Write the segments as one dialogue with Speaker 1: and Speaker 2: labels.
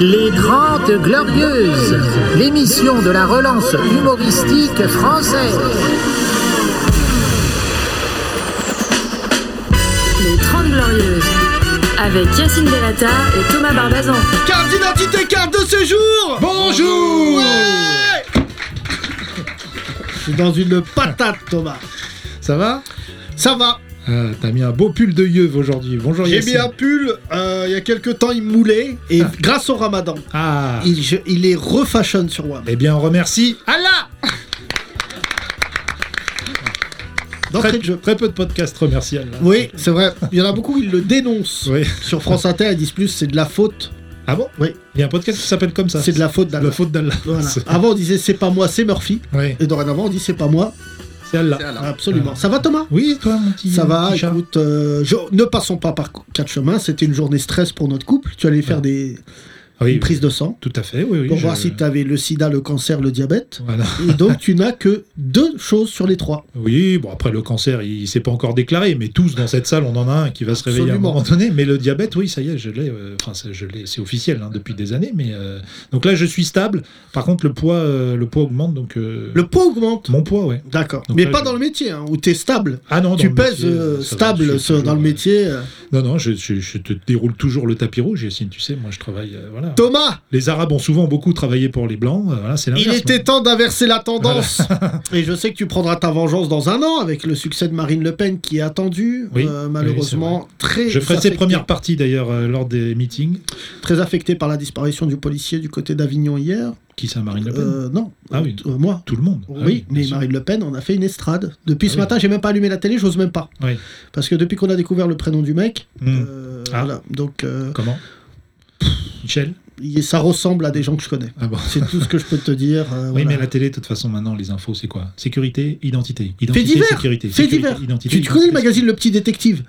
Speaker 1: Les Grandes Glorieuses, l'émission de la relance humoristique française.
Speaker 2: Les 30 Glorieuses, avec Yacine Delata et Thomas Barbazan.
Speaker 3: Carte d'identité, carte de séjour
Speaker 4: Bonjour
Speaker 3: Ouais Je suis dans une patate, Thomas.
Speaker 4: Ça va
Speaker 3: Ça va.
Speaker 4: Ah, T'as mis un beau pull de yeuve aujourd'hui. Bonjour
Speaker 3: J'ai
Speaker 4: Yacine.
Speaker 3: mis un pull, euh, il y a quelques temps, il moulait, et grâce au ramadan,
Speaker 4: Ah
Speaker 3: il, je- il est refashion sur WAM.
Speaker 4: Eh bien, on remercie Allah
Speaker 3: D'entrée
Speaker 4: très,
Speaker 3: de jeu.
Speaker 4: très peu de podcasts remercient Allah.
Speaker 3: Oui, c'est vrai. Il y en a beaucoup, ils le dénoncent.
Speaker 4: Oui.
Speaker 3: Sur France Inter, ils disent plus, c'est de la faute.
Speaker 4: Ah bon
Speaker 3: Oui.
Speaker 4: Il y a un podcast qui s'appelle comme ça.
Speaker 3: C'est de la faute d'Allah.
Speaker 4: La faute d'Allah.
Speaker 3: Voilà. Ah.
Speaker 4: C'est-
Speaker 3: Avant, on disait c'est pas moi, c'est Murphy.
Speaker 4: Oui,
Speaker 3: Et dorénavant, on dit c'est pas moi.
Speaker 4: c'est Allah.
Speaker 3: Absolument. Ça va, Thomas
Speaker 4: Oui, toi, mon petit.
Speaker 3: Ça va,
Speaker 4: petit chat
Speaker 3: écoute, euh, je- ne passons pas par quatre chemins, c'était une journée stress pour notre couple. Tu allais faire des
Speaker 4: Oui,
Speaker 3: prises de sang
Speaker 4: tout à fait. Oui, oui,
Speaker 3: pour
Speaker 4: je-
Speaker 3: voir si tu avais le sida, le cancer, le diabète.
Speaker 4: Voilà.
Speaker 3: Et donc tu n'as que deux choses sur les trois.
Speaker 4: Oui, bon après le cancer, il, s'est pas encore déclaré, mais tous dans cette salle, on en a un qui va se réveiller à un
Speaker 3: Absolument.
Speaker 4: moment donné. Mais le diabète, oui, ça y est, je l'ai. euh, Enfin, ça, je l'ai, c'est officiel hein, depuis des années. Mais euh, donc là, je suis stable. Par contre, le poids, euh, le poids augmente, donc euh,
Speaker 3: Le poids augmente.
Speaker 4: mon poids, ouais.
Speaker 3: D'accord.
Speaker 4: Donc
Speaker 3: Mais
Speaker 4: là,
Speaker 3: pas
Speaker 4: je-
Speaker 3: dans le métier, hein, où tu es stable.
Speaker 4: Ah non, dans
Speaker 3: tu
Speaker 4: le
Speaker 3: pèses
Speaker 4: métier,
Speaker 3: euh,
Speaker 4: ça va,
Speaker 3: stable
Speaker 4: je suis
Speaker 3: ce- dans
Speaker 4: toujours,
Speaker 3: le
Speaker 4: euh,
Speaker 3: métier. euh.
Speaker 4: Non, non, je, je- je te déroule toujours le tapis rouge, Yacine, tu sais, moi je travaille. euh, voilà.
Speaker 3: Thomas,
Speaker 4: Les Arabes ont souvent beaucoup travaillé pour les Blancs, euh, voilà, c'est
Speaker 3: il
Speaker 4: l'inverse.
Speaker 3: était temps d'inverser la tendance. Et je sais que tu prendras ta vengeance dans un an avec le succès de Marine Le Pen qui est attendu,
Speaker 4: Oui,
Speaker 3: euh,
Speaker 4: oui,
Speaker 3: malheureusement très
Speaker 4: Je ferai ses
Speaker 3: affecté-
Speaker 4: premières parties d'ailleurs euh, lors des meetings.
Speaker 3: très affecté par la disparition du policier du côté d'Avignon hier.
Speaker 4: Qui ça, Marine Le Pen
Speaker 3: Euh, non,
Speaker 4: Ah oui.
Speaker 3: Euh, moi.
Speaker 4: Tout le monde. Ah
Speaker 3: Oui,
Speaker 4: bien
Speaker 3: mais
Speaker 4: sûr.
Speaker 3: Marine Le Pen en a fait une estrade. Depuis
Speaker 4: Ah
Speaker 3: ce
Speaker 4: oui.
Speaker 3: matin, j'ai même pas allumé la télé, j'ose même pas.
Speaker 4: Oui.
Speaker 3: Parce que depuis qu'on a découvert le prénom du mec,
Speaker 4: Hmm.
Speaker 3: euh,
Speaker 4: Ah.
Speaker 3: voilà. Donc euh,
Speaker 4: Comment Michel
Speaker 3: il- ça ressemble à des gens que je connais.
Speaker 4: Ah bon.
Speaker 3: C'est tout ce que je peux te dire. euh,
Speaker 4: Oui,
Speaker 3: voilà.
Speaker 4: mais la télé, de toute façon, maintenant, les infos, c'est quoi Sécurité, identité.
Speaker 3: Fait
Speaker 4: Identité,
Speaker 3: divers.
Speaker 4: sécurité.
Speaker 3: Fait
Speaker 4: sécurité,
Speaker 3: divers.
Speaker 4: Identité,
Speaker 3: Tu, tu connais le
Speaker 4: identité.
Speaker 3: magazine Le Petit Détective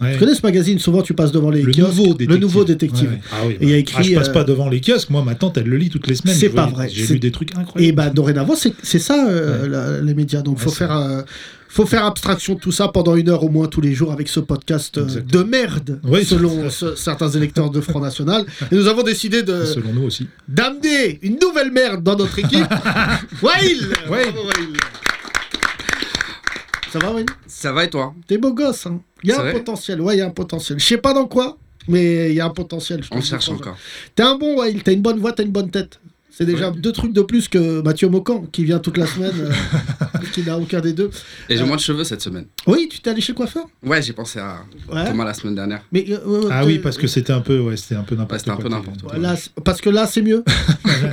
Speaker 4: Ouais.
Speaker 3: Tu connais ce magazine Souvent, tu passes devant les
Speaker 4: le
Speaker 3: kiosques.
Speaker 4: nouveau détective.
Speaker 3: Le nouveau détective.
Speaker 4: Ouais, ouais. Ah oui,
Speaker 3: Et il y a
Speaker 4: bah,
Speaker 3: écrit,
Speaker 4: ah, je passe
Speaker 3: euh,
Speaker 4: pas devant les kiosques. Moi, ma tante, elle le lit toutes les semaines.
Speaker 3: C'est
Speaker 4: Je
Speaker 3: pas
Speaker 4: voyais-
Speaker 3: vrai.
Speaker 4: J'ai
Speaker 3: C'est-
Speaker 4: lu des trucs
Speaker 3: Et
Speaker 4: incroyables.
Speaker 3: bah dorénavant, c'est c'est ça euh, la- les médias. Donc
Speaker 4: Ouais,
Speaker 3: faut
Speaker 4: c'est
Speaker 3: faire euh, faut faire abstraction de tout ça pendant une heure au moins tous les jours avec ce podcast euh,
Speaker 4: Exactement.
Speaker 3: de merde
Speaker 4: Oui,
Speaker 3: selon ce- certains électeurs de Front National. Et nous avons décidé de
Speaker 4: Selon nous aussi.
Speaker 3: d'amener une nouvelle merde dans notre équipe. Wail
Speaker 4: Wail.
Speaker 3: Bravo, Wail. Ça va Wail
Speaker 5: Ça va et toi
Speaker 3: T'es beau gosse. hein. Il y a
Speaker 5: C'est
Speaker 3: un
Speaker 5: vrai
Speaker 3: potentiel. Ouais, il y a un potentiel. Je sais pas dans quoi, mais il y a un potentiel. je te
Speaker 5: On
Speaker 3: le dis
Speaker 5: cherche
Speaker 3: franchement.
Speaker 5: encore.
Speaker 3: T'es un bon Wael, t'as une bonne voix, t'as une bonne tête. C'est déjà deux trucs de plus que Mathieu Mocan, qui vient toute la semaine, euh, qui n'a aucun des deux.
Speaker 5: Et j'ai moins de cheveux cette semaine.
Speaker 3: Oui, tu t'es allé chez le coiffeur
Speaker 5: Ouais, j'ai pensé à
Speaker 3: Ouais.
Speaker 5: Thomas la semaine dernière.
Speaker 3: Mais, euh, ouais, ouais,
Speaker 4: Ah
Speaker 3: t'es-
Speaker 4: oui, parce que c'était un peu, ouais, c'était un peu
Speaker 5: Ouais,
Speaker 4: n'importe
Speaker 5: Bah, c'était
Speaker 4: quoi.
Speaker 5: un peu n'importe quoi.
Speaker 3: Ouais, là, c'est- parce que là, c'est mieux.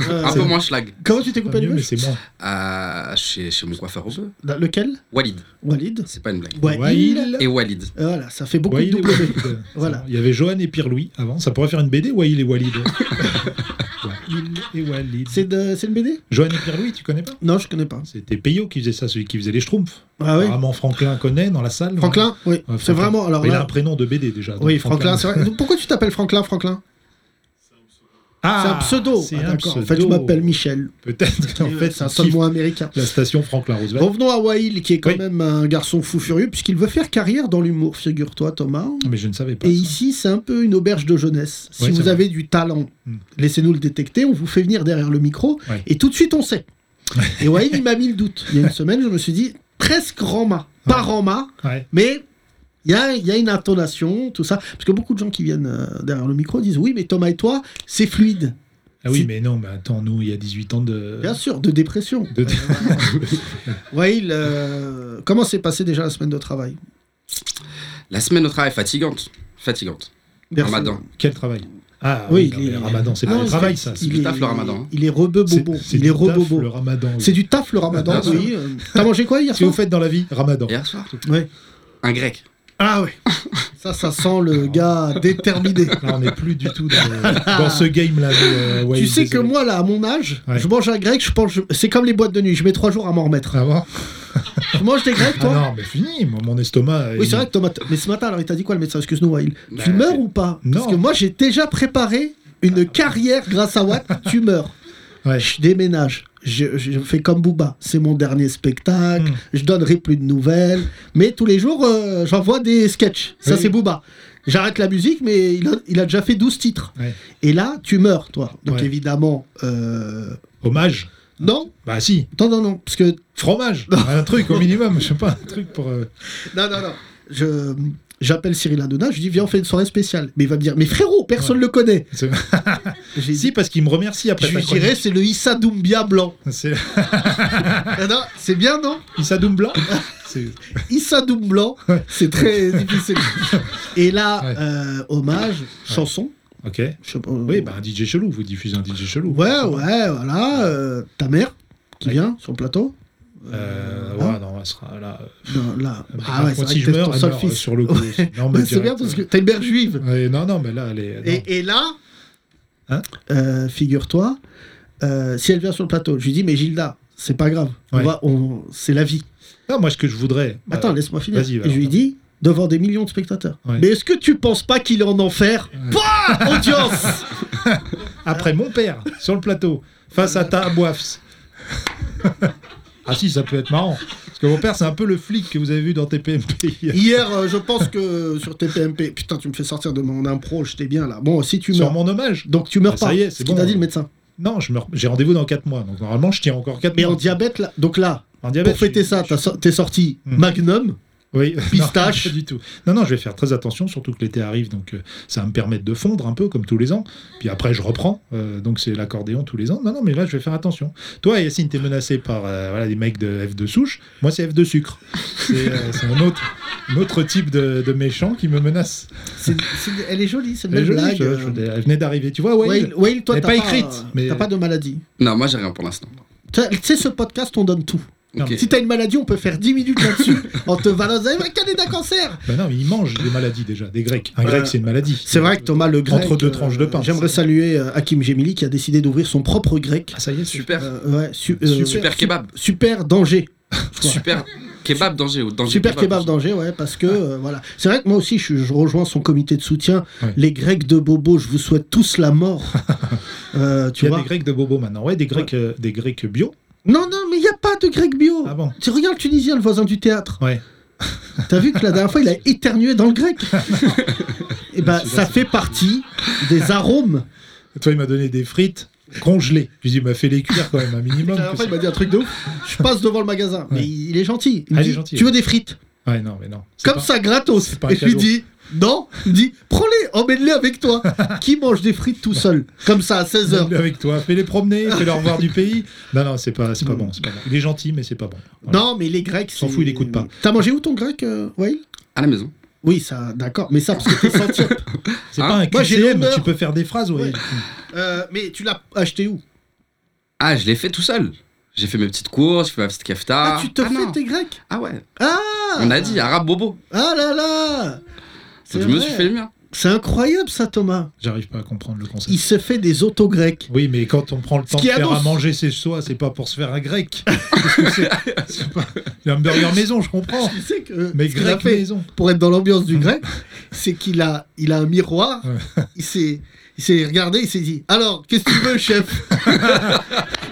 Speaker 3: Euh,
Speaker 5: Un peu moins schlag.
Speaker 3: Comment tu t'es
Speaker 4: Pas
Speaker 3: coupé les
Speaker 4: mieux, mais
Speaker 3: mèches
Speaker 4: c'est moi.
Speaker 5: Euh, chez, chez mon coiffeur au cheveux.
Speaker 3: Dans Bah, Lequel
Speaker 5: Walid.
Speaker 3: Walid
Speaker 5: C'est pas une blague.
Speaker 3: Wael.
Speaker 4: Wael.
Speaker 5: Et Walid.
Speaker 3: Euh, Voilà, ça fait beaucoup
Speaker 4: Wail
Speaker 3: de
Speaker 4: et
Speaker 3: double
Speaker 4: Walid.
Speaker 3: V. Voilà.
Speaker 4: Il y avait Johan et Pierre-Louis avant. Ça pourrait faire une BD, Wail et Walid. Wail et Walid.
Speaker 3: C'est de- c'est une BD
Speaker 4: Johan et Pierre-Louis, tu connais pas
Speaker 3: Non, je connais pas.
Speaker 4: C'était Payot qui faisait ça, celui qui faisait les schtroumpfs.
Speaker 3: Ah oui
Speaker 4: Apparemment, Franklin connaît dans la salle.
Speaker 3: Franklin Oui,
Speaker 4: Ouais,
Speaker 3: c'est
Speaker 4: Franklin.
Speaker 3: vraiment. Alors
Speaker 4: Mais il a
Speaker 3: là,
Speaker 4: un prénom de BD déjà. donc
Speaker 3: oui, Franklin, c'est vrai. Donc, Pourquoi tu t'appelles Franklin, Franklin
Speaker 4: Ah,
Speaker 3: C'est un pseudo.
Speaker 4: C'est
Speaker 3: Ah,
Speaker 4: un
Speaker 3: D'accord. En fait, je
Speaker 4: pseudo.
Speaker 3: m'appelle Michel.
Speaker 4: Peut-être. En fait,
Speaker 3: C'est un
Speaker 4: il kiffe
Speaker 3: seul Oh. mot américain.
Speaker 4: La station Franklin Roosevelt.
Speaker 3: Revenons à Wail, qui est quand
Speaker 4: Oui.
Speaker 3: même un garçon fou furieux, puisqu'il veut faire carrière dans l'humour, figure-toi, Thomas.
Speaker 4: Mais je ne savais pas.
Speaker 3: Et
Speaker 4: ça.
Speaker 3: ici, c'est un peu une auberge de jeunesse. Si
Speaker 4: Ouais, c'est
Speaker 3: vous
Speaker 4: vrai.
Speaker 3: avez du talent,
Speaker 4: Hmm.
Speaker 3: laissez-nous le détecter, on vous fait venir derrière le micro,
Speaker 4: Ouais.
Speaker 3: et tout de suite, on sait. Et Wail, il m'a mis le doute. Il y a une semaine, je me suis dit, presque en main. Pas en main,
Speaker 4: Ouais.
Speaker 3: mais il y a, il y a une intonation, tout ça. Parce que beaucoup de gens qui viennent euh, derrière le micro disent, oui, mais Thomas et toi, c'est fluide.
Speaker 4: Ah oui,
Speaker 3: Si-
Speaker 4: mais non, mais attends, nous, il y a 18 ans de.
Speaker 3: Bien sûr, de dépression.
Speaker 4: Euh. de-
Speaker 3: Wail, euh, comment s'est passée déjà la semaine de travail
Speaker 5: La semaine au travail fatigante. Fatigante.
Speaker 3: Merci.
Speaker 5: Ramadan.
Speaker 4: Quel travail Ah
Speaker 3: Oui, il
Speaker 4: oui, non, mais
Speaker 3: est-
Speaker 4: le ramadan, c'est
Speaker 3: Ah,
Speaker 4: pas
Speaker 3: il
Speaker 4: le
Speaker 3: est-
Speaker 4: travail, ça.
Speaker 5: il- du taf, le ramadan.
Speaker 3: Il est rebeu bobo.
Speaker 4: c'est
Speaker 3: Il
Speaker 4: du
Speaker 3: est
Speaker 4: taf,
Speaker 3: rebeu
Speaker 4: Le
Speaker 3: bobo.
Speaker 4: ramadan. oui.
Speaker 3: C'est du taf le ramadan,
Speaker 5: Bien sûr.
Speaker 3: oui. euh, T'as mangé quoi hier
Speaker 4: Ce que vous
Speaker 3: soir
Speaker 4: faites dans la vie Ramadan.
Speaker 5: Hier soir
Speaker 3: Ouais.
Speaker 5: Un grec.
Speaker 3: Ah ouais. Ça, ça sent le gars déterminé.
Speaker 4: Là, on n'est plus du tout dans, dans ce game-là. de, euh, ouais,
Speaker 3: tu sais que
Speaker 4: désolé.
Speaker 3: moi, là, à mon âge,
Speaker 4: Ouais.
Speaker 3: je mange un grec, je pense. je- C'est comme les boîtes de nuit, je mets trois jours à m'en remettre.
Speaker 4: Ah bon
Speaker 3: Tu manges des grecs,
Speaker 4: Ah
Speaker 3: toi
Speaker 4: non, mais fini, moi, mon estomac.
Speaker 3: Oui,
Speaker 4: il-
Speaker 3: c'est vrai que Thomas. Mais ce matin, alors, il t'a dit quoi le médecin Excuse-nous, Wael.
Speaker 5: Bah,
Speaker 3: tu meurs ou pas
Speaker 4: Non. Ah,
Speaker 3: Parce que moi, j'ai déjà préparé une carrière grâce à Watt. tu meurs.
Speaker 4: Ouais.
Speaker 3: Je déménage. je, je fais comme Booba, c'est mon dernier spectacle,
Speaker 4: Mm.
Speaker 3: je donnerai plus de nouvelles, mais tous les jours, euh, j'envoie des sketchs. Ça,
Speaker 4: Oui.
Speaker 3: c'est Booba. J'arrête la musique, mais il a, il a déjà fait 12 titres.
Speaker 4: Ouais.
Speaker 3: Et là, tu meurs, toi. Donc,
Speaker 4: Ouais.
Speaker 3: évidemment, euh,
Speaker 4: Hommage
Speaker 3: non,
Speaker 4: Bah si.
Speaker 3: non, non, non, parce que
Speaker 4: Fromage Un truc au minimum, je sais pas, un truc pour. euh,
Speaker 3: Non, non, non. Je, j'appelle Cyril Hanouna, je dis viens, on fait une soirée spéciale. Mais il va me dire, mais frérot, personne le connaît.
Speaker 4: c'est- Ah,
Speaker 3: J'ai dit,
Speaker 4: si, parce qu'il me remercie après
Speaker 3: je
Speaker 4: ta
Speaker 3: lui dirais, c'est le Issa Doumbia blanc.
Speaker 4: chronique. C'est
Speaker 3: Ah non, c'est bien, non
Speaker 4: Issadoum Blanc C'est-
Speaker 3: Issa Doum blanc, c'est très difficile. Et là,
Speaker 4: Ouais.
Speaker 3: euh, hommage, chanson.
Speaker 4: Ok.
Speaker 3: Je sais pas, euh,
Speaker 4: Oui, bah un DJ chelou, vous diffusez un DJ chelou.
Speaker 3: Ouais, ouais, voilà. euh, ta mère qui
Speaker 4: Ouais.
Speaker 3: vient sur le plateau.
Speaker 4: Euh,
Speaker 3: Hein
Speaker 4: ouais, non, elle sera là.
Speaker 3: Non, là.
Speaker 4: Euh,
Speaker 3: Ah ouais, c'est
Speaker 4: par contre,
Speaker 3: vrai
Speaker 4: si
Speaker 3: que
Speaker 4: je
Speaker 3: t'es
Speaker 4: meurs,
Speaker 3: ton
Speaker 4: elle
Speaker 3: seul
Speaker 4: meurt, euh,
Speaker 3: fils.
Speaker 4: sur le coup. Non,
Speaker 3: Bah,
Speaker 4: mais
Speaker 3: c'est bien
Speaker 4: direct,
Speaker 3: parce que
Speaker 4: ouais.
Speaker 3: t'as une mère juive.
Speaker 4: Ouais, non, non, mais là, elle est. non.
Speaker 3: Et, et là,
Speaker 4: Hein
Speaker 3: euh, figure-toi, euh, si elle vient sur le plateau, je lui dis, mais Gilda, c'est pas grave, on
Speaker 4: Ouais.
Speaker 3: va, on, c'est la vie.
Speaker 4: Non, moi, ce que je voudrais. euh,
Speaker 3: Attends, laisse-moi finir.
Speaker 4: vas-y,
Speaker 3: Et je lui
Speaker 4: alors.
Speaker 3: dis, devant des millions de spectateurs,
Speaker 4: Ouais.
Speaker 3: mais est-ce que tu penses pas qu'il est en enfer Pouah, Audience
Speaker 4: après mon père, sur le plateau, face à ta boifs. ah si, ça peut être marrant. Parce que mon père, c'est un peu le flic que vous avez vu dans TPMP.
Speaker 3: Hier, euh, je pense que sur TPMP, putain, tu me fais sortir de mon impro, j'étais bien là. Bon, si tu
Speaker 4: sur
Speaker 3: meurs.
Speaker 4: mon hommage.
Speaker 3: Donc tu meurs
Speaker 4: Bah, ça
Speaker 3: pas,
Speaker 4: y est,
Speaker 3: ce
Speaker 4: c'est
Speaker 3: qu'il
Speaker 4: bon.
Speaker 3: t'a dit le médecin.
Speaker 4: Non, je meurs- j'ai rendez-vous dans 4 mois. Donc normalement, je tiens encore 4
Speaker 3: Mais
Speaker 4: mois.
Speaker 3: en diabète, là, donc là,
Speaker 4: En diabète,
Speaker 3: pour fêter
Speaker 4: Ah, bah,
Speaker 3: ça,
Speaker 4: je- je-
Speaker 3: t'as so- t'es sorti
Speaker 4: Hmm.
Speaker 3: Magnum,
Speaker 4: Oui,
Speaker 3: Pistache.
Speaker 4: Non, pas du tout. Non, non, je vais faire très attention, surtout que l'été arrive, donc euh, ça va me permettre de fondre un peu, comme tous les ans. Puis après, je reprends, euh, donc c'est l'accordéon tous les ans. Non, non, mais là, je vais faire attention. Toi, Yacine, t'es menacé par euh, voilà, des mecs de F de souche. Moi, c'est F de sucre. C'est euh, c'est un autre, un autre type de, de méchant qui me menace.
Speaker 3: c'est- c'est- elle est jolie, c'est une
Speaker 4: Elle est
Speaker 3: belle
Speaker 4: jolie,
Speaker 3: blague.
Speaker 4: je-
Speaker 3: euh,
Speaker 4: je- elle venait d'arriver. Tu vois, Whale,
Speaker 3: Wael, Wael, toi,
Speaker 4: Elle
Speaker 3: t'as
Speaker 4: est pas
Speaker 3: pas,
Speaker 4: écrite,
Speaker 3: euh,
Speaker 4: mais-
Speaker 3: t'as pas de maladie.
Speaker 5: Non, moi j'ai rien pour l'instant.
Speaker 3: Tu sais- tu sais, ce podcast, on donne tout.
Speaker 4: Non,
Speaker 5: Ok.
Speaker 4: mais-
Speaker 3: Si t'as une maladie, on peut faire 10 minutes là-dessus en te valant. Vous avez un cadet d'un cancer
Speaker 4: Bah non, mais ils mangent des maladies déjà, des Grecs. Un Grec, c'est une maladie.
Speaker 3: C'est vrai que Thomas le grec. euh,
Speaker 4: Entre deux tranches de pain.
Speaker 3: J'aimerais saluer euh, Hakim Gemili qui a décidé d'ouvrir son propre grec.
Speaker 4: Ah, ça y est, super.
Speaker 5: Super.
Speaker 3: Euh, ouais, su- euh,
Speaker 5: Super,
Speaker 3: su-
Speaker 5: kebab.
Speaker 3: Super danger.
Speaker 5: Super kebab danger ou danger
Speaker 3: Super kebab danger, ouais, parce
Speaker 4: Ah.
Speaker 3: que euh, voilà. C'est vrai que moi aussi, je, je rejoins son comité de soutien.
Speaker 4: Ouais.
Speaker 3: Les Grecs de Bobo, je vous souhaite tous la mort. Euh,
Speaker 4: Il y
Speaker 3: tu
Speaker 4: a
Speaker 3: vois
Speaker 4: des Grecs de Bobo maintenant. Ouais, des Grecs, euh, des Grecs bio.
Speaker 3: Non, non, mais il n'y a pas de grec bio.
Speaker 4: Ah bon
Speaker 3: Tu regardes le Tunisien, le voisin du théâtre.
Speaker 4: Ouais.
Speaker 3: T'as vu que la dernière fois, il a éternué dans le grec Et ben, ça fait partie des arômes.
Speaker 4: Toi, il m'a donné des frites congelées. Je lui ai dit, bah, fais-les cuire quand même un minimum.
Speaker 3: La dernière
Speaker 4: que
Speaker 3: fois, il
Speaker 4: ça-
Speaker 3: m'a dit un truc de ouf. Je passe devant le magasin, mais
Speaker 4: Ouais.
Speaker 3: il est gentil. Il me
Speaker 4: Ah, il
Speaker 3: dit,
Speaker 4: est gentil,
Speaker 3: tu veux
Speaker 4: ouais.
Speaker 3: des frites
Speaker 4: Ouais, non, mais non. C'est
Speaker 3: Comme
Speaker 4: pas-
Speaker 3: ça, gratos.
Speaker 4: c'est pas un
Speaker 3: Et je lui
Speaker 4: cadeau.
Speaker 3: dis, non. Il me dit, prends-les, emmène-les avec toi. Qui mange des frites tout seul Comme ça, à 16h.
Speaker 4: Viens Avec toi, fais-les promener, fais-leur voir du pays. Non, non, c'est pas, c'est pas bon, c'est pas bon. Il est gentil, mais c'est pas bon. Voilà.
Speaker 3: Non, mais les Grecs.
Speaker 4: S'en
Speaker 3: c'est-
Speaker 4: fout, il écoute pas.
Speaker 3: T'as mangé où ton grec, euh, Wael
Speaker 5: À la maison.
Speaker 3: Oui, ça, d'accord. Mais ça, parce que t'es senti.
Speaker 4: c'est
Speaker 5: Hein
Speaker 4: pas un
Speaker 3: Moi, j'ai
Speaker 4: QCM,
Speaker 3: l'honneur.
Speaker 4: tu peux faire des phrases, ouais.
Speaker 3: Ouais. Euh, mais tu l'as acheté où
Speaker 5: Ah, je l'ai fait tout seul. J'ai fait mes petites courses, j'ai fait ma petite kefta.
Speaker 3: Ah, tu te fais
Speaker 5: non.
Speaker 3: tes grecs
Speaker 5: Ah ouais.
Speaker 3: Ah
Speaker 5: On a dit arabe bobo.
Speaker 3: Ah là là C'est
Speaker 5: Donc, je me
Speaker 3: vrai.
Speaker 5: suis fait le mien.
Speaker 3: C'est incroyable ça, Thomas.
Speaker 4: J'arrive pas à comprendre le concept.
Speaker 3: Il se fait des auto-grecs.
Speaker 4: Oui, mais quand on prend le temps de
Speaker 3: qui
Speaker 4: faire à
Speaker 3: annonce-
Speaker 4: manger ses soies, c'est pas pour se faire un grec. Parce que c'est- c'est pas... Un burger maison, je comprends.
Speaker 3: Tu sais que
Speaker 4: Mais
Speaker 3: ce qu'il a
Speaker 4: grec
Speaker 3: fait,
Speaker 4: maison.
Speaker 3: pour être dans l'ambiance du grec, c'est qu'il a, il a un miroir, il s'est, il s'est regardé, il s'est dit Alors, qu'est-ce que tu veux, chef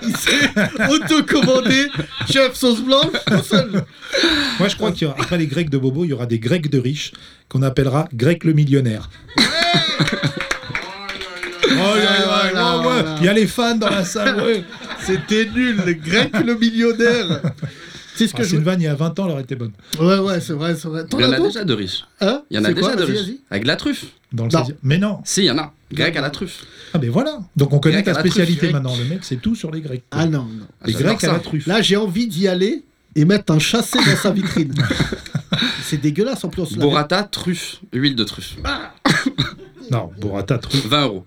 Speaker 3: Il s'est auto-commandé, chef, sauce blanche, tout seul.
Speaker 4: Moi, je crois qu'après les Grecs de Bobo, il y aura des Grecs de riches qu'on appellera Grec le millionnaire. Oh là là,
Speaker 3: Voilà,
Speaker 4: ouais,
Speaker 3: voilà.
Speaker 4: ouais. Il y a les fans dans la salle. ouais.
Speaker 3: C'était nul, le grec, le millionnaire. C'est ce que
Speaker 4: Ah,
Speaker 3: je.
Speaker 4: Sylvain, il y a 20 ans, elle aurait été bonne.
Speaker 3: Ouais, ouais, c'est vrai, c'est vrai. T'en
Speaker 5: Il y en
Speaker 3: as
Speaker 5: a
Speaker 3: d'autres
Speaker 5: déjà de riches.
Speaker 3: Hein
Speaker 5: Il y en a
Speaker 3: C'est quoi
Speaker 5: déjà de
Speaker 3: Vas-y,
Speaker 5: riches.
Speaker 3: vas-y.
Speaker 5: Avec de la truffe.
Speaker 4: Dans le
Speaker 3: Non.
Speaker 4: 16e. Mais non.
Speaker 5: Si, il y en a. Grec à la truffe.
Speaker 4: Ah, mais voilà. Donc, on connaît
Speaker 5: Grec à
Speaker 4: ta
Speaker 5: la truffe,
Speaker 4: spécialité
Speaker 5: grec.
Speaker 4: maintenant. Le mec, c'est tout sur les Grecs.
Speaker 3: Ah non, non.
Speaker 5: Ah,
Speaker 4: les
Speaker 5: j'adore
Speaker 4: Grecs à
Speaker 5: ça.
Speaker 4: la truffe.
Speaker 3: Là, j'ai envie d'y aller et mettre un chassé dans sa vitrine. c'est dégueulasse en plus. on se la-
Speaker 5: Burrata, truffe, huile de truffe.
Speaker 4: Bah, Non, burrata, truffe.
Speaker 5: 20 euros.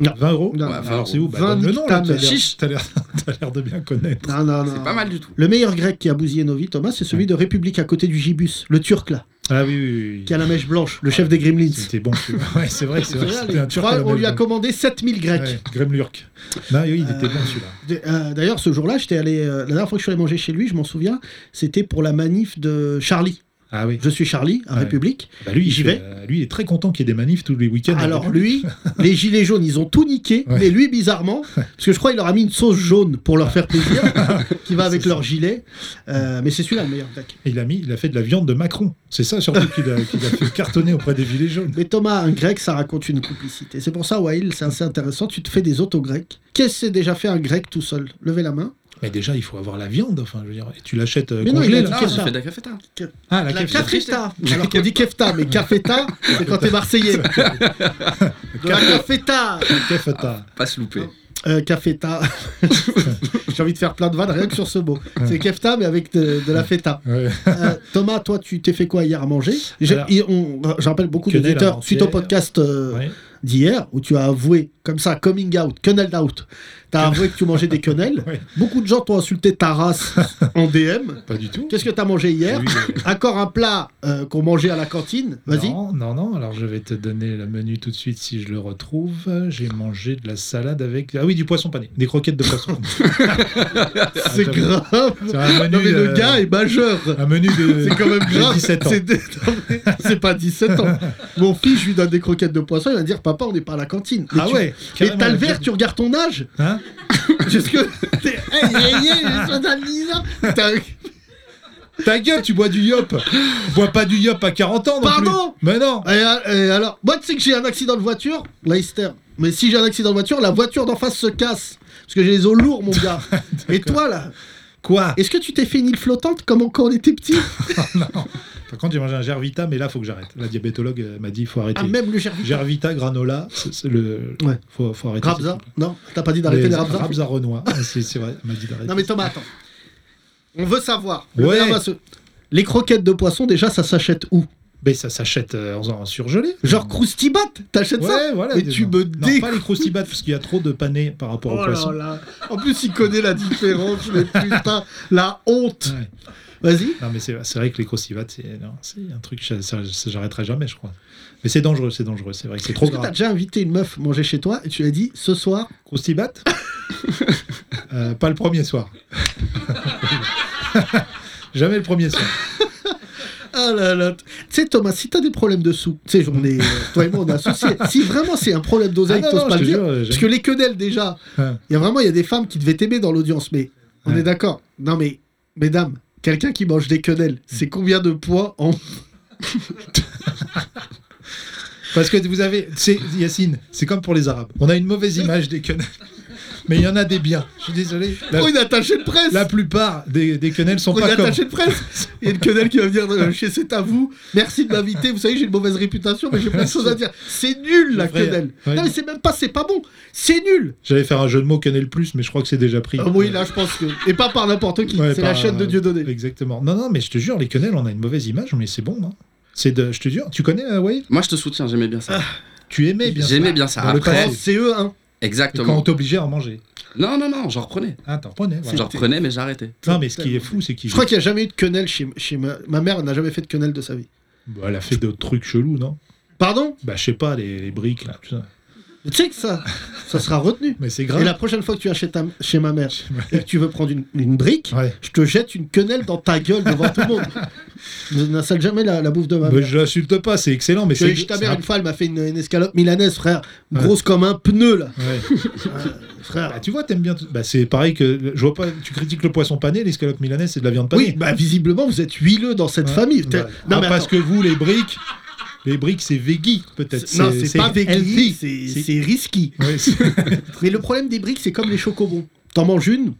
Speaker 4: 20 euros
Speaker 3: Non,
Speaker 5: Ouais, 20
Speaker 4: Alors, c'est où
Speaker 5: euros.
Speaker 4: bah,
Speaker 3: 20
Speaker 4: donne le nom, là.
Speaker 3: ta
Speaker 4: T'as
Speaker 3: mère.
Speaker 4: l'air- t'as l'air t'as l'air de bien connaître.
Speaker 3: Non, non, non.
Speaker 5: C'est pas mal du tout.
Speaker 3: Le meilleur grec qui a bousillé nos vies, Thomas, c'est celui de République à côté du Gibus, le turc là,
Speaker 4: Ah oui, oui, oui.
Speaker 3: qui a la mèche blanche, le chef des Gremlins.
Speaker 4: C'était bon. celui-là. Ouais, c'est vrai, c'est
Speaker 3: C'est
Speaker 4: vrai.
Speaker 3: vrai,
Speaker 4: C'était un
Speaker 3: les-
Speaker 4: turc.
Speaker 3: Ouais,
Speaker 4: à la
Speaker 3: on lui a
Speaker 4: Belgique.
Speaker 3: commandé 7000 Grecs.
Speaker 4: Ouais, Gremlurk. Non, oui, il était
Speaker 3: Euh,
Speaker 4: bon celui-là.
Speaker 3: D- euh, D'ailleurs, ce jour-là, j'étais allé. euh, la dernière fois que je suis allé manger chez lui, je m'en souviens, c'était pour la manif de Charlie.
Speaker 4: Ah oui.
Speaker 3: Je suis Charlie, un
Speaker 4: Ouais.
Speaker 3: République.
Speaker 4: Bah, lui, il
Speaker 3: J'y
Speaker 4: fait,
Speaker 3: vais.
Speaker 4: euh, lui, il est très content qu'il y ait des manifs tous les week-ends.
Speaker 3: Alors lui, les gilets jaunes, ils ont tout niqué,
Speaker 4: Ouais.
Speaker 3: mais lui, bizarrement, parce que je crois qu'il leur a mis une sauce jaune pour leur faire plaisir, qui va avec
Speaker 4: C'est
Speaker 3: leur gilet. Euh, mais c'est celui-là le meilleur. tac.
Speaker 4: Et il a mis, il a fait de la viande de Macron. C'est ça surtout qu'il a, qu'il a fait cartonner auprès des gilets jaunes.
Speaker 3: Mais Thomas, un grec, ça raconte une complicité. C'est pour ça, Wael, c'est assez intéressant. Tu te fais des auto-grecs. Qu'est-ce que c'est déjà fait un grec tout seul Levez la main.
Speaker 4: Mais déjà, il faut avoir la viande. Enfin, je veux dire, et tu l'achètes euh,
Speaker 3: Mais non,
Speaker 4: congelée
Speaker 3: il a
Speaker 4: là.
Speaker 5: Non,
Speaker 3: Kefta.
Speaker 5: j'ai fait de la cafeta.
Speaker 4: Ah, la
Speaker 3: La
Speaker 4: kefta.
Speaker 3: cafeta. Alors qu'on dit kefta, mais cafeta, c'est quand t'es marseillais. De la cafeta.
Speaker 4: Kefta.
Speaker 5: Pas se louper.
Speaker 4: Ah.
Speaker 3: Euh, cafeta. J'ai envie de faire plein de vannes rien que sur ce mot. C'est kefta, mais avec de, de la feta.
Speaker 4: Ouais.
Speaker 3: Euh, Thomas, toi, tu t'es fait quoi hier à manger J'ai-
Speaker 4: Alors,
Speaker 3: et on- Je rappelle beaucoup
Speaker 4: quenelle
Speaker 3: d'auditeurs,
Speaker 4: avant-hier.
Speaker 3: suite au podcast euh,
Speaker 4: Ouais.
Speaker 3: d'hier, où tu as avoué, comme ça, coming out, quenelle out, t'as avoué que tu mangeais des quenelles.
Speaker 4: Ouais.
Speaker 3: Beaucoup de gens t'ont insulté ta race en DM.
Speaker 4: Pas du tout.
Speaker 3: Qu'est-ce que t'as mangé hier
Speaker 4: Oui, euh,
Speaker 3: Encore un plat euh, qu'on mangeait à la cantine. Vas-y.
Speaker 4: Non, non, non. Alors, je vais te donner le menu tout de suite si je le retrouve. J'ai mangé de la salade avec. Ah oui, du poisson pané. Des croquettes de poisson.
Speaker 3: C'est
Speaker 4: Attends.
Speaker 3: grave.
Speaker 4: C'est un menu.
Speaker 3: Non, mais le
Speaker 4: euh,
Speaker 3: gars est majeur.
Speaker 4: Un menu de.
Speaker 3: C'est quand même
Speaker 4: J'ai
Speaker 3: grave.
Speaker 4: 17 ans.
Speaker 3: C'est non, mais
Speaker 4: Ah.
Speaker 3: c'est pas 17 ans. Mon fils, je lui donne des croquettes de poisson, il va dire Papa, on n'est pas à la cantine. Mais
Speaker 4: Ah
Speaker 3: tu-
Speaker 4: ouais.
Speaker 3: Mais
Speaker 4: carrément,
Speaker 3: t'as le
Speaker 4: la
Speaker 3: vert,
Speaker 4: viande.
Speaker 3: tu regardes ton âge
Speaker 4: Hein
Speaker 3: Jusque. T'es. eh, Hey, hey, hey, j'ai 70 ans. T'as-
Speaker 4: Ta gueule, tu bois du yop. Bois pas du yop à 40 ans non plus.
Speaker 3: Pardon
Speaker 4: Mais non.
Speaker 3: Et, a- euh, et alors, moi, tu sais que j'ai un accident de voiture, Leicester. Mais si j'ai un accident de voiture, la voiture d'en face se casse. Parce que j'ai les os lourds, mon gars. et toi, là,
Speaker 4: Quoi
Speaker 3: est-ce que tu t'es fait une île flottante comme on- quand on était petit
Speaker 4: Ah, Par contre, j'ai mangé un Gervita, mais là, faut que j'arrête. La diabétologue euh, m'a dit, faut arrêter.
Speaker 3: Ah, même le gerbil.
Speaker 4: Gervita, granola, c'est c'est le.
Speaker 3: Ouais.
Speaker 4: Faut, faut arrêter.
Speaker 3: Rabza
Speaker 4: ces trucs-là.
Speaker 3: Non, t'as pas dit d'arrêter les,
Speaker 4: Les-
Speaker 3: Rabza
Speaker 4: Rabza Renoir, Ah, c'est c'est vrai, elle m'a dit d'arrêter.
Speaker 3: Non, mais Thomas, attends. On veut savoir.
Speaker 4: Ouais.
Speaker 3: Le Bernard Masseux. Les croquettes de poisson, déjà, ça s'achète où
Speaker 4: Mais ça s'achète euh, en, en surgelé.
Speaker 3: Genre croustibat T'achètes
Speaker 4: Ouais,
Speaker 3: ça
Speaker 4: voilà.
Speaker 3: Mais
Speaker 4: des-
Speaker 3: tu
Speaker 4: non.
Speaker 3: me
Speaker 4: Non,
Speaker 3: dégoûtes.
Speaker 4: pas les croustibates, parce qu'il y a trop de panais par rapport au
Speaker 3: Oh
Speaker 4: poisson.
Speaker 3: là là. En plus, il connaît la différence, mais putain, la honte.
Speaker 4: Ouais.
Speaker 3: Vas-y.
Speaker 4: Non, mais c'est c'est vrai que les croustibates, c'est non, c'est un truc, ça- ça- ça- j'arrêterai jamais, je crois. Mais c'est dangereux, c'est dangereux, c'est vrai que c'est trop
Speaker 3: Est-ce que t'as
Speaker 4: grave.
Speaker 3: déjà invité une meuf manger chez toi et tu lui as dit ce soir
Speaker 4: Croustibates Euh, Pas le premier soir. jamais le premier soir.
Speaker 3: Ah là là Tu sais, Thomas, si t'as des problèmes de sous, tu sais, j'en ai. euh, toi et moi, on est associés. Si vraiment c'est un problème d'oseille,
Speaker 4: Ah non,
Speaker 3: t'oses
Speaker 4: non,
Speaker 3: pas
Speaker 4: je
Speaker 3: le
Speaker 4: te
Speaker 3: dire.
Speaker 4: jure, euh,
Speaker 3: parce
Speaker 4: j'ai-
Speaker 3: que les quenelles, déjà, il
Speaker 4: Ouais.
Speaker 3: y a vraiment il y a des femmes qui devaient t'aimer dans l'audience, mais on
Speaker 4: Ouais.
Speaker 3: est d'accord. Non, mais, mesdames, quelqu'un qui mange des quenelles, c'est combien de poids en.
Speaker 4: Parce que vous avez, c'est Yacine, c'est comme pour les Arabes. On a une mauvaise image des quenelles, mais il y en a des biens. Je suis désolé. La,
Speaker 3: Oh, une attachée de presse
Speaker 4: la plupart des, des quenelles sont
Speaker 3: Oh, une
Speaker 4: pas comme.
Speaker 3: attachée de presse Il y a une quenelle qui va venir euh, chez C'est à vous. Merci de m'inviter. Vous savez, j'ai une mauvaise réputation, mais j'ai plein de choses à dire. C'est nul, la
Speaker 4: Je ferai-
Speaker 3: quenelle.
Speaker 4: Ouais.
Speaker 3: Non, mais c'est même pas, c'est pas bon. C'est nul.
Speaker 4: J'allais faire un jeu de mots quenelle plus, mais je crois que c'est déjà pris.
Speaker 3: Ah oui, là, je pense que. Et pas par n'importe qui.
Speaker 4: Ouais,
Speaker 3: c'est
Speaker 4: par- euh,
Speaker 3: la chaîne de Dieudonné.
Speaker 4: Exactement. Non, non, mais je te jure, les quenelles, on a une mauvaise image, mais c'est bon. hein. C'est de, je te jure, tu connais euh, Wade
Speaker 5: Moi, je te soutiens, j'aimais bien ça.
Speaker 4: Ah. Tu aimais bien.
Speaker 5: J'aimais
Speaker 4: ça.
Speaker 5: bien ça.
Speaker 4: Dans le
Speaker 5: Après,
Speaker 4: temps,
Speaker 3: En CE1.
Speaker 4: et quand on
Speaker 5: exactement.
Speaker 4: t'obligeait à en manger.
Speaker 5: Non, non, non, j'en reprenais.
Speaker 4: Ah, t'en prenais. voilà.
Speaker 5: J'en reprenais, mais j'arrêtais.
Speaker 4: Non, mais ce qui est fou, c'est qu'il
Speaker 3: Je crois qu'il n'y a jamais eu de quenelle chez, chez ma... ma mère. Elle n'a jamais fait de quenelle de sa vie.
Speaker 4: Bah, elle a fait d'autres trucs chelous, non
Speaker 3: Pardon
Speaker 4: Bah, je sais pas, les, les briques, là, tout ça.
Speaker 3: Tu sais que ça, ça sera retenu.
Speaker 4: Mais c'est
Speaker 3: Et
Speaker 4: grave.
Speaker 3: la prochaine fois que tu achètes ta- chez ma mère et que tu veux prendre une, une brique,
Speaker 4: Ouais.
Speaker 3: je te jette une quenelle dans ta gueule devant tout le monde. Je n'insulte jamais la, la bouffe de ma
Speaker 4: Bah,
Speaker 3: mère.
Speaker 4: je l'insulte pas, c'est excellent, mais
Speaker 3: Je
Speaker 4: c'est.
Speaker 3: suis ta
Speaker 4: c'est
Speaker 3: mère
Speaker 4: un-
Speaker 3: une fois, elle m'a fait une, une escalope milanaise, frère.
Speaker 4: Ouais.
Speaker 3: Grosse comme un pneu, là.
Speaker 4: Ouais. Bah,
Speaker 3: Frère.
Speaker 4: tu vois, t'aimes bien. tout- Bah, c'est pareil que. Je vois pas. Tu critiques le poisson pané, l'escalope milanaise, c'est de la viande panée.
Speaker 3: Oui, bah visiblement, vous êtes huileux dans cette
Speaker 4: Ouais.
Speaker 3: famille.
Speaker 4: Bah,
Speaker 3: Non,
Speaker 4: ah,
Speaker 3: mais
Speaker 4: parce
Speaker 3: attends.
Speaker 4: que vous, les briques. Les briques, c'est veggie, peut-être.
Speaker 3: Non, c'est pas
Speaker 4: healthy.
Speaker 3: vécu, c'est
Speaker 4: C'est-
Speaker 3: c'est risqué.
Speaker 4: Ouais, c'est-
Speaker 3: Mais le problème des briques, c'est comme les chocobons. T'en manges une,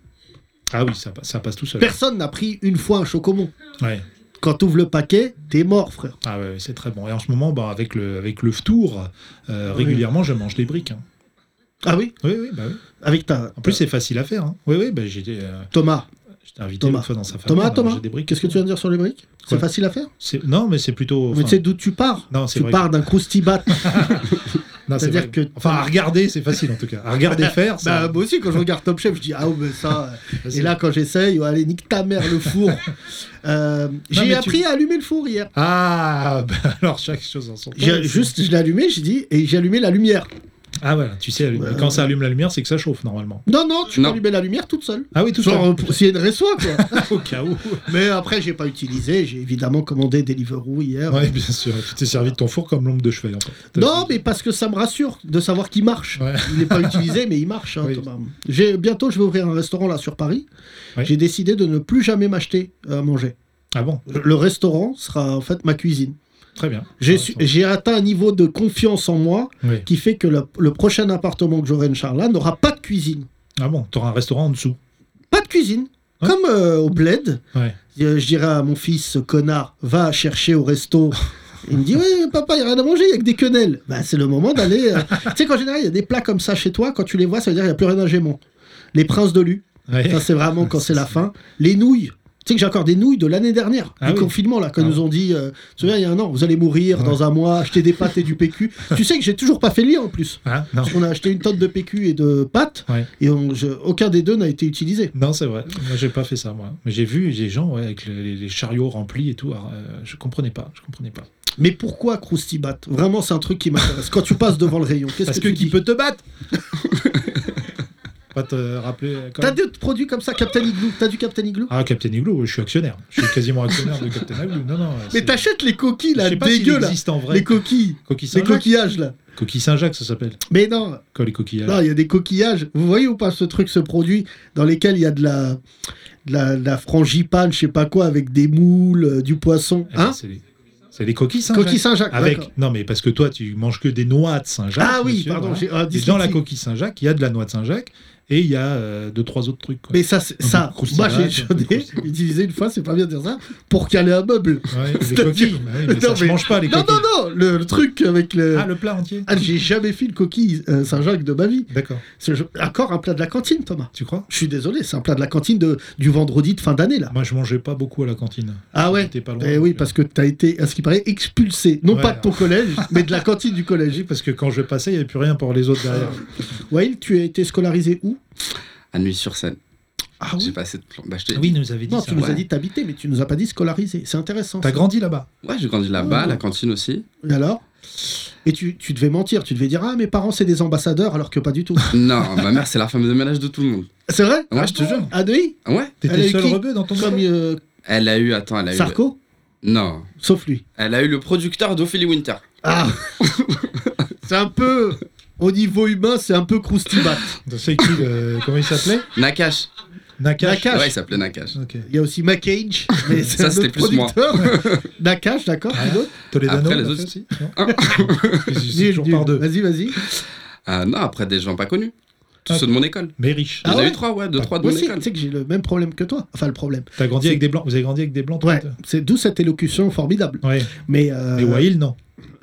Speaker 4: ah oui, ça, passe- ça passe tout seul.
Speaker 3: personne n'a pris une fois un chocobon.
Speaker 4: Ouais.
Speaker 3: Quand t'ouvres le paquet, t'es mort, frère.
Speaker 4: Ah ouais, ouais, c'est très bon. Et en ce moment, bah, avec le avec le tour, régulièrement, je mange des briques. hein.
Speaker 3: Ah oui
Speaker 4: Oui, oui, bah oui.
Speaker 3: Avec ta.
Speaker 4: En plus, c'est facile à faire. hein. Oui, oui, bah, j'ai euh,
Speaker 3: Thomas.
Speaker 4: j'étais invité
Speaker 3: Thomas.
Speaker 4: une fois dans sa famille.
Speaker 3: Thomas,
Speaker 4: on a
Speaker 3: Thomas,
Speaker 4: mangé des briques.
Speaker 3: Qu'est-ce que tu viens de dire sur les briques C'est
Speaker 4: Quoi
Speaker 3: facile à faire
Speaker 4: C'est- Non, mais c'est plutôt.
Speaker 3: Mais
Speaker 4: enfin,
Speaker 3: tu sais d'où tu pars
Speaker 4: Non, c'est
Speaker 3: Tu
Speaker 4: vrai
Speaker 3: pars d'un croustibat.
Speaker 4: non, c'est
Speaker 3: c'est-à-dire
Speaker 4: vrai.
Speaker 3: que-
Speaker 4: Enfin, à regarder, c'est facile en tout cas. À regarder faire, ça.
Speaker 3: bah, moi aussi, quand je regarde Top Chef, je dis Ah, ouais, mais ça. euh,
Speaker 4: facile.
Speaker 3: Et là, quand j'essaye, ouais, allez, nique ta mère le four. Euh,
Speaker 4: mais
Speaker 3: J'ai
Speaker 4: tu-
Speaker 3: appris à allumer le four hier.
Speaker 4: Ah, bah, alors chaque chose en son temps.
Speaker 3: J'ai- Juste, je l'ai allumé, j'ai dit, et j'ai allumé la lumière.
Speaker 4: Ah voilà, tu sais, allume-
Speaker 3: Ouais.
Speaker 4: quand ça allume la lumière, c'est que ça chauffe normalement.
Speaker 3: Non, non, tu peux
Speaker 5: Non.
Speaker 3: allumer la lumière toute seule.
Speaker 4: Ah oui, tout
Speaker 3: Genre
Speaker 4: ça.
Speaker 3: euh, pour essayer de réseau, quoi.
Speaker 4: Au cas où.
Speaker 3: Mais après, j'ai pas utilisé. J'ai évidemment commandé Deliveroo hier.
Speaker 4: Oui, bien sûr. Tu t'es servi de ton four comme l'ombre de cheval. En fait.
Speaker 3: Non, mais parce que ça me rassure de savoir qu'il marche.
Speaker 4: Ouais.
Speaker 3: Il n'est pas utilisé, mais il marche. hein,
Speaker 4: Oui.
Speaker 3: Thomas. J'ai- Bientôt, je vais ouvrir un restaurant là sur Paris.
Speaker 4: Oui.
Speaker 3: J'ai décidé de ne plus jamais m'acheter euh, à manger.
Speaker 4: Ah bon,
Speaker 3: Le le restaurant sera en fait ma cuisine.
Speaker 4: très bien.
Speaker 3: J'ai
Speaker 4: Ah,
Speaker 3: su-
Speaker 4: attends.
Speaker 3: j'ai atteint un niveau de confiance en moi
Speaker 4: Oui.
Speaker 3: qui fait que le, le prochain appartement que j'aurai, Inch'Allah, n'aura pas de cuisine.
Speaker 4: Ah bon, t'auras un restaurant en dessous.
Speaker 3: Pas de cuisine.
Speaker 4: Ouais.
Speaker 3: Comme euh, au bled,
Speaker 4: Ouais.
Speaker 3: Euh, je dirais à mon fils, ce connard, va chercher au resto. Il me dit, ouais, papa, il n'y a rien à manger, il n'y a que des quenelles. Bah, c'est le moment d'aller. euh, tu sais qu'en général, il y a des plats comme ça chez toi, quand tu les vois, ça veut dire qu'il n'y a plus rien à gémant. Les princes de lu,
Speaker 4: Ouais.
Speaker 3: ça c'est vraiment quand c'est la fin. Les nouilles. Tu sais que j'ai encore des nouilles de l'année dernière,
Speaker 4: Ah
Speaker 3: du
Speaker 4: oui.
Speaker 3: confinement, là, quand
Speaker 4: Ah
Speaker 3: ils nous ont dit, euh, tu te souviens, il y a un an, vous allez mourir dans un mois, acheter des pâtes et du PQ. tu sais que j'ai toujours pas fait le lien en plus.
Speaker 4: Hein non.
Speaker 3: On a acheté une tonne de PQ et de pâtes,
Speaker 4: Ouais.
Speaker 3: et on- je- aucun des deux n'a été utilisé.
Speaker 4: Non, c'est vrai. Moi, j'ai pas fait ça, moi. Mais j'ai vu des gens ouais, avec les, les chariots remplis et tout. Alors, euh, je comprenais pas. Je comprenais pas.
Speaker 3: Mais pourquoi Croustibat Vraiment, c'est un truc qui m'intéresse. Quand tu passes devant le rayon, qu'est-ce
Speaker 4: Parce
Speaker 3: que,
Speaker 4: que
Speaker 3: tu
Speaker 4: qui
Speaker 3: dis
Speaker 4: peut te battre Pas te rappeler. euh, quand
Speaker 3: T'as
Speaker 4: même
Speaker 3: des produits comme ça, Captain Igloo T'as du Captain Igloo
Speaker 4: Ah, Captain Igloo, je suis actionnaire. Je suis quasiment actionnaire de Captain Igloo. Non, non.
Speaker 3: Mais
Speaker 4: c'est-
Speaker 3: t'achètes les coquilles,
Speaker 4: Je
Speaker 3: là,
Speaker 4: sais pas s'il
Speaker 3: dégueu, là.
Speaker 4: existe en vrai.
Speaker 3: Les coquilles, Ah,
Speaker 4: Coquille
Speaker 3: les
Speaker 4: Saint-Jacques.
Speaker 3: coquillages, là.
Speaker 4: Coquille Saint-Jacques, ça s'appelle.
Speaker 3: Mais non,
Speaker 4: Quoi, les coquillages
Speaker 3: non, il y a des coquillages. Vous voyez ou pas ce truc, ce produit, dans lesquels il y a de la, de la, de la frangipane, je sais pas quoi, avec des moules, euh, du poisson.
Speaker 4: Eh ben,
Speaker 3: Hein
Speaker 4: C'est les... c'est les coquilles Saint-Jacques.
Speaker 3: Coquille Saint-Jacques. d'accord.
Speaker 4: Avec... Non, mais parce que toi, tu manges que des noix de Saint-Jacques.
Speaker 3: Ah oui,
Speaker 4: monsieur,
Speaker 3: pardon.
Speaker 4: voilà.
Speaker 3: j'ai- ah,
Speaker 4: Et dans la
Speaker 3: dyslexie.
Speaker 4: coquille Saint-Jacques, il y a de la noix de Saint-Jacques et il y a euh, deux, trois autres trucs. quoi.
Speaker 3: Mais ça, c'est- ça moi
Speaker 4: Croustibat,
Speaker 3: j'ai j'en ai
Speaker 4: croustibat.
Speaker 3: utilisé une fois, c'est pas bien de dire ça, pour caler un meuble.
Speaker 4: Ouais, les
Speaker 3: C'est-à-dire-
Speaker 4: coquilles. bah oui, mais
Speaker 3: Non,
Speaker 4: ça se
Speaker 3: mais-
Speaker 4: mange pas, les
Speaker 3: Non,
Speaker 4: coquilles.
Speaker 3: non, non, le, le truc avec le.
Speaker 4: Ah, le plat entier
Speaker 3: Ah, j'ai jamais fait une coquille euh, Saint-Jacques de ma vie.
Speaker 4: D'accord.
Speaker 3: C'est je- encore un plat de la cantine, Thomas.
Speaker 4: Tu crois
Speaker 3: Je suis désolé, c'est un plat de la cantine de, du vendredi de fin d'année, là.
Speaker 4: Moi, je mangeais pas beaucoup à la cantine.
Speaker 3: Ah ouais
Speaker 4: J'étais pas loin,
Speaker 3: Eh
Speaker 4: donc,
Speaker 3: oui,
Speaker 4: euh,
Speaker 3: parce que t'as été, à ce qui paraît, expulsé. Non
Speaker 4: Ouais.
Speaker 3: pas de ton collège, mais de la cantine du collège.
Speaker 4: Parce que quand je passais, il n'y avait plus rien pour les autres derrière.
Speaker 3: Ah, Wael, tu as été scolarisé où
Speaker 5: À nuit sur scène.
Speaker 3: Ah
Speaker 5: J'ai
Speaker 3: oui
Speaker 5: pas assez de plan Bah, d'acheter.
Speaker 4: Ah oui, nous avait dit
Speaker 3: Non,
Speaker 4: ça.
Speaker 3: tu nous
Speaker 5: ouais.
Speaker 3: as dit t'habiter, mais tu nous as pas dit scolarisé. C'est intéressant.
Speaker 4: T'as
Speaker 3: ça.
Speaker 4: grandi là-bas
Speaker 5: Ouais, j'ai grandi là-bas,
Speaker 3: Ah.
Speaker 4: Oh.
Speaker 5: la cantine aussi.
Speaker 3: Et alors Et tu, tu devais mentir, tu devais dire Ah, mes parents, c'est des ambassadeurs, alors que pas du tout.
Speaker 5: Non, ma mère, c'est la femme de ménage de tout le monde.
Speaker 3: c'est vrai
Speaker 5: Ouais,
Speaker 4: Ah
Speaker 5: je te
Speaker 4: bon
Speaker 5: jure.
Speaker 3: Ah, de oui
Speaker 5: Ah Ouais.
Speaker 4: T'étais
Speaker 3: Elle a
Speaker 4: le
Speaker 3: eu
Speaker 4: seul
Speaker 3: qui
Speaker 4: rebeu dans ton
Speaker 3: Comme
Speaker 4: collège
Speaker 3: euh,
Speaker 5: Elle a eu, attends, elle a eu.
Speaker 3: Sarko
Speaker 5: Non.
Speaker 3: Sauf lui.
Speaker 5: Elle a eu le producteur d'Ophélie Winter.
Speaker 3: Ah C'est un peu. Au niveau humain, c'est un peu croustibat.
Speaker 4: C'est qui le- Comment il s'appelait
Speaker 5: Nakash.
Speaker 4: Nakash.
Speaker 3: Nakash.
Speaker 5: Ouais, il s'appelait Nakash.
Speaker 4: Ok.
Speaker 3: Il y a aussi McCage, mais c'est
Speaker 5: Ça,
Speaker 3: un autre
Speaker 5: c'était plus moi.
Speaker 3: producteur. Nakash, d'accord, qui d'autre
Speaker 4: Toledano.
Speaker 5: Après, les
Speaker 4: on l'a
Speaker 5: autres-
Speaker 4: fait aussi non
Speaker 3: Ah.
Speaker 4: C'est toujours
Speaker 3: Nul,
Speaker 4: par
Speaker 3: nul.
Speaker 4: deux.
Speaker 3: Vas-y, vas-y.
Speaker 5: Ah non, après des gens pas connus. Tous
Speaker 4: Ah.
Speaker 5: ceux de mon école.
Speaker 4: Mais riche.
Speaker 5: Il y en
Speaker 3: Ah
Speaker 5: a
Speaker 3: ouais
Speaker 5: eu trois, ouais, deux,
Speaker 4: Ah,
Speaker 5: trois de
Speaker 3: Moi
Speaker 5: mon
Speaker 3: aussi,
Speaker 5: école.
Speaker 3: tu sais que j'ai le même problème que toi. Enfin, le problème.
Speaker 4: T'as grandi avec des blancs. Vous avez grandi avec des blancs. toi,
Speaker 3: Ouais,
Speaker 4: toi
Speaker 3: c'est d'où cette élocution formidable.
Speaker 4: Ouais.
Speaker 3: Mais. euh,
Speaker 4: Et Wail, non.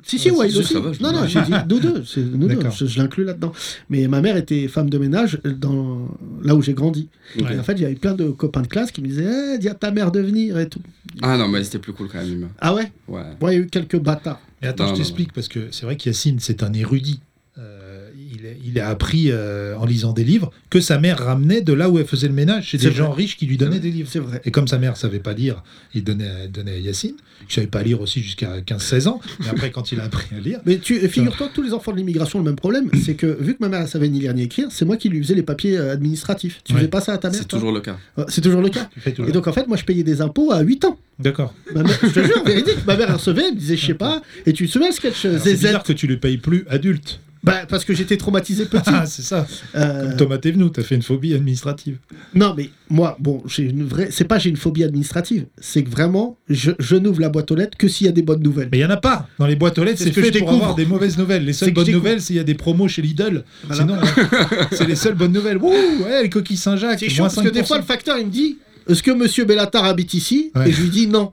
Speaker 3: Si, si,
Speaker 5: Ouais,
Speaker 3: ouais,
Speaker 5: Ah, si,
Speaker 3: il
Speaker 5: si,
Speaker 3: aussi.
Speaker 5: ça va, je
Speaker 3: non,
Speaker 5: me
Speaker 3: non,
Speaker 5: dis.
Speaker 3: j'ai dit nous deux, c'est nous deux,
Speaker 4: D'accord.
Speaker 3: je, je l'inclus là-dedans. Mais ma mère était femme de ménage dans, là où j'ai grandi.
Speaker 5: Ok.
Speaker 3: Et en fait, j'avais plein de copains de classe qui me disaient eh, dis à ta mère de venir et tout.
Speaker 5: Ah non, mais c'était plus cool quand même, Humain.
Speaker 3: Ah ouais
Speaker 5: Ouais.
Speaker 3: Moi, il y a eu quelques bâtards.
Speaker 4: Et attends,
Speaker 5: Non,
Speaker 4: je
Speaker 5: non,
Speaker 4: t'explique parce que c'est vrai qu'Yacine, c'est un érudit. Euh, il, est- il a appris euh, en lisant des livres que sa mère ramenait de là où elle faisait le ménage chez
Speaker 3: C'est
Speaker 4: des
Speaker 3: vrai.
Speaker 4: gens riches qui lui donnaient des livres.
Speaker 3: C'est vrai.
Speaker 4: Et comme sa mère savait pas lire, il donnait, à- donnait à Yacine, qui savait pas lire aussi jusqu'à 15-16 ans. Mais après, quand il a appris à lire,
Speaker 3: Mais tu figure-toi que tous les enfants de l'immigration ont le même problème, c'est que vu que ma mère elle savait ni lire ni écrire, c'est moi qui lui faisais les papiers euh, administratifs. Tu
Speaker 4: Ouais.
Speaker 3: faisais pas ça à ta mère
Speaker 5: C'est
Speaker 3: toi
Speaker 5: toujours le cas.
Speaker 3: Euh, C'est toujours le cas.
Speaker 4: tu fais tout.
Speaker 3: Et donc en fait, moi je payais des impôts à 8 ans.
Speaker 4: D'accord.
Speaker 3: Ma mère, je te jure, véridique, ma mère elle recevait, elle me disait je sais pas. Et tu te souviens le sketch euh,
Speaker 4: Alors, C'est
Speaker 3: ZZ
Speaker 4: bizarre que tu le payes plus adulte.
Speaker 3: bah, Parce que j'étais traumatisé petit.
Speaker 4: Ah, c'est ça.
Speaker 3: Euh,
Speaker 4: Comme Thomas Thévenoud, t'as fait une phobie administrative.
Speaker 3: non mais moi, bon, j'ai une vraie. C'est pas j'ai une phobie administrative, c'est que vraiment, je, je n'ouvre la boîte aux lettres que s'il y a des bonnes nouvelles.
Speaker 4: Mais il n'y en a pas. Dans les boîtes aux lettres,
Speaker 3: C'est
Speaker 4: c'est
Speaker 3: ce que
Speaker 4: fait
Speaker 3: je
Speaker 4: pour
Speaker 3: découvre.
Speaker 4: avoir des mauvaises nouvelles. Les
Speaker 3: C'est
Speaker 4: seules
Speaker 3: que
Speaker 4: bonnes
Speaker 3: je découvre.
Speaker 4: nouvelles, c'est il y a des promos chez Lidl.
Speaker 3: Voilà.
Speaker 4: Sinon, hein, c'est les seules bonnes nouvelles. Wouh, ouais, les coquilles Saint-Jacques.
Speaker 3: C'est chaud
Speaker 4: moins
Speaker 3: parce que des
Speaker 4: 5%.
Speaker 3: fois le facteur il me dit est-ce que Monsieur Bellatar habite ici
Speaker 4: Ouais.
Speaker 3: Et je lui dis non.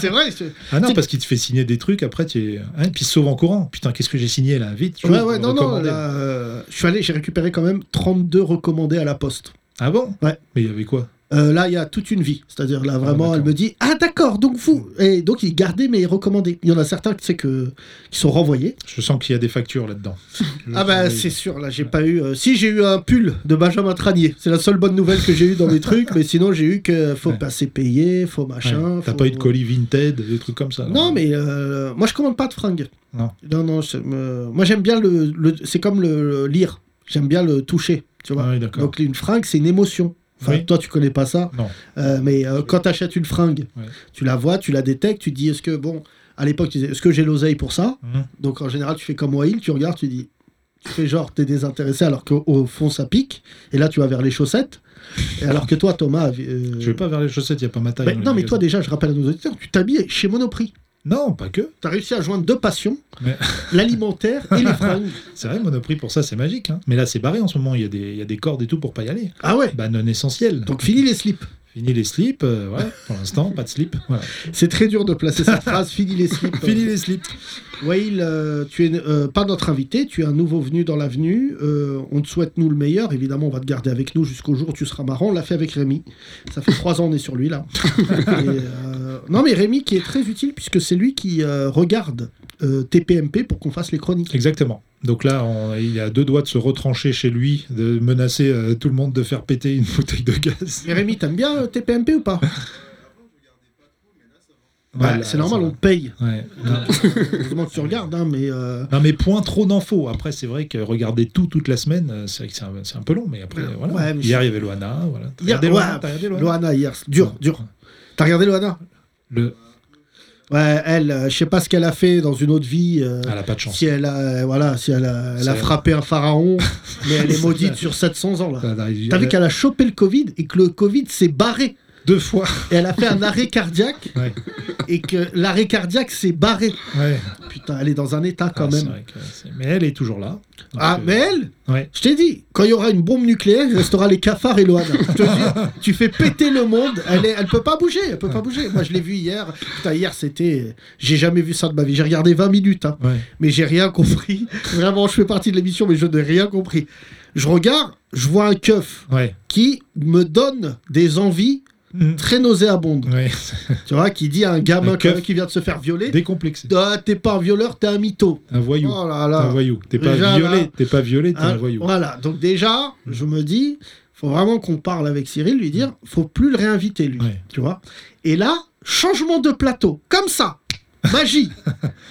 Speaker 3: c'est vrai. c'est-
Speaker 4: Ah non,
Speaker 3: c'est-
Speaker 4: parce qu'il te fait signer des trucs, après, tu es. Hein, puis il se sauve en courant. Putain, qu'est-ce que j'ai signé là Vite. je
Speaker 3: Ouais,
Speaker 4: vous
Speaker 3: ouais,
Speaker 4: le
Speaker 3: non, non,
Speaker 4: recommandais.
Speaker 3: là, euh, je suis allé, j'ai récupéré quand même 32 recommandés à la poste.
Speaker 4: Ah bon
Speaker 3: Ouais.
Speaker 4: Mais il y avait quoi
Speaker 3: Euh, là, il y a toute une vie. C'est-à-dire, là, vraiment,
Speaker 4: d'accord.
Speaker 3: elle me dit Ah, d'accord, donc vous. Et donc, il gardait mes recommandés. Il y en a certains tu sais, que, qui sont renvoyés.
Speaker 4: Je sens qu'il y a des factures là-dedans.
Speaker 3: ah, bah, c'est sûr, là, j'ai pas eu. euh, Si, j'ai eu un pull de Benjamin Tranier. C'est la seule bonne nouvelle que j'ai eue dans mes trucs, mais sinon, j'ai eu que faut
Speaker 4: Ouais.
Speaker 3: passer payé, faut
Speaker 4: Ouais.
Speaker 3: machin.
Speaker 4: T'as
Speaker 3: faut-
Speaker 4: pas eu de colis Vinted, des trucs comme ça.
Speaker 3: Non, mais euh, moi, je commande pas de fringues.
Speaker 4: Non.
Speaker 3: Non, non, je- euh, moi, j'aime bien le. le- c'est comme le, le lire. J'aime bien le toucher. Tu vois
Speaker 4: Ah oui, d'accord.
Speaker 3: Donc, une fringue, c'est une émotion. Enfin,
Speaker 4: Oui.
Speaker 3: toi, tu connais pas ça.
Speaker 4: Non.
Speaker 3: Euh, mais euh, quand tu achètes une fringue,
Speaker 4: Ouais.
Speaker 3: tu la vois, tu la détectes, tu dis est-ce que, bon, à l'époque, tu disais est-ce que j'ai l'oseille pour ça
Speaker 4: Mhm.
Speaker 3: Donc en général, tu fais comme Wail, tu regardes, tu dis. Tu fais genre, t'es désintéressé alors qu'au au fond ça pique, et là tu vas vers les chaussettes, et alors que toi Thomas. euh,
Speaker 4: Je vais pas vers les chaussettes, il a pas ma taille.
Speaker 3: ben,
Speaker 4: dans les
Speaker 3: non, mais toi
Speaker 4: magasins.
Speaker 3: déjà, je rappelle à nos auditeurs, tu t'habilles chez Monoprix.
Speaker 4: Non, pas que.
Speaker 3: T'as réussi à joindre deux passions,
Speaker 4: Mais-
Speaker 3: l'alimentaire et les fringues.
Speaker 4: C'est vrai, Monoprix, pour ça, c'est magique. hein. Mais là, c'est barré en ce moment. Il y, a des- il y a des cordes et tout pour pas y aller.
Speaker 3: Ah ouais
Speaker 4: Bah, non essentiel.
Speaker 3: Donc fini les slips.
Speaker 4: Fini les slips, euh, ouais, pour l'instant, pas de slip. Voilà.
Speaker 3: C'est très dur de placer cette phrase, fini les slips.
Speaker 4: Fini les slips.
Speaker 3: Wael, euh, tu es euh, pas notre invité, tu es un nouveau venu dans l'avenue. euh, on te souhaite nous le meilleur. Évidemment, on va te garder avec nous jusqu'au jour où tu seras marrant. On l'a fait avec Rémi. Ça fait trois ans, on est sur lui là. Et, euh, non, mais Rémi qui est très utile puisque c'est lui qui euh, regarde euh, TPMP pour qu'on fasse les chroniques.
Speaker 4: Exactement. Donc là, on- il a deux doigts de se retrancher chez lui, de menacer euh, tout le monde de faire péter une bouteille de gaz.
Speaker 3: Mais Rémi, t'aimes bien euh, TPMP ou pas
Speaker 4: Voilà,
Speaker 3: Bah, C'est normal,
Speaker 4: ça
Speaker 3: on te paye.
Speaker 4: va. Ouais. Non.
Speaker 3: Heureusement que tu regardes, hein, mais. euh,
Speaker 4: Non, mais point trop d'infos. Après, c'est vrai que regarder tout toute la semaine, euh, c'est vrai que c'est un, c'est un peu long, mais après,
Speaker 3: Ouais,
Speaker 4: voilà.
Speaker 3: ouais, mais
Speaker 4: Hier, il y avait Loana. Voilà.
Speaker 3: Hier,
Speaker 4: T'as regardé
Speaker 3: ouais,
Speaker 4: Loana, t'as regardé Loana
Speaker 3: Loana hier, dur, dur. T'as regardé Loana
Speaker 4: Le...
Speaker 3: Ouais, elle, euh, je sais pas ce qu'elle a fait dans une autre vie. euh,
Speaker 4: Elle a pas de chance.
Speaker 3: Si elle a, euh, voilà, si elle a, elle a
Speaker 4: C'est-
Speaker 3: frappé un pharaon, mais elle est maudite sur 700 ans là. T'as vu qu'elle a chopé le Covid et que le Covid s'est barré
Speaker 4: euh, deux fois.
Speaker 3: et elle a fait un arrêt cardiaque
Speaker 4: Ouais.
Speaker 3: et que l'arrêt cardiaque s'est barré.
Speaker 4: Ouais.
Speaker 3: Putain, elle est dans un état quand
Speaker 4: Ah, c'est
Speaker 3: même.
Speaker 4: vrai que c'est- Mais elle est toujours là. Donc,
Speaker 3: Ah,
Speaker 4: euh,
Speaker 3: mais elle,
Speaker 4: ouais.
Speaker 3: je t'ai dit, quand il y aura une bombe nucléaire, il restera les cafards et Loana. Je te jure, tu fais péter le monde, elle, est, elle peut pas bouger, elle peut pas bouger. Moi, je l'ai vu hier. Putain, hier, c'était. J'ai jamais vu ça de ma vie. J'ai regardé 20 minutes. hein.
Speaker 4: Ouais.
Speaker 3: mais j'ai rien compris. Vraiment, je fais partie de l'émission, mais je n'ai rien compris. Je regarde, je vois un keuf
Speaker 4: Ouais.
Speaker 3: qui me donne des envies
Speaker 4: Mm.
Speaker 3: très nauséabondes.
Speaker 4: Ouais.
Speaker 3: Tu vois, qui dit à un gamin
Speaker 4: Un keuf.
Speaker 3: qui- qui vient de se faire violer
Speaker 4: Décomplexé.
Speaker 3: Ah, T'es pas un violeur, t'es un mytho.
Speaker 4: Un voyou.
Speaker 3: Oh là
Speaker 4: T'es un
Speaker 3: là.
Speaker 4: voyou. T'es pas
Speaker 3: Déjà, là-
Speaker 4: violé. T'es pas violé. T'es
Speaker 3: Hein,
Speaker 4: un voyou.
Speaker 3: voilà, donc déjà, je me dis, faut vraiment qu'on parle avec Cyril, lui dire, faut plus le réinviter, lui.
Speaker 4: Mm. Ouais.
Speaker 3: Tu vois Et là, changement de plateau, comme ça. Magie.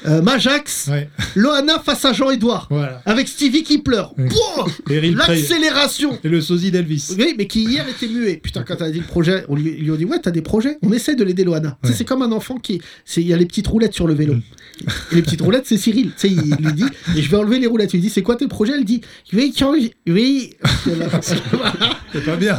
Speaker 3: Euh, Majax,
Speaker 4: Ouais.
Speaker 3: Loana face à Jean-Édouard.
Speaker 4: Voilà.
Speaker 3: Avec Stevie qui pleure.
Speaker 4: Oui.
Speaker 3: Pouah
Speaker 4: Meryl Prey.
Speaker 3: L'accélération
Speaker 4: Et le sosie d'Elvis.
Speaker 3: Oui, mais qui hier était muet. Putain, quand t'as dit le projet, on lui, ils lui a dit Ouais, t'as des projets On essaie de l'aider, Loana. Tu sais,
Speaker 4: Ouais.
Speaker 3: C'est comme un enfant qui. c'est- Il y a les petites roulettes sur le vélo. Et les petites roulettes, c'est Cyril. Tu sais, il lui dit Et je vais enlever les roulettes. Il lui dit C'est quoi tes projets Elle dit Je vais changer. Oui.
Speaker 4: C'est pas bien.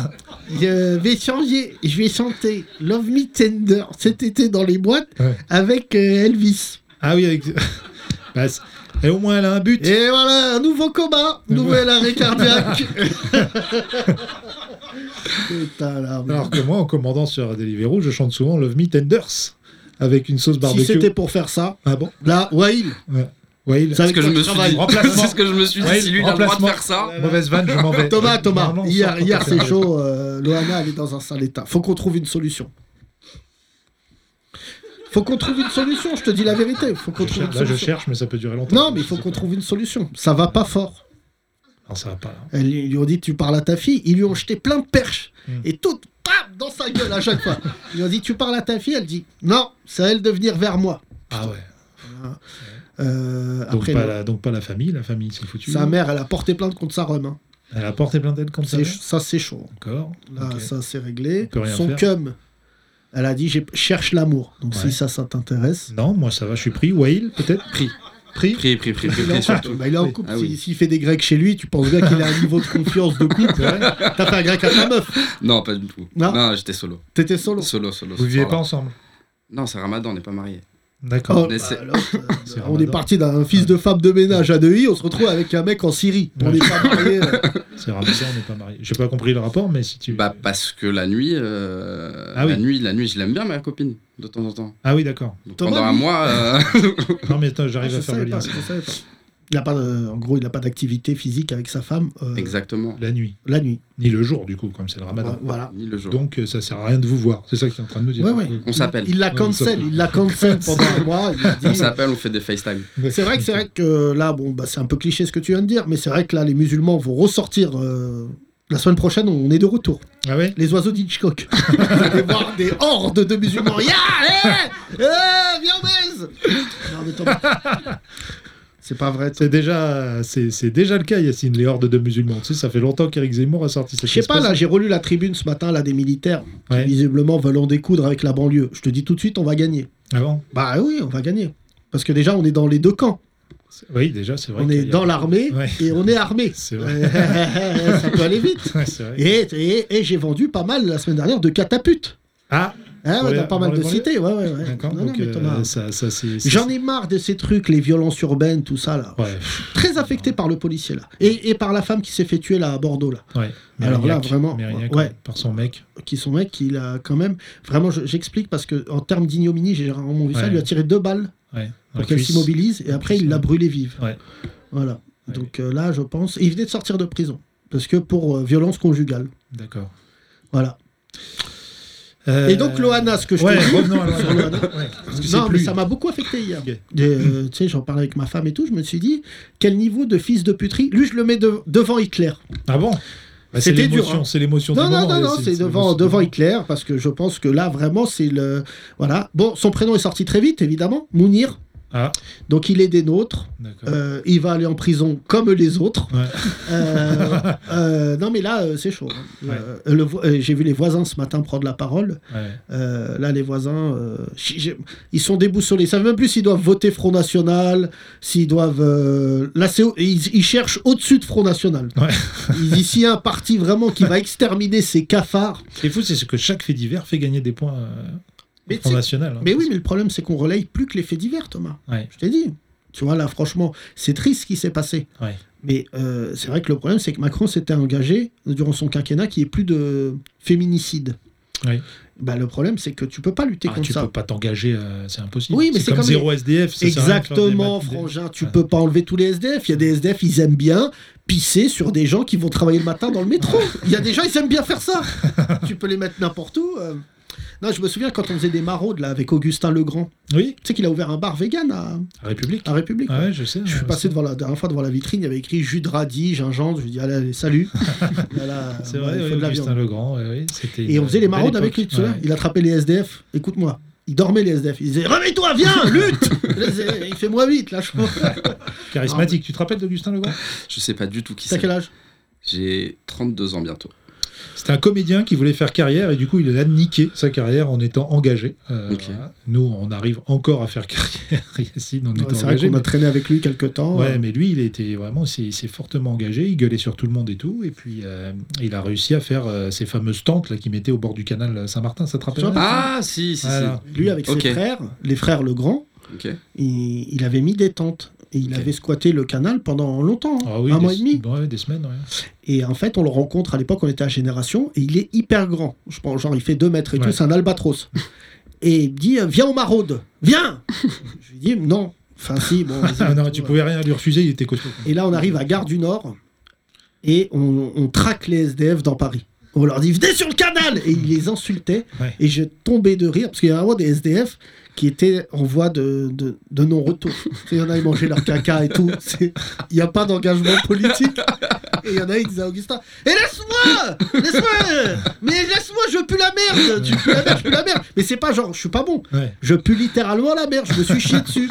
Speaker 3: Je vais changer. Je vais chanter Love Me Tender cet été dans les boîtes
Speaker 4: Ouais.
Speaker 3: avec euh, Elvis.
Speaker 4: Ah oui, avec. Bah, c'est- Et au moins, elle a un but.
Speaker 3: Et voilà, un nouveau coma, nouvel arrêt cardiaque. Putain, là, mais-
Speaker 4: Mm. Alors que moi, en commandant sur Deliveroo, je chante souvent Love Me Tenders avec une sauce
Speaker 3: si
Speaker 4: barbecue.
Speaker 3: c'était pour faire ça,
Speaker 4: ah bon
Speaker 3: là, Wail,
Speaker 4: Ouais, il-
Speaker 3: Ça-
Speaker 5: C'est ce que je me suis
Speaker 3: Travail.
Speaker 5: dit.
Speaker 4: Remplacement.
Speaker 5: C'est ce que je me suis dit.
Speaker 4: Ouais,
Speaker 5: Si lui, il a le droit de
Speaker 4: remplacement.
Speaker 5: faire ça.
Speaker 4: Mauvaise vanne, je m'en vais.
Speaker 3: Thomas, Thomas,
Speaker 4: Normalement, on
Speaker 3: hier,
Speaker 4: sort
Speaker 3: hier
Speaker 4: quand
Speaker 3: c'est
Speaker 4: on fait-
Speaker 3: chaud, euh, Loana, elle est dans un sale état. Faut qu'on trouve une solution. Faut qu'on trouve une solution, je te dis la vérité. Faut qu'on trouve
Speaker 4: Je cherche-
Speaker 3: une
Speaker 4: Là, je
Speaker 3: solution.
Speaker 4: cherche, mais ça peut durer longtemps.
Speaker 3: Non, mais il faut qu'on trouve une solution. Ça va pas fort.
Speaker 4: Non, ça va pas. là.
Speaker 3: Elles lui ont dit tu parles à ta fille, ils lui ont jeté plein de perches
Speaker 4: Mm.
Speaker 3: et toutes pam dans sa gueule à chaque fois. Ils lui ont dit tu parles à ta fille, elle dit non, c'est à elle de venir vers moi.
Speaker 4: Ah ouais.
Speaker 3: Euh,
Speaker 4: Donc,
Speaker 3: après,
Speaker 4: pas
Speaker 3: le-
Speaker 4: la, donc pas la famille, la famille, c'est foutu.
Speaker 3: sa mère, elle a porté plainte contre sa rhum. hein.
Speaker 4: Elle a porté plainte d'elle comme ça.
Speaker 3: C'est- Ça c'est chaud.
Speaker 4: D'accord.
Speaker 3: Là,
Speaker 4: Ok.
Speaker 3: ça c'est réglé.
Speaker 4: On peut rien
Speaker 3: Son
Speaker 4: faire.
Speaker 3: cum, elle a dit j'ai- cherche l'amour. Donc si
Speaker 4: Ouais.
Speaker 3: ça, ça t'intéresse.
Speaker 4: Non, moi ça va, je suis pris. Wail, peut-être
Speaker 5: Pris.
Speaker 4: Pris
Speaker 5: Pris, pris, pris, pris,
Speaker 3: Il est en
Speaker 5: pris
Speaker 3: couple.
Speaker 5: surtout.
Speaker 3: Bah, il est en couple.
Speaker 5: Ah
Speaker 3: S'il
Speaker 5: oui.
Speaker 3: s'il fait des grecs chez lui, tu penses bien qu'il a un niveau de confiance de couple. T'as fait un grec à ta meuf.
Speaker 5: Non, pas du tout.
Speaker 3: Non.
Speaker 5: Non, j'étais solo.
Speaker 3: T'étais solo.
Speaker 5: Solo, solo.
Speaker 4: Vous
Speaker 5: ce
Speaker 4: vivez pas
Speaker 5: soir-là.
Speaker 4: ensemble
Speaker 5: Non, c'est Ramadan, on n'est pas mariés.
Speaker 3: Oh,
Speaker 4: D'accord.
Speaker 5: Mais
Speaker 3: bah,
Speaker 5: c'est-
Speaker 3: alors, euh,
Speaker 4: C'est
Speaker 3: on est
Speaker 4: Ramadan.
Speaker 3: parti d'un fils de femme de ménage à Neuilly, on se retrouve avec un mec en Syrie. On
Speaker 4: Ouais.
Speaker 3: n'est pas mariés. euh.
Speaker 4: C'est ramadan, on n'est pas mariés. J'ai pas compris le rapport, mais si tu.
Speaker 5: Bah, parce que la nuit, euh,
Speaker 4: Ah
Speaker 5: la
Speaker 4: oui.
Speaker 5: nuit, la nuit, je l'aime bien, ma copine, de temps en temps.
Speaker 4: Ah oui, d'accord.
Speaker 5: Donc,
Speaker 3: Thomas,
Speaker 5: pendant un
Speaker 3: lui-
Speaker 5: mois, euh,
Speaker 4: Non, mais attends,
Speaker 3: Ah,
Speaker 4: j'arrive
Speaker 3: je
Speaker 4: à faire
Speaker 3: savais
Speaker 4: le lien.
Speaker 3: pas, je savais pas. Il a pas, de- en gros, il n'a pas d'activité physique avec sa femme euh,
Speaker 5: Exactement.
Speaker 4: la nuit,
Speaker 3: la nuit.
Speaker 4: ni le jour, du coup, comme c'est le ramadan.
Speaker 3: Voilà.
Speaker 5: Ni le jour.
Speaker 4: Donc euh, ça sert à rien de vous voir. C'est ça que tu es en train de me dire.
Speaker 3: Ah, Ouais, ouais.
Speaker 5: on s'appelle.
Speaker 3: Il la cancel, il la cancel pendant un mois. il lui
Speaker 5: On
Speaker 3: dit, euh,
Speaker 5: s'appelle, on fait des FaceTime.
Speaker 3: C'est vrai que c'est vrai que là, bon, bah, c'est un peu cliché ce que tu viens de dire, mais c'est vrai que là, les musulmans vont ressortir. euh, la semaine prochaine, on est de retour.
Speaker 4: Ah ouais
Speaker 3: Les oiseaux d'Hitchcock. Vous allez voir des hordes de musulmans. Ya Eh Eh Viens, baise Non, mais t'en- C'est pas vrai. t'en-
Speaker 4: Bah, C'est déjà, c'est c'est déjà le cas, Yacine, les hordes de musulmans. Tu sais, ça fait longtemps qu'Éric Zemmour a sorti cette
Speaker 3: Je sais pas,
Speaker 4: expression.
Speaker 3: là, j'ai relu la tribune ce matin, là, des militaires
Speaker 4: Ouais.
Speaker 3: qui visiblement veulent en découdre avec la banlieue. Je te dis tout de suite, on va gagner.
Speaker 4: Ah bon
Speaker 3: Bah oui, on va gagner. Parce que déjà, on est dans les deux camps.
Speaker 4: C'est- Oui, déjà, c'est vrai.
Speaker 3: on
Speaker 4: qu'il
Speaker 3: est
Speaker 4: y a-
Speaker 3: dans l'armée
Speaker 4: Ouais.
Speaker 3: et on est armé. Eh,
Speaker 4: C'est vrai.
Speaker 3: Ça peut aller vite.
Speaker 4: Ouais, c'est vrai.
Speaker 3: Et, et- et j'ai vendu pas mal la semaine dernière de cataputes.
Speaker 4: Ah,
Speaker 3: Hein,
Speaker 4: Ouais,
Speaker 3: dans pas mal
Speaker 4: dans
Speaker 3: de
Speaker 4: les banlieues
Speaker 3: cités. Ouais, ouais, ouais.
Speaker 4: d'accord.
Speaker 3: Non, non,
Speaker 4: donc,
Speaker 3: mais
Speaker 4: euh,
Speaker 3: Thomas,
Speaker 4: ça, ça, c'est. c'est-
Speaker 3: J'en ai marre de ces trucs, les violences urbaines, tout ça là.
Speaker 4: Ouais,
Speaker 3: Très affecté par le policier là. Et, et par la femme qui s'est fait tuer là à Bordeaux là.
Speaker 4: ouais.
Speaker 3: Alors là,
Speaker 4: Mérignac,
Speaker 3: vraiment,
Speaker 4: Mérignac,
Speaker 3: ouais.
Speaker 4: Par son mec.
Speaker 3: Qui son mec, il a quand même. Vraiment, je- j'explique parce que en termes d'ignominie, j'ai rarement vu ça.
Speaker 4: Ouais.
Speaker 3: Il lui a tiré deux balles
Speaker 4: Ouais.
Speaker 3: pour
Speaker 4: La
Speaker 3: qu'elle
Speaker 4: cuisse.
Speaker 3: s'immobilise et après
Speaker 4: cuisse,
Speaker 3: il l'a
Speaker 4: ouais.
Speaker 3: brûlée vive.
Speaker 4: Ouais.
Speaker 3: Voilà.
Speaker 4: Ouais.
Speaker 3: Donc euh, là, je pense. Et il venait de sortir de prison. Parce que pour euh, violence conjugale.
Speaker 4: D'accord.
Speaker 3: Voilà.
Speaker 4: Euh,
Speaker 3: Et donc Loana, ce que je
Speaker 4: Ouais,
Speaker 3: te dis-
Speaker 4: revenons à Loana.
Speaker 3: sur Loana.
Speaker 4: Ouais, parce que c'est
Speaker 3: Non, mais
Speaker 4: plus-
Speaker 3: ça m'a beaucoup affecté hier.
Speaker 4: Ok.
Speaker 3: Et, euh, tu sais, j'en parlais avec ma femme et tout, je me suis dit, quel niveau de fils de puterie Lui, je le mets de- devant Hitler.
Speaker 4: Ah bon Bah, c'est
Speaker 3: C'était dur,
Speaker 4: l'émotion,
Speaker 3: hein.
Speaker 4: C'est l'émotion du
Speaker 3: Non, non,
Speaker 4: moment,
Speaker 3: non, non,
Speaker 4: Yacine,
Speaker 3: c'est devant,
Speaker 4: l'émotion du
Speaker 3: devant
Speaker 4: moment.
Speaker 3: Hitler, parce que je pense que là, vraiment, c'est le... Voilà. Bon, son prénom est sorti très vite, évidemment, Mounir.
Speaker 4: Ah,
Speaker 3: Donc il est des nôtres,
Speaker 4: d'accord.
Speaker 3: Euh, il va aller en prison comme les autres.
Speaker 4: Ouais.
Speaker 3: Euh, euh, non mais là euh, c'est chaud. hein.
Speaker 4: Ouais.
Speaker 3: Euh, le vo- euh, J'ai vu les voisins ce matin prendre la parole.
Speaker 4: Ouais.
Speaker 3: Euh, là, les voisins, euh, j'ai- j'ai- ils sont déboussolés. Ils savent même plus s'ils doivent voter Front National, s'ils doivent. euh, là, c'est au- ils, ils cherchent au-dessus de Front National.
Speaker 4: Ouais.
Speaker 3: Ils disent s'il y a un parti vraiment qui va exterminer ces cafards.
Speaker 4: Ce qui est fou, c'est que chaque fait divers fait gagner des points euh,
Speaker 3: Mais
Speaker 4: au
Speaker 3: tu
Speaker 4: Front
Speaker 3: sais-
Speaker 4: National. hein.
Speaker 3: Mais oui, mais le problème, c'est qu'on relaye plus que les faits divers, Thomas.
Speaker 4: Ouais.
Speaker 3: Je t'ai dit. Tu vois, là, franchement, c'est triste ce qui s'est passé.
Speaker 4: Ouais.
Speaker 3: Mais euh, c'est vrai que le problème, c'est que Macron s'était engagé durant son quinquennat qu'il n'y ait plus de féminicide.
Speaker 4: Ouais.
Speaker 3: Bah, le problème, c'est que tu peux pas lutter
Speaker 4: Ah,
Speaker 3: contre
Speaker 4: tu
Speaker 3: ça.
Speaker 4: peux pas t'engager, euh, c'est impossible.
Speaker 3: Oui, mais c'est
Speaker 4: comme
Speaker 3: comme
Speaker 4: zéro SDF. ça sert à rien de faire des
Speaker 3: Exactement,
Speaker 4: ma- des-
Speaker 3: Frangin, tu
Speaker 4: Ouais.
Speaker 3: peux pas enlever tous les SDF. Il y a des SDF, ils aiment bien pisser sur des gens qui vont travailler le matin dans le métro. Il y a des gens, ils aiment bien faire ça. tu peux les mettre n'importe où. euh. Non, je me souviens quand on faisait des maraudes là avec Augustin Legrand.
Speaker 4: Oui,
Speaker 3: Tu sais qu'il a ouvert un bar vegan à,
Speaker 4: la République.
Speaker 3: à République.
Speaker 4: Ah ouais, je sais.
Speaker 3: Je suis passé devant la dernière fois devant la vitrine, il y avait écrit jus de radis, gingembre. Je lui ai dit allez, allez, salut. Là, là,
Speaker 4: C'est
Speaker 3: ouais,
Speaker 4: vrai,
Speaker 3: il faut de
Speaker 4: oui,
Speaker 3: la
Speaker 4: Augustin
Speaker 3: viande.
Speaker 4: Legrand. ouais, oui, c'était
Speaker 3: Et
Speaker 4: une
Speaker 3: on faisait les
Speaker 4: belle
Speaker 3: maraudes avec lui,
Speaker 4: époque.
Speaker 3: tout cela.
Speaker 4: Ouais.
Speaker 3: Il attrapait les SDF. Écoute-moi. Il dormait les SDF. Il disait Réveille-toi, viens, lutte Il fait moins vite, là, je crois.
Speaker 4: Charismatique. Tu te rappelles d'Augustin Legrand
Speaker 5: Je sais pas du tout qui
Speaker 3: T'as
Speaker 5: c'est.
Speaker 3: quel âge
Speaker 5: J'ai 32 ans bientôt.
Speaker 4: C'était un comédien qui voulait faire carrière et du coup, il a niqué sa carrière en étant engagé. Euh,
Speaker 5: Ok.
Speaker 4: voilà. Nous, on arrive encore à faire carrière, Yacine, en étant
Speaker 3: C'est vrai
Speaker 4: engagé.
Speaker 3: qu'on a traîné avec lui quelques temps. euh,
Speaker 4: Ouais, mais lui, il était vraiment, il s'est- il s'est fortement engagé, il gueulait sur tout le monde et tout, et puis euh, il a réussi à faire euh, ces fameuses tentes là qu'il mettait au bord du canal Saint-Martin, ça te rappelle
Speaker 3: Tu vois,
Speaker 5: Ah, si, si,
Speaker 4: Voilà.
Speaker 3: Lui, avec
Speaker 5: Ok.
Speaker 3: ses frères, les frères Legrand,
Speaker 5: si. Ok.
Speaker 3: il, il avait mis des tentes. Et il
Speaker 4: Ok.
Speaker 3: avait squatté le canal pendant longtemps, hein,
Speaker 4: Ah oui,
Speaker 3: un
Speaker 4: des,
Speaker 3: mois et demi.
Speaker 4: ouais, des semaines, ouais.
Speaker 3: Et en fait, on le rencontre à l'époque, on était à Génération, et il est hyper grand. Je pense, genre, il fait 2 mètres et
Speaker 4: Ouais.
Speaker 3: tout, c'est un albatros. et il me dit euh, Viens, on maraude, viens Je lui dis Non. Enfin, si, bon. vas-y,
Speaker 4: Ah, non,
Speaker 3: tout,
Speaker 4: tu
Speaker 3: euh.
Speaker 4: pouvais rien lui refuser, il était costaud.
Speaker 3: Et là, on arrive à Gare du Nord et on, on traque les SDF dans Paris. On leur dit venez sur le canal et ils les insultaient
Speaker 4: Ouais.
Speaker 3: et je tombais de rire parce qu'il y avait vraiment des SDF qui étaient en voie de, de, de non-retour. Tu sais, Il y en a ils mangeaient leur caca et tout. C'est- Il n'y a pas d'engagement politique. Et il y en a ils disaient à Augustin et laisse-moi laisse-moi mais laisse-moi je pue la merde tu pues la merde je pue la merde mais c'est pas genre je suis pas bon
Speaker 4: Ouais.
Speaker 3: je pue littéralement la merde, je me suis chié dessus.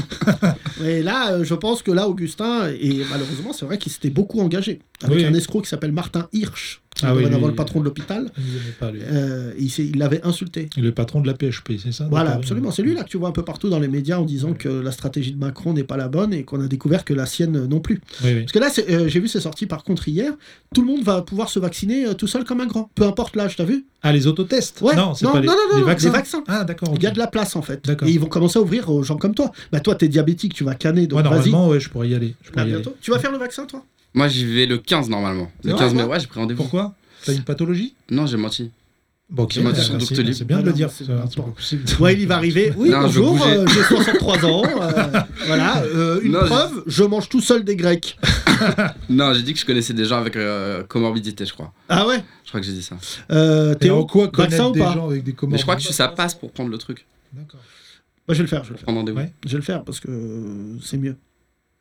Speaker 3: Et là, euh, je pense que là, Augustin, et malheureusement, c'est vrai qu'il s'était beaucoup engagé avec
Speaker 4: Oui.
Speaker 3: un escroc qui s'appelle Martin Hirsch, qui
Speaker 4: Ah
Speaker 3: est
Speaker 4: oui,
Speaker 3: dorénavant
Speaker 4: oui,
Speaker 3: le patron de l'hôpital.
Speaker 4: Il aimait pas, lui.
Speaker 3: Euh, il s'est- il l'avait insulté.
Speaker 4: Le patron de la PHP, c'est ça euh,
Speaker 3: Voilà,
Speaker 4: Ah, d'accord,
Speaker 3: absolument.
Speaker 4: oui.
Speaker 3: C'est lui là que tu vois un peu partout dans les médias en disant
Speaker 4: Ouais.
Speaker 3: que la stratégie de Macron n'est pas la bonne et qu'on a découvert que la sienne euh, non plus.
Speaker 4: Oui, oui.
Speaker 3: Parce que là, c'est- euh, j'ai vu c'est sorti par contre hier. Tout le monde va pouvoir se vacciner euh, tout seul comme un grand, peu importe l'âge. T'as vu
Speaker 4: Ah, les autotests
Speaker 3: Ouais.
Speaker 4: Non, c'est
Speaker 3: Non,
Speaker 4: pas les,
Speaker 3: non, non,
Speaker 4: les
Speaker 3: non,
Speaker 4: vaccins.
Speaker 3: les vaccins.
Speaker 4: Ah, d'accord.
Speaker 3: Il y a
Speaker 4: ok.
Speaker 3: de la place en fait.
Speaker 4: D'accord.
Speaker 3: Et ils vont commencer à ouvrir aux gens comme toi. Bah toi, t'es diabétique, tu vas canner, donc
Speaker 4: Ouais,
Speaker 3: vas-y.
Speaker 4: normalement, ouais, je pourrais y aller. Je pourrais
Speaker 3: Là,
Speaker 4: y aller.
Speaker 3: bientôt. Tu vas faire le vaccin, toi
Speaker 5: Moi, j'y vais le 15 normalement. Le
Speaker 4: Ouais,
Speaker 5: 15 mai,
Speaker 4: ouais.
Speaker 5: ouais, j'ai pris rendez-vous.
Speaker 4: Pourquoi T'as une pathologie
Speaker 5: Non, j'ai menti.
Speaker 4: Bon, ok,
Speaker 5: Sur ma
Speaker 4: merci,
Speaker 5: Doctolib.
Speaker 4: merci, c'est bien de le
Speaker 3: Non,
Speaker 4: dire.
Speaker 3: c'est
Speaker 4: ça,
Speaker 3: important.
Speaker 4: c'est pas possible.
Speaker 3: Ouais, il va arriver. Oui,
Speaker 5: Non, je
Speaker 3: bonjour,
Speaker 5: bougeais.
Speaker 3: euh, j'ai 63 ans. euh, voilà, euh, une
Speaker 5: Non,
Speaker 3: preuve, je mange tout seul des Grecs.
Speaker 5: Non, j'ai dit que je connaissais des gens avec euh, comorbidité, je crois.
Speaker 3: Ah ouais
Speaker 5: Je crois que j'ai dit ça.
Speaker 3: euh,
Speaker 4: Et en
Speaker 3: Théo,
Speaker 4: quoi
Speaker 3: vaccin
Speaker 4: connaître
Speaker 3: ou
Speaker 4: des
Speaker 3: pas
Speaker 4: gens avec des commandes
Speaker 5: Mais je crois que ça passe pour prendre le truc.
Speaker 3: Bah, je vais le faire, je vais le faire.
Speaker 5: Prendre rendez-vous.
Speaker 4: Ouais.
Speaker 3: Je vais le faire parce que euh, c'est mieux.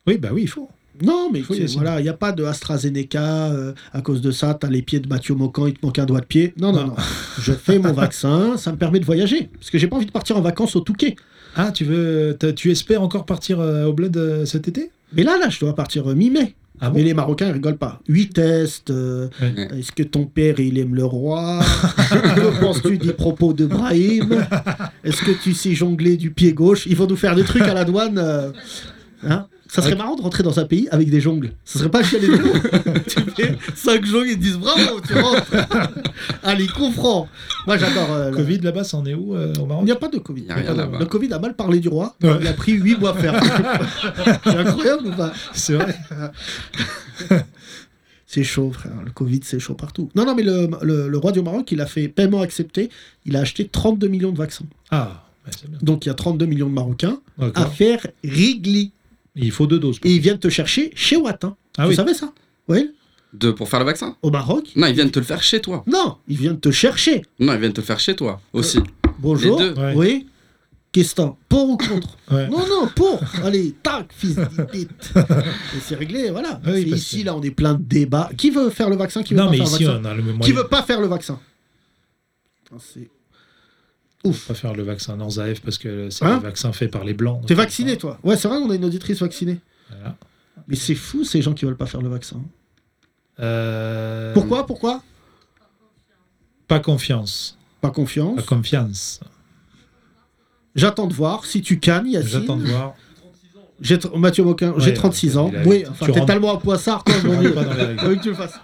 Speaker 4: Oui, bah oui, il faut.
Speaker 3: Non, mais
Speaker 4: Faut y
Speaker 3: c'est-
Speaker 4: aller.
Speaker 3: voilà, il n'y a pas de AstraZeneca. euh, à cause de ça, t'as les pieds de Mathieu Mocan, il te manque un doigt de pied. Non, non,
Speaker 4: Non.
Speaker 3: non. je fais mon vaccin, ça me permet de voyager. Parce que j'ai pas envie de partir en vacances au Touquet.
Speaker 4: Ah, tu veux, t'as- tu espères encore partir euh, au bled euh, cet été
Speaker 3: Mais là, là, je dois partir euh, mi-mai.
Speaker 4: Ah
Speaker 3: mais les Marocains ils rigolent pas. Huit tests. euh,
Speaker 4: Ouais.
Speaker 3: Est-ce que ton père, il aime le roi Que penses-tu des propos de Brahim Est-ce que tu sais jongler du pied gauche Ils vont nous faire des trucs à la douane. euh, hein ça serait marrant de rentrer dans un pays avec des jongles. Ce serait pas chier les deux. tu fais 5 jongles et 10 bravo, tu rentres. Allez, comprends. Moi, j'adore. euh, la-
Speaker 4: Covid là-bas, ça en est où euh, au
Speaker 3: Il
Speaker 4: Maroc
Speaker 3: n'y a pas de Covid.
Speaker 5: Il y a rien là-bas.
Speaker 3: le Covid a mal parlé du roi.
Speaker 4: Ouais.
Speaker 3: Il a pris 8 mois à faire. C'est incroyable ou pas
Speaker 4: C'est vrai.
Speaker 3: C'est chaud, frère. Le Covid, c'est chaud partout. Non, non, mais le, le- le roi du Maroc, il a fait paiement accepté. Il a acheté 32 millions de vaccins.
Speaker 4: Ah, bah, c'est bien.
Speaker 3: Donc, il y a 32 millions de Marocains
Speaker 4: D'accord.
Speaker 3: à faire Rigli.
Speaker 4: Il faut deux doses.
Speaker 3: Et ils viennent te chercher chez Watin.
Speaker 4: Ah
Speaker 3: Vous
Speaker 4: oui.
Speaker 3: savez ça Oui
Speaker 5: Deux pour faire le vaccin
Speaker 3: Au Maroc
Speaker 5: Non, ils viennent te le faire chez toi.
Speaker 3: Non, ils viennent te chercher.
Speaker 5: Non, ils viennent te le faire chez toi aussi.
Speaker 3: Bonjour.
Speaker 5: Les deux.
Speaker 4: Ouais.
Speaker 3: Oui Question. Pour ou contre
Speaker 4: Ouais.
Speaker 3: Non, non, pour. Allez, tac, fils d'idite. Et c'est réglé, voilà.
Speaker 4: Ah Oui,
Speaker 3: C'est
Speaker 4: parce
Speaker 3: ici,
Speaker 4: que-
Speaker 3: là, on est plein de débats. Qui veut faire le vaccin Qui veut
Speaker 4: Non,
Speaker 3: pas
Speaker 4: mais
Speaker 3: faire le
Speaker 4: ici,
Speaker 3: vaccin
Speaker 4: on a le moyen
Speaker 3: Qui veut pas faire le vaccin Putain, c'est-
Speaker 4: de pas faire le vaccin Norzaef parce que c'est
Speaker 3: Hein
Speaker 4: un vaccin fait par les Blancs. donc-
Speaker 3: T'es vacciné, toi Ouais, c'est vrai, on a une auditrice vaccinée.
Speaker 4: Voilà.
Speaker 3: Mais c'est fou, ces gens qui veulent pas faire le vaccin.
Speaker 4: Euh,
Speaker 3: Pourquoi Pourquoi
Speaker 4: Pas confiance.
Speaker 3: Pas
Speaker 4: Pas
Speaker 3: confiance.
Speaker 4: confiance.
Speaker 3: J'attends de voir. Si tu cannes,
Speaker 4: J'attends de
Speaker 3: Yacine.
Speaker 4: voir.
Speaker 3: J'ai tr- Mathieu Moquin, j'ai
Speaker 4: Ouais,
Speaker 3: 36
Speaker 4: il a-
Speaker 3: ans.
Speaker 4: il a-
Speaker 3: Oui,
Speaker 4: tu
Speaker 3: enfin, t'es
Speaker 4: rentres-
Speaker 3: tellement à poissard, toi,
Speaker 4: Tu
Speaker 3: mon
Speaker 4: rentres
Speaker 3: Dieu.
Speaker 4: pas dans les règles.
Speaker 3: Faut que tu le fasses.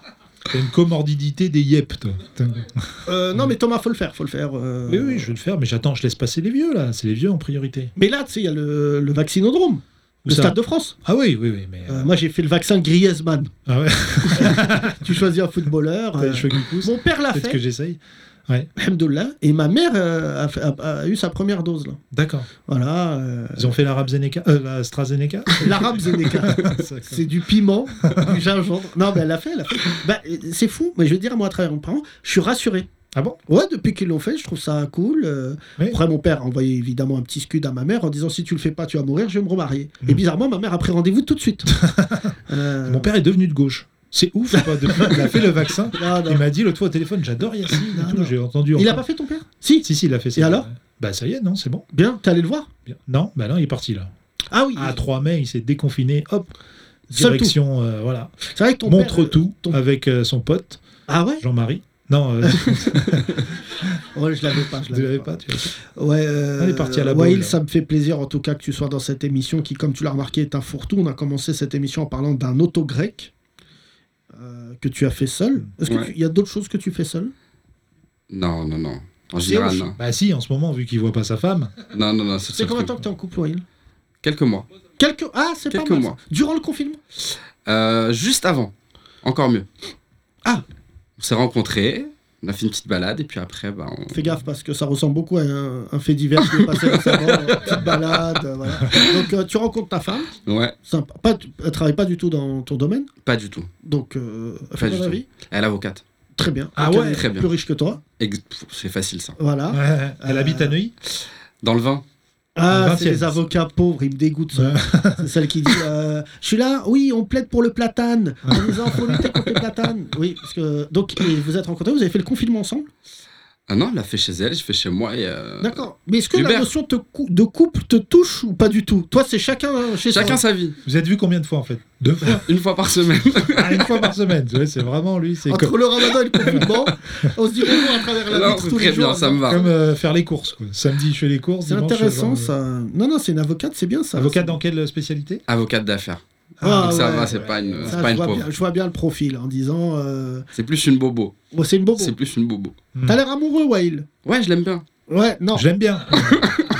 Speaker 4: T'as une comorbidité des yep, toi. T'as-
Speaker 3: Euh, non, mais Thomas, faut le faire, faut le faire. euh.
Speaker 4: Oui, oui, je vais le faire, mais j'attends, je laisse passer les vieux, là. C'est les vieux en priorité.
Speaker 3: Mais là, tu sais, il y a le, le vaccinodrome,
Speaker 4: Où
Speaker 3: le
Speaker 4: ça
Speaker 3: Stade de France.
Speaker 4: Ah oui, oui, oui, mais.
Speaker 3: Euh, moi, j'ai fait le vaccin Griezmann.
Speaker 4: Ah ouais,
Speaker 3: Tu choisis un footballeur.
Speaker 4: t'as les
Speaker 3: euh,
Speaker 4: cheveux qui poussent.
Speaker 3: Mon père l'a
Speaker 4: Peut-être que
Speaker 3: fait,
Speaker 4: j'essaye.
Speaker 3: alhamdoulilah, et ma mère euh, a, fait- a- a eu sa première dose, là.
Speaker 4: D'accord.
Speaker 3: Voilà. euh,
Speaker 4: Ils ont fait l'Arab Zeneca, euh, la Ah, AstraZeneca
Speaker 3: L'arabe Zeneca. C'est du piment, du gingembre. Non, mais elle l'a fait, elle l'a fait. Bah, euh, c'est fou, mais je veux dire, moi, à travers mon parent, je suis rassuré.
Speaker 4: Ah bon
Speaker 3: Ouais, depuis qu'ils l'ont fait, je trouve ça cool. euh,
Speaker 4: Oui.
Speaker 3: Après, mon père a envoyé évidemment un petit scud à ma mère en disant si tu le fais pas, tu vas mourir, je vais me remarier. Et
Speaker 4: Mm.
Speaker 3: bizarrement, ma mère a pris rendez-vous tout de suite. Euh,
Speaker 4: Mon père est devenu de gauche. C'est ouf, quoi, depuis qu'il a fait le vaccin.
Speaker 3: non, non.
Speaker 4: Il m'a dit l'autre fois au téléphone, j'adore Yacine. et
Speaker 3: Non,
Speaker 4: tout,
Speaker 3: non.
Speaker 4: J'ai entendu.
Speaker 3: Il a
Speaker 4: encore-
Speaker 3: pas fait ton père Si,
Speaker 4: Si, si, il a fait ça.
Speaker 3: Et alors
Speaker 4: Bah ça y est, non, c'est bon.
Speaker 3: bien, t'es allé le voir
Speaker 4: Bien. Non, bah non, il est parti là.
Speaker 3: Ah oui,
Speaker 4: À 3 mai, il s'est déconfiné, hop,
Speaker 3: seul tout.
Speaker 4: direction, euh, voilà.
Speaker 3: C'est vrai que ton
Speaker 4: Montre
Speaker 3: père. euh,
Speaker 4: tout
Speaker 3: ton-
Speaker 4: avec euh, son pote,
Speaker 3: Ah ouais
Speaker 4: Jean-Marie. Non, euh,
Speaker 3: Ouais, je l'avais pas, je
Speaker 4: tu l'avais
Speaker 3: l'avais pas.
Speaker 4: pas. tu l'as dit.
Speaker 3: Ouais, euh,
Speaker 4: On est parti à la
Speaker 3: Wael,
Speaker 4: boule.
Speaker 3: ça me fait plaisir en tout cas que tu sois dans cette émission qui, comme tu l'as remarqué, est un fourre-tout. On a commencé cette émission en parlant d'un auto-grec euh, que tu as fait seul. Est-ce qu'il
Speaker 5: Ouais.
Speaker 3: y a d'autres choses que tu fais seul
Speaker 5: Non, non, non. En général,
Speaker 3: ouf.
Speaker 5: non.
Speaker 4: Bah si, en ce moment, vu qu'il voit pas sa femme.
Speaker 5: Non, non, non.
Speaker 3: C'est
Speaker 5: le
Speaker 3: combien de temps
Speaker 5: truc.
Speaker 3: que tu es en couple, Wael
Speaker 5: Quelques mois.
Speaker 3: Quelques... Ah, c'est pas
Speaker 5: Quelques
Speaker 3: mal.
Speaker 5: mois.
Speaker 3: ça. Durant le confinement
Speaker 5: Euh, juste avant. Encore mieux.
Speaker 3: Ah.
Speaker 5: On s'est rencontrés, on a fait une petite balade et puis après, bah, on...
Speaker 3: Fais gaffe parce que ça ressemble beaucoup à un, un fait divers qui est passé récemment. une petite balade, euh, voilà. Donc euh, tu rencontres ta femme.
Speaker 5: Ouais,
Speaker 3: Sympa. Pas, elle travaille pas du tout dans ton domaine.
Speaker 5: pas du tout.
Speaker 3: Donc, euh, elle fait
Speaker 5: du
Speaker 3: pas la
Speaker 5: tout.
Speaker 3: vie.
Speaker 5: Elle est avocate.
Speaker 3: Très bien.
Speaker 4: Ah
Speaker 3: Donc,
Speaker 4: ouais,
Speaker 3: elle est
Speaker 5: très bien.
Speaker 3: Plus riche que toi.
Speaker 5: Ex- pff, C'est facile ça.
Speaker 3: Voilà.
Speaker 4: Ouais, elle
Speaker 3: Euh,
Speaker 4: habite à Neuilly.
Speaker 5: Dans le vin
Speaker 3: Ah, c'est
Speaker 4: 20e.
Speaker 3: les avocats pauvres, ils me dégoûtent. ça. C'est celle qui dit euh, Je suis là, oui, on plaide pour le platane. On nous a faut lutter contre le platane. Oui, parce que. Donc, et vous êtes rencontrés, vous avez fait le confinement ensemble
Speaker 5: Ah non, elle l'a fait chez elle, je fais chez moi et... euh,
Speaker 3: D'accord. Mais est-ce que la
Speaker 5: Hubert.
Speaker 3: notion te cou- de couple te touche ou pas du tout Toi, c'est chacun hein, chez
Speaker 5: Chacun
Speaker 3: soi.
Speaker 5: sa vie,
Speaker 4: Vous êtes vu combien de fois en fait Deux fois.
Speaker 5: une fois par semaine.
Speaker 4: Ah, une fois par semaine. Ouais, c'est vraiment lui. C'est
Speaker 3: Entre
Speaker 4: comme,
Speaker 3: le ramadan et le confinement, on se dit bonjour à travers la
Speaker 5: Non,
Speaker 3: vitre
Speaker 5: c'est
Speaker 3: tous
Speaker 5: très
Speaker 3: les
Speaker 5: bien,
Speaker 3: jours. hein.
Speaker 5: ça me va.
Speaker 4: comme, euh, faire les courses. quoi. Samedi, je fais les courses.
Speaker 3: c'est
Speaker 4: dimanche, je
Speaker 3: intéressant,
Speaker 4: range.
Speaker 3: ça. Non, non, c'est une euh, avocate, c'est bien ça.
Speaker 4: Avocat dans quelle spécialité
Speaker 5: Avocate d'affaires.
Speaker 3: Ah,
Speaker 5: Donc ça
Speaker 3: ouais,
Speaker 5: va, c'est
Speaker 4: ouais.
Speaker 5: pas une,
Speaker 3: Ça,
Speaker 5: c'est pas
Speaker 3: je,
Speaker 5: une
Speaker 3: vois
Speaker 5: pauvre.
Speaker 3: bien, je vois bien le profil en disant euh,
Speaker 5: C'est plus une bobo.
Speaker 3: bon, C'est une bobo.
Speaker 5: C'est plus une bobo.
Speaker 3: T'as l'air amoureux, Wail.
Speaker 5: Ouais, je l'aime bien.
Speaker 3: Ouais, non.
Speaker 4: J'aime bien.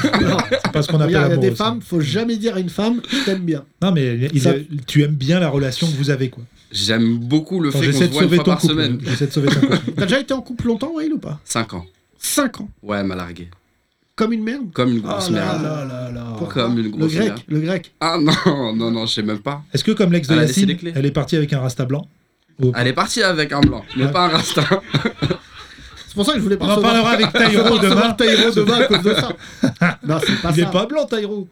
Speaker 4: C'est pas ce
Speaker 3: Il y
Speaker 4: qu'on appelle
Speaker 3: a, il y a
Speaker 4: amoureux,
Speaker 3: des
Speaker 4: ça.
Speaker 3: femmes, faut jamais dire à une femme, je t'aime bien.
Speaker 4: Non, mais il-
Speaker 3: Ça-
Speaker 4: il- tu aimes bien la relation que vous avez, quoi.
Speaker 5: J'aime beaucoup le
Speaker 4: Enfin,
Speaker 5: fait qu'on se
Speaker 4: J'essaie de
Speaker 5: voit une
Speaker 4: sauver
Speaker 5: fois
Speaker 4: ton
Speaker 5: par
Speaker 4: couple.
Speaker 5: semaine.
Speaker 4: J'essaie de sauver ton couple.
Speaker 3: T'as déjà été en couple longtemps, Will, ou pas
Speaker 5: 5 ans.
Speaker 3: 5 ans.
Speaker 5: Ouais, elle m'a largué.
Speaker 3: Comme une merde.
Speaker 5: Comme une
Speaker 3: Ah
Speaker 4: Oh
Speaker 5: grosse
Speaker 3: là
Speaker 5: merde.
Speaker 3: là là là.
Speaker 5: Pourquoi Comme une
Speaker 3: Le
Speaker 5: grosse merde.
Speaker 3: grec, le grec.
Speaker 5: Ah non, non, non, je sais même pas.
Speaker 4: Est-ce que, comme l'ex de
Speaker 5: Elle a laissé
Speaker 4: Yacine,
Speaker 5: des Ah, clés.
Speaker 4: elle est partie avec un rasta blanc Ou-
Speaker 5: Elle est partie avec un blanc, mais
Speaker 4: Ouais.
Speaker 5: pas un rasta.
Speaker 3: C'est pour ça que je voulais
Speaker 4: On
Speaker 3: pas
Speaker 4: en parlera avec Taïro demain.
Speaker 3: Taïro demain à cause de ça. Non, c'est pas
Speaker 4: Il
Speaker 3: ça.
Speaker 4: est pas blanc, Taïro.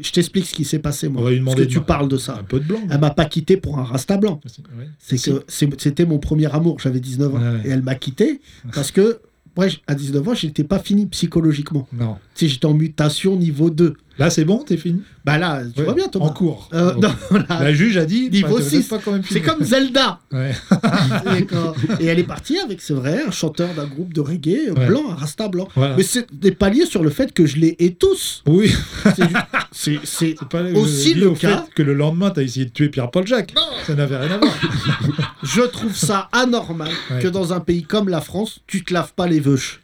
Speaker 3: Je t'explique ce qui s'est passé, moi.
Speaker 4: On va lui
Speaker 3: parce que
Speaker 4: demander
Speaker 3: tu
Speaker 4: demain.
Speaker 3: parles de ça.
Speaker 4: Un peu de blanc. hein.
Speaker 3: Elle m'a pas quitté pour un rasta blanc.
Speaker 4: Ouais.
Speaker 3: C'est que c'est- c'était mon premier amour, j'avais 19 ans.
Speaker 4: Ouais, ouais.
Speaker 3: Et elle m'a quitté parce que, ouais, j- à 19 ans, j'étais pas fini psychologiquement.
Speaker 4: Non.
Speaker 3: Tu sais, j'étais en mutation niveau 2.
Speaker 4: Là, c'est bon, t'es fini
Speaker 3: Bah là, tu
Speaker 4: Ouais.
Speaker 3: vois bien, Thomas.
Speaker 4: En cours.
Speaker 3: Euh,
Speaker 4: En
Speaker 3: non,
Speaker 4: cours.
Speaker 3: là,
Speaker 4: La juge a dit.
Speaker 3: Niveau
Speaker 4: bah, vous êtes
Speaker 3: six.
Speaker 4: pas quand même
Speaker 3: c'est
Speaker 4: fini.
Speaker 3: comme Zelda.
Speaker 4: Ouais.
Speaker 3: et, quand- et elle est partie avec, c'est vrai, un chanteur d'un groupe de reggae euh,
Speaker 4: Ouais.
Speaker 3: blanc, un rasta blanc.
Speaker 4: Voilà.
Speaker 3: Mais c'est des paliers sur le fait que je les hais tous.
Speaker 4: Oui,
Speaker 3: C'est ju- C'est c'est-
Speaker 4: c'est pas
Speaker 3: Aussi
Speaker 4: lié
Speaker 3: le
Speaker 4: au
Speaker 3: cas-
Speaker 4: fait que le lendemain, t'as essayé de tuer Pierre-Paul Jacques. Ça n'avait rien à voir.
Speaker 3: Je trouve ça anormal
Speaker 4: Ouais.
Speaker 3: que dans un pays comme la France, tu te laves pas les veuches.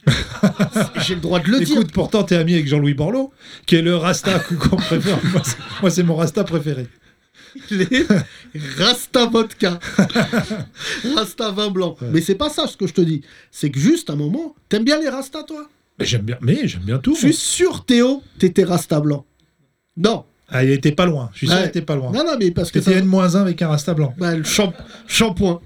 Speaker 3: J'ai le droit de le dire.
Speaker 4: Écoute, pourtant, t'es ami avec Jean-Louis Borloo, qui est le Rasta que- qu'on préfère. Moi, c'est- Moi, c'est mon Rasta préféré.
Speaker 3: les Rasta vodka, Rasta vin blanc.
Speaker 4: Ouais.
Speaker 3: Mais c'est pas ça ce que je te dis. C'est que juste à un moment, t'aimes bien les Rasta toi
Speaker 4: Mais j'aime bien, mais j'aime bien tout.
Speaker 3: Je suis sûr, Théo, t'étais Rasta blanc. Non,
Speaker 4: Ah, il était pas loin. Je suis sûr
Speaker 3: Ouais.
Speaker 4: qu'il était pas loin.
Speaker 3: non, non, mais parce que
Speaker 4: C'était
Speaker 3: ça.
Speaker 4: N-1 avec un Rasta blanc.
Speaker 3: Bah, le champ- shampoing.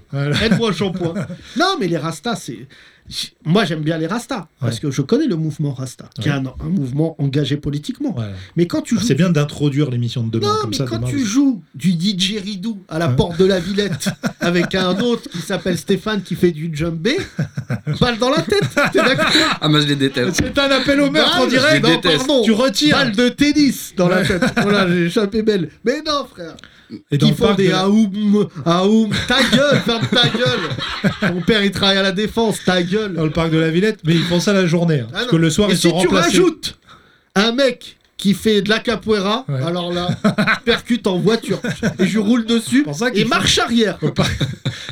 Speaker 4: Voilà.
Speaker 3: Aide-moi, shampoing. non, mais les Rasta, c'est. j- Moi, j'aime bien les Rasta parce
Speaker 4: Ouais.
Speaker 3: que je connais le mouvement Rasta, qui est un, un mouvement engagé politiquement.
Speaker 4: Voilà.
Speaker 3: Mais quand tu
Speaker 4: Ah,
Speaker 3: joues
Speaker 4: C'est bien d'introduire l'émission de demain
Speaker 3: Non,
Speaker 4: comme
Speaker 3: mais
Speaker 4: ça.
Speaker 3: quand
Speaker 4: demain,
Speaker 3: tu
Speaker 4: vous-
Speaker 3: joues du didgeridoo à la porte de la Villette avec un autre qui s'appelle Stéphane qui fait du jumbé, balle dans la tête, t'es d'accord
Speaker 5: Ah, moi je les déteste.
Speaker 4: C'est un appel au meurtre
Speaker 3: Balle-
Speaker 4: en direct.
Speaker 5: je
Speaker 3: non,
Speaker 5: déteste.
Speaker 3: pardon,
Speaker 4: Tu retires.
Speaker 3: balle de tennis dans la tête. Voilà, j'ai échappé belle. Mais non, frère,
Speaker 4: Et
Speaker 3: qui
Speaker 4: le
Speaker 3: font
Speaker 4: parc
Speaker 3: des
Speaker 4: de la-
Speaker 3: aoum, aoum, ta gueule, ferme ta gueule. Mon père, il travaille à la défense, ta gueule.
Speaker 4: dans le parc de la Villette, mais ils font ça la journée. hein,
Speaker 3: Ah
Speaker 4: parce
Speaker 3: non.
Speaker 4: que le soir,
Speaker 3: Et
Speaker 4: ils
Speaker 3: si
Speaker 4: sont
Speaker 3: tu
Speaker 4: remplacés.
Speaker 3: rajoutes un mec qui fait de la capoeira,
Speaker 4: Ouais.
Speaker 3: alors là, je percute en voiture et je roule dessus
Speaker 4: Pour ça qu'il
Speaker 3: et
Speaker 4: faut-
Speaker 3: marche arrière.
Speaker 4: Au parc-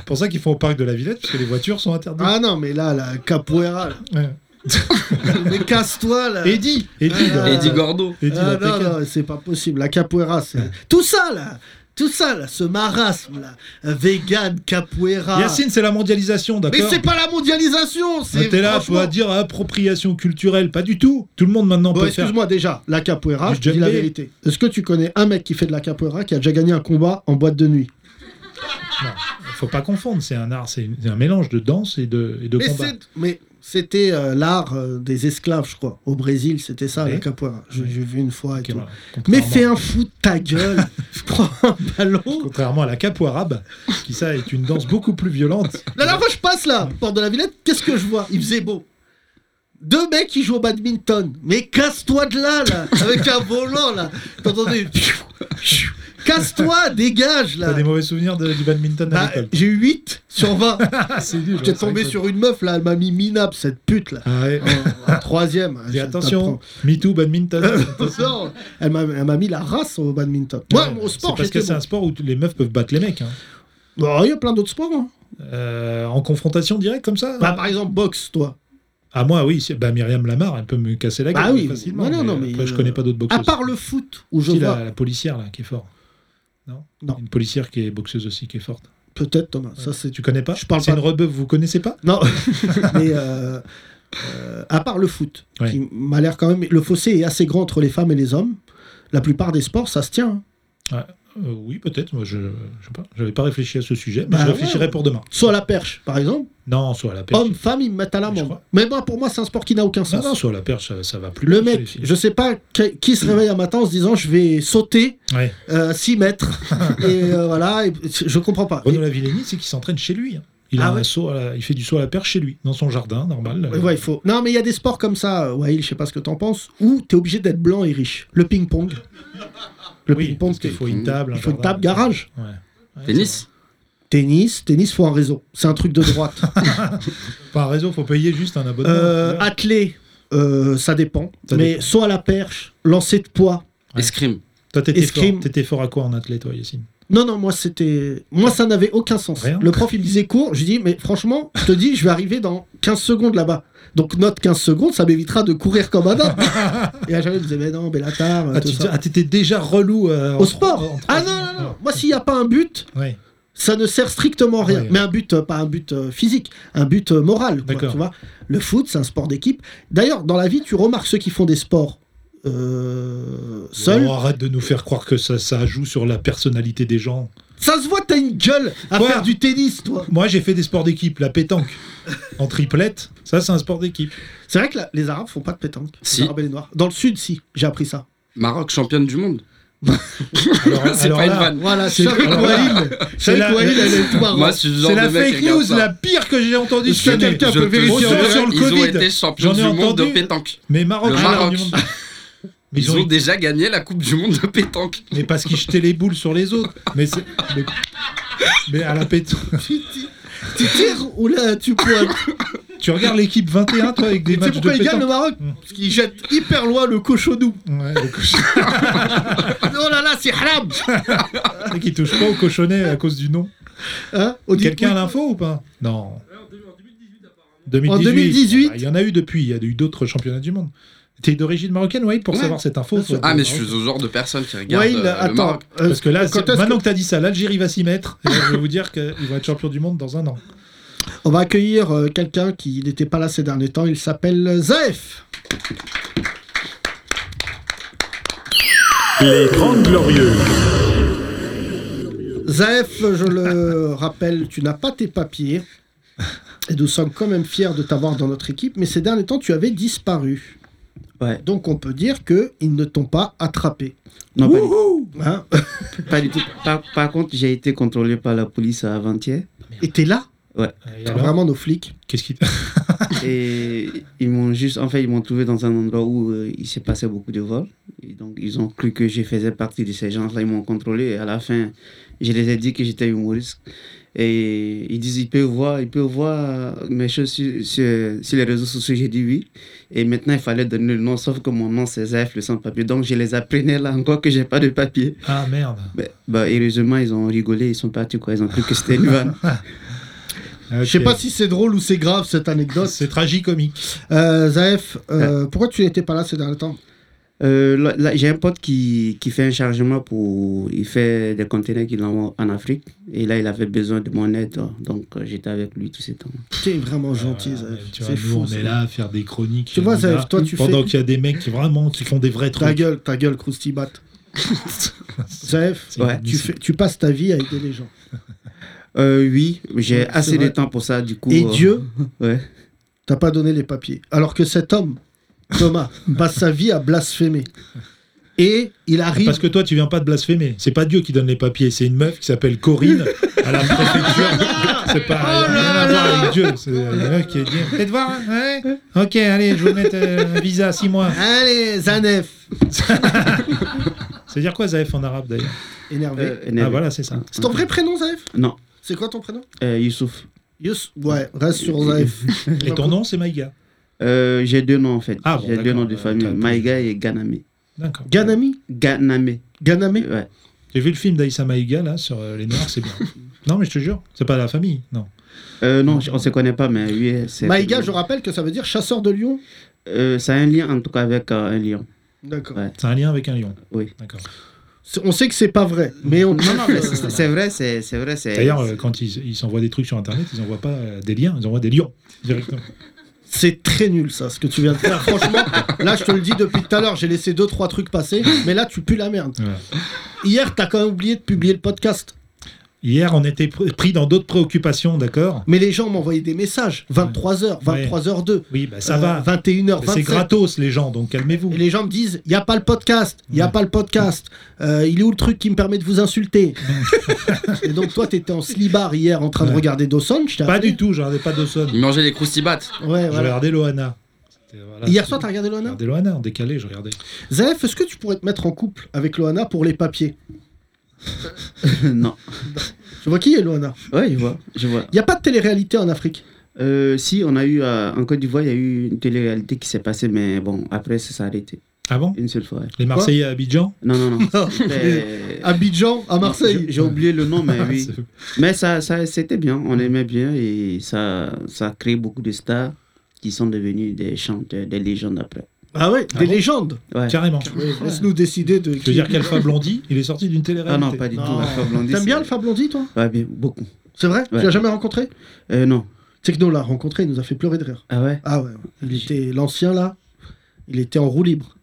Speaker 4: pour ça qu'ils font au parc de la Villette, parce que les voitures sont interdites.
Speaker 3: Ah non, mais là, la capoeira, là.
Speaker 4: Ouais.
Speaker 3: mais casse-toi là.
Speaker 4: Eddie Eddie,
Speaker 3: Ah,
Speaker 4: là.
Speaker 5: Eddie Gordo.
Speaker 4: Eddie,
Speaker 3: Ah
Speaker 4: là,
Speaker 3: non,
Speaker 4: bah, t'inquiète.
Speaker 3: non, c'est pas possible. La capoeira, c'est. Tout ça là Tout ça là, ce marasme là. Euh, Vegan, capoeira.
Speaker 4: Yacine, c'est la mondialisation,
Speaker 3: Ah. mais
Speaker 4: d'accord
Speaker 3: c'est pas la mondialisation
Speaker 4: Ah,
Speaker 3: c'est
Speaker 4: T'es là, faut
Speaker 3: franchement-
Speaker 4: dire appropriation culturelle, pas du tout. Tout le monde maintenant
Speaker 3: Bon,
Speaker 4: peut faire.
Speaker 3: excuse-moi déjà, la capoeira,
Speaker 4: Du
Speaker 3: je te dis la
Speaker 4: djembé.
Speaker 3: vérité. Est-ce que tu connais un mec qui fait de la capoeira qui a déjà gagné un combat en boîte de nuit
Speaker 4: Faut pas confondre, c'est un art, c'est c'est un mélange de danse et de, et de
Speaker 3: Mais
Speaker 4: combat.
Speaker 3: c'est- Mais c'était euh, l'art euh, des esclaves, je crois. Au Brésil, c'était ça,
Speaker 4: Oui.
Speaker 3: la capoeira. Je-
Speaker 4: Oui.
Speaker 3: J'ai vu une fois et
Speaker 4: Ok,
Speaker 3: tout.
Speaker 4: voilà.
Speaker 3: Mais
Speaker 4: Contrairement-
Speaker 3: fais un fou de ta gueule, prends un ballon.
Speaker 4: Contrairement à la capoeira, qui ça est une danse beaucoup plus violente.
Speaker 3: La dernière fois, je passe là, porte de la Villette, qu'est-ce que je vois Il faisait beau. Deux mecs qui jouent au badminton. Mais casse-toi de là, là, avec un volant, là. T'entendais Casse-toi, dégage,
Speaker 4: T'as
Speaker 3: là.
Speaker 4: des mauvais souvenirs de- du badminton à
Speaker 3: Bah,
Speaker 4: l'école.
Speaker 3: J'ai eu 8 sur 20.
Speaker 4: C'est nul,
Speaker 3: J'étais
Speaker 4: ouais, c'est
Speaker 3: tombé
Speaker 4: vrai.
Speaker 3: sur une meuf, là, elle m'a mis minable, cette pute, là.
Speaker 4: Ah ouais.
Speaker 3: En- en troisième.
Speaker 4: Dis
Speaker 3: je
Speaker 4: attention, Me Too, badminton.
Speaker 3: Euh, Non, elle m'a elle m'a mis la race au badminton. Moi,
Speaker 4: Ouais,
Speaker 3: au sport,
Speaker 4: c'est parce que
Speaker 3: j'étais
Speaker 4: c'est
Speaker 3: bon.
Speaker 4: un sport où t- les meufs peuvent battre les mecs. hein.
Speaker 3: Bon, Bah, Il y a plein d'autres sports. hein.
Speaker 4: Euh, en confrontation directe comme ça
Speaker 3: Bah, par exemple, boxe, toi.
Speaker 4: Ah moi oui, c'est- bah, Myriam Lamar, elle peut me casser la
Speaker 3: Bah
Speaker 4: gueule
Speaker 3: oui,
Speaker 4: facilement.
Speaker 3: non, non, non, mais,
Speaker 4: après, je
Speaker 3: euh,
Speaker 4: connais pas d'autres boxeuses.
Speaker 3: À part le foot, où je
Speaker 4: Qui,
Speaker 3: vois.
Speaker 4: la, la policière là, qui est forte. Non,
Speaker 3: Non.
Speaker 4: Une policière qui est boxeuse aussi, qui est forte.
Speaker 3: Peut-être, Thomas. Ça, c'est.
Speaker 4: Tu connais pas
Speaker 3: Je parle
Speaker 4: C'est
Speaker 3: pas.
Speaker 4: une rebeu, vous connaissez pas
Speaker 3: Non, mais. euh, euh, à part le foot,
Speaker 4: Ouais.
Speaker 3: qui m'a l'air quand même. Le fossé est assez grand entre les femmes et les hommes. La plupart des sports, ça se tient. hein.
Speaker 4: Euh, Oui, peut-être. Moi, je je sais pas. J'avais pas réfléchi à ce sujet, mais
Speaker 3: Bah
Speaker 4: je
Speaker 3: ouais.
Speaker 4: réfléchirai pour demain.
Speaker 3: Soit la perche, par exemple.
Speaker 4: Non, soit à la perche.
Speaker 3: Hommes, femmes, ils me mettent à
Speaker 4: Mais je
Speaker 3: l'amende.
Speaker 4: crois-
Speaker 3: Mais moi, pour moi, c'est un sport qui n'a aucun
Speaker 4: non,
Speaker 3: sens.
Speaker 4: non, soit à la perche, ça, ça va plus.
Speaker 3: le
Speaker 4: loin chez les
Speaker 3: mec,
Speaker 4: filles.
Speaker 3: je sais pas que- qui se réveille un matin en se disant je vais sauter
Speaker 4: Ouais.
Speaker 3: euh, 6 mètres. et euh, voilà, et je comprends pas.
Speaker 4: Renaud Lavillenie, c'est qu'il s'entraîne chez lui. hein. Il, a
Speaker 3: Ah
Speaker 4: un
Speaker 3: ouais
Speaker 4: saut à la- il fait du saut à la perche chez lui, dans son jardin, normal. euh,
Speaker 3: Ouais, ouais, il faut... Non, mais il y a des sports comme ça, euh, Wael, je sais pas ce que t'en penses, où t'es obligé d'être blanc et riche. Le ping-pong. Le
Speaker 4: oui,
Speaker 3: ping-pong,
Speaker 4: parce qu'il
Speaker 3: t'es-
Speaker 4: faut une table.
Speaker 3: il
Speaker 4: un
Speaker 3: faut une
Speaker 4: jardin,
Speaker 3: table garage.
Speaker 4: Ouais. Ouais,
Speaker 5: Tennis
Speaker 3: Tennis, tennis, faut un réseau. C'est un truc de droite.
Speaker 4: c'est vrai. Pas un réseau, faut payer juste un abonnement.
Speaker 3: euh,
Speaker 4: Ouais.
Speaker 3: athlé, euh, ça dépend.
Speaker 4: Ça
Speaker 3: mais
Speaker 4: dépend.
Speaker 3: saut à la perche, lancer de poids.
Speaker 5: Escrime.
Speaker 4: toi, t'étais
Speaker 3: escrime.
Speaker 4: fort, t'étais fort à quoi en athlète, toi, Yacine
Speaker 3: Non, non, moi, c'était. Moi, ça n'avait aucun sens.
Speaker 4: Rien.
Speaker 3: Le prof, il me disait cours. Je lui dis, mais franchement, je te dis, je vais arriver dans 15 secondes là-bas. Donc, note 15 secondes, ça m'évitera de courir comme un dingue. Et à chaque fois, il me disait, mais non, Bellatar,
Speaker 4: Ah,
Speaker 3: tout
Speaker 4: tu
Speaker 3: ça.
Speaker 4: ah, t'étais déjà relou euh, en-
Speaker 3: Au sport
Speaker 4: en- en-
Speaker 3: Ah non, non, non. Moi, s'il n'y a pas un but,
Speaker 4: Ouais.
Speaker 3: ça ne sert strictement à rien.
Speaker 4: Ouais.
Speaker 3: Mais un but, euh, pas un but euh, physique, un but euh, moral. quoi,
Speaker 4: D'accord.
Speaker 3: tu vois le foot, c'est un sport d'équipe. D'ailleurs, dans la vie, tu remarques ceux qui font des sports euh, seuls.
Speaker 4: Oh, arrête de nous faire croire que ça, ça joue sur la personnalité des gens.
Speaker 3: Ça se voit, t'as une gueule à
Speaker 4: Quoi
Speaker 3: faire du tennis, toi.
Speaker 4: Moi, j'ai fait des sports d'équipe, la pétanque en triplette. Ça, c'est un sport d'équipe.
Speaker 3: C'est vrai que la- les Arabes font pas de pétanque.
Speaker 5: Si.
Speaker 3: Les Arabes et les Noirs. Dans le Sud, si. J'ai appris ça.
Speaker 5: Maroc, championne du monde.
Speaker 4: Alors,
Speaker 5: C'est
Speaker 4: alors
Speaker 5: pas une
Speaker 4: là,
Speaker 5: vanne.
Speaker 3: Voilà,
Speaker 4: C'est-
Speaker 3: c'est Walid.
Speaker 4: alors là, c'est
Speaker 3: Shafiq
Speaker 4: la-
Speaker 3: Walid, elle est hein. tout marrant.
Speaker 5: Moi, je suis le genre
Speaker 4: Ah, c'est la
Speaker 5: de mec qui
Speaker 4: fake
Speaker 5: regarde
Speaker 4: news
Speaker 5: ça.
Speaker 4: la pire que j'ai entendue
Speaker 3: Est-ce que
Speaker 4: cette année.
Speaker 3: quelqu'un
Speaker 5: Je
Speaker 3: peut
Speaker 5: te
Speaker 3: vérifier
Speaker 5: jure,
Speaker 4: en vrai sur le
Speaker 5: ils
Speaker 4: Covid.
Speaker 5: ont été champions
Speaker 4: J'en ai
Speaker 5: du monde de
Speaker 4: entendu.
Speaker 5: pétanque.
Speaker 4: Mais Maroc,
Speaker 5: Le
Speaker 4: champion
Speaker 5: Maroc.
Speaker 4: du monde. Mais Ah,
Speaker 5: Ils
Speaker 4: ont-
Speaker 5: ont déjà gagné la Coupe du Monde de pétanque. Ah,
Speaker 4: Mais parce qu'ils jetaient les boules sur les autres. Mais, c'est- mais... mais à la pétanque.
Speaker 3: Tu ti- tu tires ou là tu pointes
Speaker 4: Tu regardes l'équipe 21, toi, avec des
Speaker 3: Tu sais
Speaker 4: matchs de
Speaker 3: pourquoi ils gagnent le
Speaker 4: pétanque.
Speaker 3: Maroc
Speaker 4: Mm.
Speaker 3: Parce qu'ils jettent hyper loin le cochonou.
Speaker 4: Ouais, le cochon-
Speaker 3: Oh là là, c'est haram
Speaker 4: le mec, il touche pas au cochonnet à cause du nom.
Speaker 3: Hein On dit-
Speaker 4: Quelqu'un a
Speaker 3: oui.
Speaker 4: l'info ou pas Non.
Speaker 3: En 2018.
Speaker 4: Ah bah, Il y en a eu depuis, il y a eu d'autres championnats du monde. T'es d'origine marocaine, Wade, pour
Speaker 5: Ouais.
Speaker 4: savoir cette info
Speaker 3: Bien
Speaker 4: faut-
Speaker 3: sûr.
Speaker 5: Ah, mais je suis ce genre de personne qui regarde
Speaker 3: Wael,
Speaker 5: euh, le
Speaker 3: attends.
Speaker 5: Maroc.
Speaker 3: euh,
Speaker 4: Parce que là,
Speaker 3: Quand
Speaker 4: c'est-
Speaker 3: est-ce
Speaker 4: maintenant
Speaker 3: que-
Speaker 4: que t'as dit ça, l'Algérie va s'y mettre. Et là, je vais vous dire qu'ils vont être champions du monde dans un an.
Speaker 3: on va accueillir euh, quelqu'un qui n'était pas là ces derniers temps. Il s'appelle Zaef.
Speaker 6: Les 30 Glorieuses.
Speaker 3: Zaef, je le rappelle, tu n'as pas tes papiers. Et nous sommes quand même fiers de t'avoir dans notre équipe. Mais ces derniers temps, tu avais disparu.
Speaker 7: Ouais.
Speaker 3: Donc on peut dire qu'ils ne t'ont pas attrapé.
Speaker 7: Non, pas du-
Speaker 3: Hein
Speaker 7: pas du tout. Par, par contre, j'ai été contrôlé par la police avant-hier.
Speaker 3: Et t'es là
Speaker 4: Et alors,
Speaker 3: Ah, Vraiment nos flics.
Speaker 4: qu'est-ce qui...
Speaker 7: Et ils m'ont juste, en fait, ils m'ont trouvé dans un endroit où euh, il s'est passé beaucoup de vols. Et donc, ils ont cru que je faisais partie de ces gens-là. Ils m'ont contrôlé. Et à la fin, je les ai dit que j'étais humoriste. Et ils disent, ils peuvent voir, ils peuvent voir mes choses sur, sur- sur les réseaux sociaux. J'ai dit oui. Et maintenant, il fallait donner le nom, sauf que mon nom, c'est Zef, le sans-papier. Donc, je les apprenais là encore que j'ai pas de papier.
Speaker 4: Ah merde.
Speaker 7: Mais, bah, heureusement, ils ont rigolé, ils sont partis, quoi. Ils ont cru que c'était une vanne.
Speaker 3: Euh, Je sais pas si c'est drôle ou c'est grave cette anecdote.
Speaker 4: C'est tragicomique.
Speaker 3: Euh, Zaef, euh, pourquoi tu n'étais pas là ces derniers temps
Speaker 7: Euh, là- là, j'ai un pote qui, qui fait un chargement pour. Il fait des containers qu'il envoie en Afrique. Et là, il avait besoin de mon aide. hein. Donc, euh, j'étais avec lui tous ces temps.
Speaker 3: T'es vraiment gentil,
Speaker 4: Ah,
Speaker 3: Zaef.
Speaker 4: tu vois,
Speaker 3: C'est
Speaker 4: nous,
Speaker 3: fou.
Speaker 4: on
Speaker 3: ça.
Speaker 4: est là à faire des chroniques.
Speaker 3: Tu vois,
Speaker 4: Nous,
Speaker 3: Zaef,
Speaker 4: là,
Speaker 3: toi, tu
Speaker 4: Pendant
Speaker 3: fais-
Speaker 4: qu'il y a des mecs qui vraiment qui font des vrais
Speaker 3: Ta
Speaker 4: trucs.
Speaker 3: gueule, ta gueule, Krusty Bat. Zaef,
Speaker 4: C'est
Speaker 7: Ouais,
Speaker 3: tu,
Speaker 4: inadmissible.
Speaker 3: fais, tu passes ta vie à aider les gens.
Speaker 7: Euh, oui,
Speaker 3: Ouais,
Speaker 7: j'ai
Speaker 3: c'est
Speaker 7: assez
Speaker 3: vrai.
Speaker 7: de temps pour ça, du coup.
Speaker 3: Et
Speaker 7: euh,
Speaker 3: Dieu
Speaker 7: ouais.
Speaker 3: t'a pas donné les papiers. Alors que cet homme, Thomas, passe sa vie à blasphémer. Et il arrive.
Speaker 4: Parce que toi, tu viens pas de blasphémer. C'est pas Dieu qui donne les papiers, c'est une meuf qui s'appelle Corinne à la préfecture. c'est pas
Speaker 3: Oh
Speaker 4: rien
Speaker 3: là
Speaker 4: à voir
Speaker 3: là
Speaker 4: avec Dieu. C'est la meuf qui est dit. Faites voir. hein, ouais Ok, allez, je vais vous mettre euh, un visa à 6 mois.
Speaker 3: Allez, Zanef
Speaker 4: C'est dire quoi Zaef en arabe d'ailleurs
Speaker 3: Énervé.
Speaker 7: Euh,
Speaker 4: Ah
Speaker 7: énervé.
Speaker 4: voilà, c'est ça.
Speaker 3: C'est ton vrai prénom, Zaef
Speaker 7: Non,
Speaker 3: C'est quoi ton prénom
Speaker 7: euh, Youssouf.
Speaker 3: Yous. Ouais, reste sur Zaef.
Speaker 7: Mmh.
Speaker 4: Et ton nom, c'est Maïga.
Speaker 7: Euh, j'ai deux noms en fait.
Speaker 4: Ah, bon,
Speaker 7: j'ai deux
Speaker 4: d'accord.
Speaker 7: noms de
Speaker 4: Euh,
Speaker 7: famille,
Speaker 4: t'as-
Speaker 7: Maïga et Ganame.
Speaker 4: D'accord.
Speaker 3: Ganami
Speaker 7: Ganame.
Speaker 3: Ganame
Speaker 7: Ouais.
Speaker 4: J'ai vu le film d'Aïssa Maïga là sur euh, les Noirs, c'est bien. non, mais je te jure, c'est pas la famille. Non.
Speaker 7: Euh, non, on se connaît pas, mais oui, c'est.
Speaker 3: Maïga, je rappelle que ça veut dire chasseur de lions.
Speaker 7: Euh, ça a un lien en tout cas avec euh, un lion.
Speaker 3: D'accord.
Speaker 7: Ouais.
Speaker 4: C'est un lien avec un lion.
Speaker 7: Oui.
Speaker 4: D'accord.
Speaker 3: C'est- On sait que c'est pas vrai, mais on.
Speaker 7: Non, non, Ah, mais c'est c'est vrai, c'est c'est vrai. c'est-
Speaker 4: D'ailleurs, euh, quand ils ils s'envoient des trucs sur internet, ils envoient pas euh, des liens, ils envoient des lions directement.
Speaker 3: C'est très nul ça, ce que tu viens de faire. Franchement, là je te le dis depuis tout à l'heure, j'ai laissé deux trois trucs passer, mais là tu pues la merde.
Speaker 4: Voilà.
Speaker 3: Hier, t'as quand même oublié de publier le podcast,
Speaker 4: Hier, on était pr- pris dans d'autres préoccupations, d'accord
Speaker 3: mais les gens m'envoyaient des messages. 23h, 23h2,
Speaker 4: Oui, bah ça va.
Speaker 3: 21h,
Speaker 4: C'est
Speaker 3: 27
Speaker 4: gratos, les gens, donc calmez-vous.
Speaker 3: Euh, et les gens me disent, il y a pas le podcast, il y a pas le podcast. Euh, il est où le truc qui me permet de vous insulter Et donc toi, t'étais en slibard hier en train de
Speaker 4: Ouais.
Speaker 3: regarder Dawson. Je t'ai
Speaker 4: Pas
Speaker 3: appelé.
Speaker 4: du tout, je regardais pas Dawson.
Speaker 5: Ils mangeaient les croustibats.
Speaker 3: Ouais,
Speaker 4: Je
Speaker 3: bah, voilà.
Speaker 4: regardais Loana. C'était- voilà,
Speaker 3: Hier
Speaker 4: c'est-
Speaker 3: soir, t'as regardé
Speaker 4: Je
Speaker 3: Loana
Speaker 4: regardais Loana en décalé, je regardais.
Speaker 3: Zef, est-ce que tu pourrais te mettre en couple avec Loana pour les papiers euh,
Speaker 7: non.
Speaker 3: Je vois qui est Loana.
Speaker 7: Ouais, je vois, je vois.
Speaker 3: Il n'y a pas de télé-réalité en Afrique.
Speaker 7: Euh, si, on a eu, euh, en Côte d'Ivoire, il y a eu une télé-réalité qui s'est passée, mais bon, après, ça s'est arrêté.
Speaker 4: Ah bon
Speaker 7: Une seule fois. ouais.
Speaker 4: Les Marseillais à Abidjan
Speaker 7: Non, non, non.
Speaker 3: Non,
Speaker 7: C'était-
Speaker 3: Abidjan, Ah, à Marseille. Ah,
Speaker 7: J'ai- J'ai oublié le nom,
Speaker 3: Eh
Speaker 4: Ah,
Speaker 7: mais oui.
Speaker 4: C'est-
Speaker 7: Mais ça, ça c'était bien, on aimait bien et ça, ça a créé beaucoup de stars qui sont devenus des chanteurs, des légendes après.
Speaker 3: Ah ouais,
Speaker 4: Ah
Speaker 3: des
Speaker 4: bon
Speaker 3: légendes.
Speaker 7: Ouais.
Speaker 4: Carrément.
Speaker 3: Laisse-nous décider de.
Speaker 4: Tu veux dire qu'Alpha Blondie, il est sorti d'une
Speaker 7: Ah
Speaker 4: télé-réalité
Speaker 7: non, pas du
Speaker 3: Non.
Speaker 7: tout. Alpha Blondie,
Speaker 3: T'aimes
Speaker 7: c'est-
Speaker 3: bien Alpha Blondie, toi
Speaker 7: Ouais, bien, beaucoup.
Speaker 3: C'est vrai Tu
Speaker 7: Ouais.
Speaker 3: l'as jamais rencontré
Speaker 7: Euh, non.
Speaker 3: Techno l'a rencontré, il nous a fait pleurer de rire.
Speaker 7: Ah ouais
Speaker 3: Ah ouais, ouais. il était l'ancien là, il était en roue libre.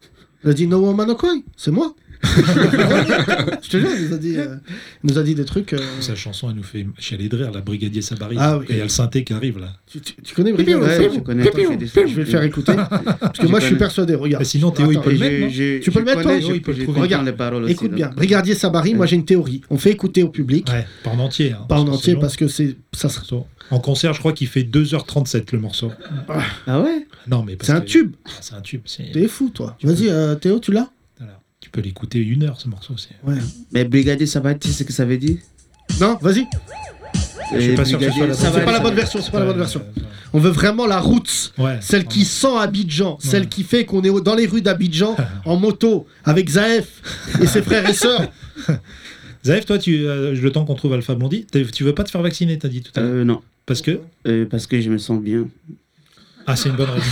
Speaker 3: Il a dit No Woman No Coin, c'est moi. Je te jure, il nous a dit, euh, il nous a dit des trucs. euh,
Speaker 4: Sa chanson, elle nous fait chialer de rire, la Brigadier Sabari.
Speaker 3: Ah oui.
Speaker 4: Et il y a le synthé qui arrive là.
Speaker 3: tu, tu- tu connais
Speaker 7: Ouais,
Speaker 3: Brigade
Speaker 7: ouais, je connais pas, je fais des-
Speaker 3: Je vais le faire écouter. Parce que moi, je suis persuadé. Regarde.
Speaker 4: Bah, sinon, Théo, il
Speaker 3: Attends,
Speaker 4: peut le mettre.
Speaker 7: Je-
Speaker 4: non
Speaker 7: je-
Speaker 3: Tu peux le
Speaker 7: je
Speaker 3: mettre,
Speaker 7: connais,
Speaker 4: toi
Speaker 7: je-
Speaker 4: Oui, il peut le
Speaker 7: je
Speaker 4: trouver.
Speaker 7: comprends
Speaker 3: Regarde.
Speaker 7: les paroles aussi,
Speaker 3: Écoute
Speaker 7: donc.
Speaker 3: bien. Brigadier Sabari, moi, j'ai une théorie. On fait écouter au public,
Speaker 4: Ouais, pas en entier. hein,
Speaker 3: pas en
Speaker 4: parce que
Speaker 3: entier,
Speaker 4: c'est
Speaker 3: parce que c'est ça serait-
Speaker 4: long. En concert, je crois qu'il fait 2h37 le morceau.
Speaker 7: Ah ouais
Speaker 4: Non, mais parce
Speaker 3: c'est un
Speaker 4: que-
Speaker 3: tube.
Speaker 4: Ah, C'est un tube. c'est-
Speaker 3: T'es fou, toi. Vas-y, euh, Théo, tu l'as
Speaker 4: Voilà. Tu peux l'écouter une heure ce morceau. c'est-
Speaker 3: Ouais.
Speaker 7: Mais Brigadier Sabati, c'est ce que ça veut dire
Speaker 3: Non, vas-y.
Speaker 7: Je
Speaker 4: suis pas sûr que ce soit la bonne-
Speaker 3: C'est pas la bonne version. C'est pas la bonne
Speaker 4: Ouais,
Speaker 3: version.
Speaker 4: euh,
Speaker 3: On veut vraiment la roots.
Speaker 4: Ouais.
Speaker 3: Celle qui sent Abidjan, celle
Speaker 4: Ouais.
Speaker 3: qui fait qu'on est au- dans les rues d'Abidjan en moto avec Zaef et ses frères et sœurs.
Speaker 4: Zaev, toi, tu, euh, le temps qu'on trouve Alpha Blondie, t'es- tu veux pas te faire vacciner, t'as dit tout à l'heure.
Speaker 7: Euh, Non.
Speaker 4: Parce que.
Speaker 7: Euh, parce que je me sens bien.
Speaker 4: Ah, c'est une bonne raison.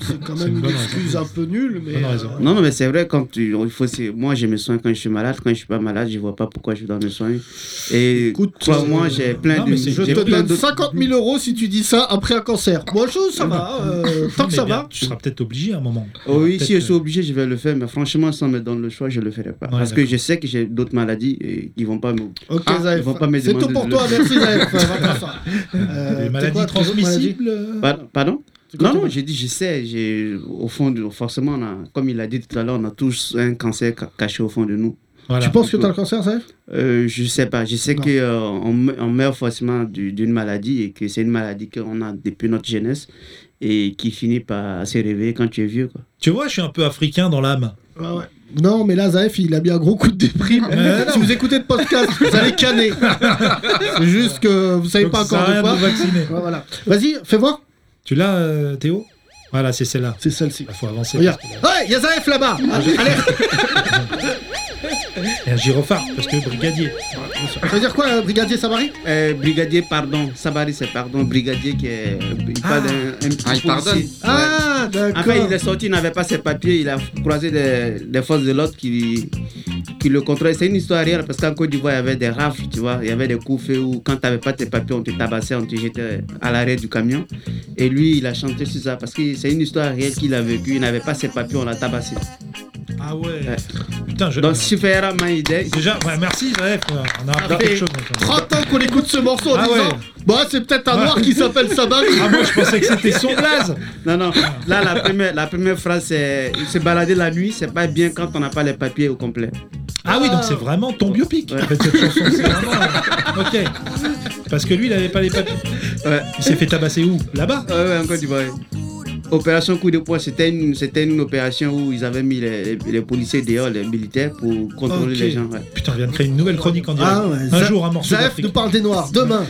Speaker 3: C'est quand
Speaker 4: C'est
Speaker 3: même
Speaker 4: une
Speaker 3: une
Speaker 4: bonne
Speaker 3: excuse un peu nulle, mais.
Speaker 4: Bonne
Speaker 3: euh,
Speaker 4: raison.
Speaker 7: Non, non, mais c'est vrai, quand tu- il faut, c'est- moi je me soigne quand je suis malade, quand je suis pas malade, je vois pas pourquoi je dois me soigner. Et
Speaker 3: Écoute, euh,
Speaker 7: moi j'ai plein
Speaker 4: non,
Speaker 7: de.
Speaker 4: mais c'est-
Speaker 3: Je
Speaker 7: j'ai
Speaker 3: te
Speaker 7: plein
Speaker 3: donne
Speaker 7: d'autres-
Speaker 3: 50 000 euros si tu dis ça après un cancer. Moi, je, ça va. euh, tant
Speaker 4: Mais
Speaker 3: que ça
Speaker 4: bien,
Speaker 3: va.
Speaker 4: Tu seras peut-être obligé à un moment.
Speaker 7: Oh oui, si je
Speaker 4: Peut-être,
Speaker 7: suis obligé, je vais le faire, mais franchement, sans me donner le choix, je le ferai pas. Parce que
Speaker 4: d'accord.
Speaker 7: je sais que j'ai d'autres maladies et ils vont pas me.
Speaker 3: Ok,
Speaker 7: Ah, ils
Speaker 3: Zaef.
Speaker 7: vont pas me
Speaker 3: C'est tout
Speaker 7: demander
Speaker 3: pour
Speaker 7: de
Speaker 3: toi.
Speaker 7: le-
Speaker 3: Merci, Zaef. Euh, va faire ça.
Speaker 4: euh,
Speaker 3: Euh,
Speaker 4: Les
Speaker 3: t'es
Speaker 4: maladies
Speaker 3: quoi, t'es autre maladie
Speaker 4: transmissibles. euh,
Speaker 7: Par- Pardon
Speaker 3: C'est quoi,
Speaker 7: Non,
Speaker 3: t'es-
Speaker 7: non, j'ai dit, je sais. j'ai- Au fond, de- forcément, on a- comme il a dit tout à l'heure, on a tous un cancer ca- caché au fond de nous.
Speaker 4: Voilà.
Speaker 3: Tu penses que t'as le cancer, Zaef
Speaker 7: Euh, je sais pas. Je sais
Speaker 3: Non.
Speaker 7: qu'on on me- on meurt forcément du- d'une maladie et que c'est une maladie qu'on a depuis notre jeunesse et qui finit par se réveiller quand tu es vieux. Quoi.
Speaker 4: Tu vois, je suis un peu africain dans l'âme.
Speaker 3: Mm. Non, mais là, Zaef, il a mis un gros coup de déprime.
Speaker 4: Euh,
Speaker 3: si vous écoutez le podcast, vous allez canner. C'est juste que vous savez
Speaker 4: Donc,
Speaker 3: pas
Speaker 4: ça sert
Speaker 3: encore
Speaker 4: à
Speaker 3: de
Speaker 4: rien
Speaker 3: quoi.
Speaker 4: de nous vacciner.
Speaker 3: Ouais, voilà. Vas-y, fais voir.
Speaker 4: Tu l'as, euh, Théo Voilà, c'est celle-là.
Speaker 3: C'est celle-ci.
Speaker 4: Il faut avancer.
Speaker 3: Regarde.
Speaker 4: parce que là,
Speaker 3: Ouais, y'a Zaef là-bas.
Speaker 4: Ah,
Speaker 3: Alerte.
Speaker 4: Il y a un gyrophare, parce que brigadier.
Speaker 3: Ça veut dire quoi, euh, brigadier Savary
Speaker 7: Euh, brigadier, pardon. Sabari, c'est pardon. Brigadier qui est. Il
Speaker 4: Ah.
Speaker 7: parle d'un- un petit
Speaker 5: Ah, il
Speaker 7: policier.
Speaker 5: pardonne.
Speaker 7: Ouais.
Speaker 3: Ah, d'accord.
Speaker 4: bah,
Speaker 7: Après, il est sorti, il n'avait pas ses papiers, il a croisé des, des forces de l'autre qui, qui le contrôlaient. C'est une histoire réelle parce qu'en Côte d'Ivoire, il y avait des rafles, tu vois, il y avait des coups faits où quand tu n'avais pas tes papiers, on te tabassait, on te jetait à l'arrêt du camion. Et lui, il a chanté sur ça parce que c'est une histoire réelle qu'il a vécue. Il n'avait pas ses papiers, on l'a tabassé.
Speaker 4: Ah ouais.
Speaker 7: Ouais.
Speaker 4: Putain, je.
Speaker 7: Donc, Sufera Maïdé,
Speaker 4: Déjà, ouais, merci, Zaev. On a appris
Speaker 3: fait
Speaker 4: quelque chose. maintenant.
Speaker 3: 30 ans qu'on écoute ce morceau en
Speaker 4: Ah
Speaker 3: disant
Speaker 4: ouais.
Speaker 3: Bah, c'est peut-être un
Speaker 4: Ouais.
Speaker 3: noir qui s'appelle Sabari.
Speaker 4: Ah, moi, je pensais que c'était son blaze.
Speaker 7: Non, non. Là, la première, la première phrase, c'est il se balader la nuit, c'est pas bien quand on n'a pas les papiers au complet.
Speaker 4: Ah oui, donc c'est vraiment ton biopic.
Speaker 7: Ouais.
Speaker 4: En fait, cette chanson, c'est vraiment. euh, Ok. Parce que lui, il avait pas les papiers.
Speaker 7: Ouais.
Speaker 4: Il s'est fait tabasser où Là-bas
Speaker 7: Ouais, ouais, en Côte d'Ivoire. Opération coup de poing, c'était une, c'était une opération où ils avaient mis les, les- les policiers dehors, les militaires, pour contrôler
Speaker 3: Ok.
Speaker 7: les gens. ouais.
Speaker 4: Putain, on vient de créer une nouvelle chronique en direct.
Speaker 3: Ah ouais,
Speaker 4: un
Speaker 3: Za-
Speaker 4: jour, un morceau
Speaker 3: Zaef
Speaker 4: d'Afrique.
Speaker 3: nous parle des noirs. Demain.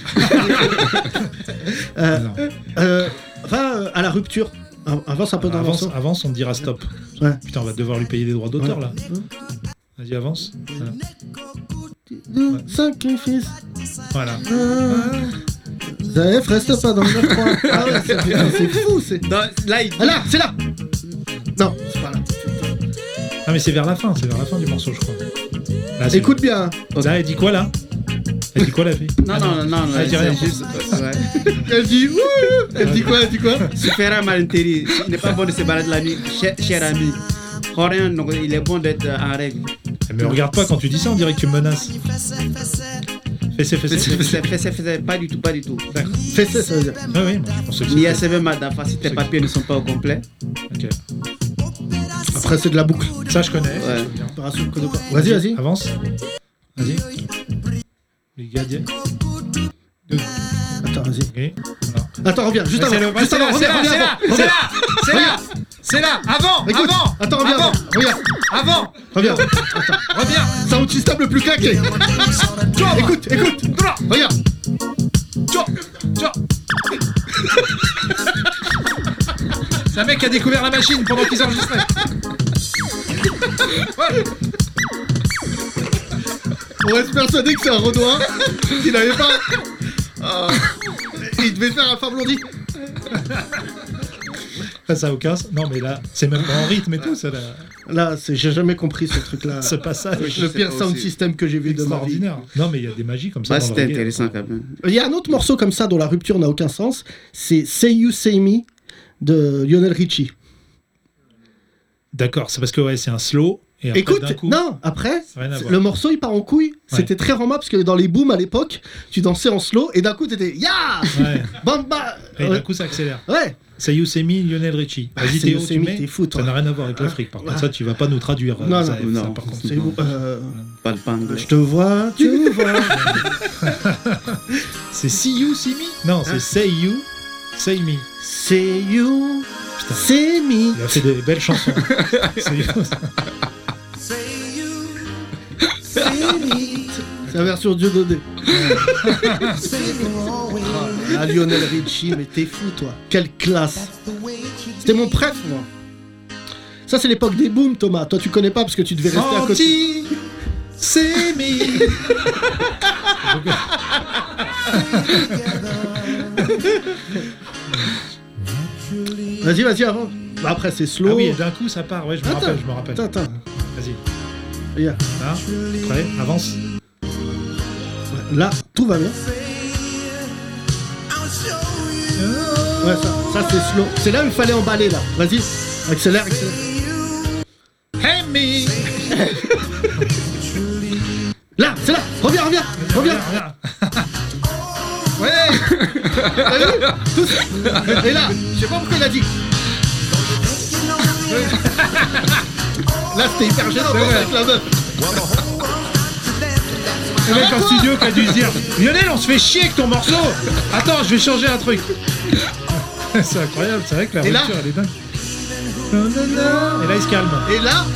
Speaker 3: Euh,
Speaker 4: Non.
Speaker 3: euh, va euh, à la rupture. Av- Avance un peu dans le
Speaker 4: avance,
Speaker 3: morceau.
Speaker 4: avance, on dira stop.
Speaker 3: Ouais.
Speaker 4: Putain, on va devoir lui payer des droits d'auteur
Speaker 3: Ouais.
Speaker 4: là. Vas-y, avance. Voilà.
Speaker 3: Nous, Sacrifice.
Speaker 4: Voilà.
Speaker 3: Zaef reste pas dans le 9-3. Ah ouais, c'est- putain, c'est fou. C'est...
Speaker 7: là, il-
Speaker 3: Ah là, c'est là. Non, c'est pas là.
Speaker 4: Ah, mais c'est vers la fin, c'est vers la fin du morceau, je crois. Là, c'est-
Speaker 3: Écoute bien. hein.
Speaker 4: Là, elle dit quoi là Elle dit quoi la fille
Speaker 7: non,
Speaker 4: Ah,
Speaker 7: non, non, non,
Speaker 4: Ah, dis rien.
Speaker 7: c'est juste. ouais.
Speaker 3: Elle dit ouh, Elle dit quoi Elle dit quoi
Speaker 7: Supera Malinteri, il n'est pas bon de se balader la nuit, cher, cher ami. Coréen, donc, il est bon d'être en règle.
Speaker 4: Mais regarde pas quand tu dis ça, on dirait que tu me menaces. Fessé,
Speaker 7: Fais-
Speaker 4: fessé.
Speaker 7: fais- fais- fais- fais- fais- Pas du tout, pas du tout.
Speaker 3: Fais ça, ça veut dire.
Speaker 4: Ah oui, moi, je pensais que
Speaker 7: Ni
Speaker 4: c'était-
Speaker 7: ACV Madafa, si tes papiers ne sont pas au complet.
Speaker 4: Ok.
Speaker 3: Après, c'est de la boucle.
Speaker 4: Ça, je connais.
Speaker 7: Ouais.
Speaker 3: Opération Code Barre. Vas-y, vas-y.
Speaker 4: Avance. Vas-y. Les gars, dis-
Speaker 3: Attends, vas-y.
Speaker 4: ok.
Speaker 3: Attends, reviens, juste
Speaker 4: Ouais, c'est
Speaker 3: avant.
Speaker 4: le-
Speaker 3: Juste
Speaker 4: c'est
Speaker 3: avant,
Speaker 4: là,
Speaker 3: reviens,
Speaker 4: c'est là,
Speaker 3: reviens avant.
Speaker 6: C'est
Speaker 3: Reviens.
Speaker 6: là C'est là C'est là Avant
Speaker 3: Écoute,
Speaker 6: Avant
Speaker 3: attends, reviens
Speaker 6: Avant
Speaker 3: avant. Reviens,
Speaker 6: Avant
Speaker 3: reviens.
Speaker 6: Reviens
Speaker 3: Sound system le plus claqué. Écoute, écoute.
Speaker 6: Droit
Speaker 3: Regarde.
Speaker 6: Tchao Tchao C'est un mec qui a découvert la machine pendant qu'ils enregistraient
Speaker 3: On reste persuadé que c'est un Renoir qui n'avait pas. Ah. Il devait faire un blondie.
Speaker 4: Ça, ça a aucun. sens. Non, mais là, c'est même pas en rythme et tout, ça, là,
Speaker 3: Là, c'est- j'ai jamais compris ce truc-là.
Speaker 4: ce passage.
Speaker 3: Le pire
Speaker 5: sais pas
Speaker 3: sound
Speaker 5: aussi.
Speaker 3: system que j'ai vu de ma vie.
Speaker 4: Extraordinaire. Non, mais il y a des magies comme ça.
Speaker 7: Bah,
Speaker 4: dans le
Speaker 7: c'était
Speaker 4: reggae.
Speaker 7: intéressant quand même.
Speaker 3: Il y a un autre morceau comme ça dont la rupture n'a aucun sens, c'est Say You Say Me de Lionel Richie.
Speaker 4: D'accord, c'est parce que ouais, c'est un slow. Et après,
Speaker 3: Écoute,
Speaker 4: d'un coup,
Speaker 3: non, après,
Speaker 4: Ça n'a rien à
Speaker 3: c'est-
Speaker 4: voir.
Speaker 3: le morceau il part en couille. C'était très rama parce que dans les booms à l'époque, tu dansais en slow et d'un coup t'étais Ya
Speaker 4: Ouais.
Speaker 3: Bamba
Speaker 4: Et d'un
Speaker 3: Ouais,
Speaker 4: coup, ça accélère.
Speaker 3: Ouais,
Speaker 4: C'est Youssemi, Lionel Richie. Vas-y,
Speaker 3: c'est
Speaker 4: Théo, tu
Speaker 3: Yosemite,
Speaker 4: mets.
Speaker 3: t'es fou,
Speaker 4: Ça
Speaker 3: toi.
Speaker 4: n'a rien à voir avec l'Afrique. Par contre, ça, tu vas pas nous traduire. euh,
Speaker 3: Non,
Speaker 4: ça,
Speaker 7: non,
Speaker 4: ça,
Speaker 7: non.
Speaker 4: par contre.
Speaker 3: C'est vous, euh,
Speaker 7: Pas le pas anglais.
Speaker 3: Je te vois, tu me vois.
Speaker 4: C'est See You, See Me Non,
Speaker 3: Hein
Speaker 4: c'est Say You, Say Me.
Speaker 3: Say You
Speaker 4: Putain.
Speaker 3: Say Me.
Speaker 4: Il a fait des belles chansons. C'est-
Speaker 3: C'est la version Dieu donné. ah, Lionel Richie, mais t'es fou, toi. Quelle classe. C'était mon préf, moi. Ça, c'est l'époque des booms, Thomas. Toi, tu connais pas parce que tu devais rester à côté.
Speaker 4: Senti, C'est me.
Speaker 3: Vas-y, vas-y, avant. Bah, après, c'est slow.
Speaker 4: Ah oui, et d'un coup, ça part. Ouais, je me
Speaker 3: Attends.
Speaker 4: rappelle, je me rappelle.
Speaker 3: Attends, attends.
Speaker 4: Vas-y.
Speaker 3: Regarde.
Speaker 4: Là, prêt, avance.
Speaker 3: Là, tout va bien. Ouais, ça, ça c'est slow. C'est là où il fallait emballer, là. Vas-y, accélère, accélère.
Speaker 4: Hey me.
Speaker 3: Là, c'est là. Reviens, reviens, reviens.
Speaker 4: Regarde,
Speaker 3: Ouais T'as vu Tout ça. Et là, je sais pas pourquoi il a dit. Là, c'était hyper gênant parce que avec la meuf.
Speaker 4: Le mec en studio qui a dû se dire Lionel, on se fait chier avec ton morceau. Attends, je vais changer un truc. c'est incroyable, c'est vrai que la
Speaker 3: Et là
Speaker 4: rupture, elle est dingue. Et là, il se calme.
Speaker 3: Et là.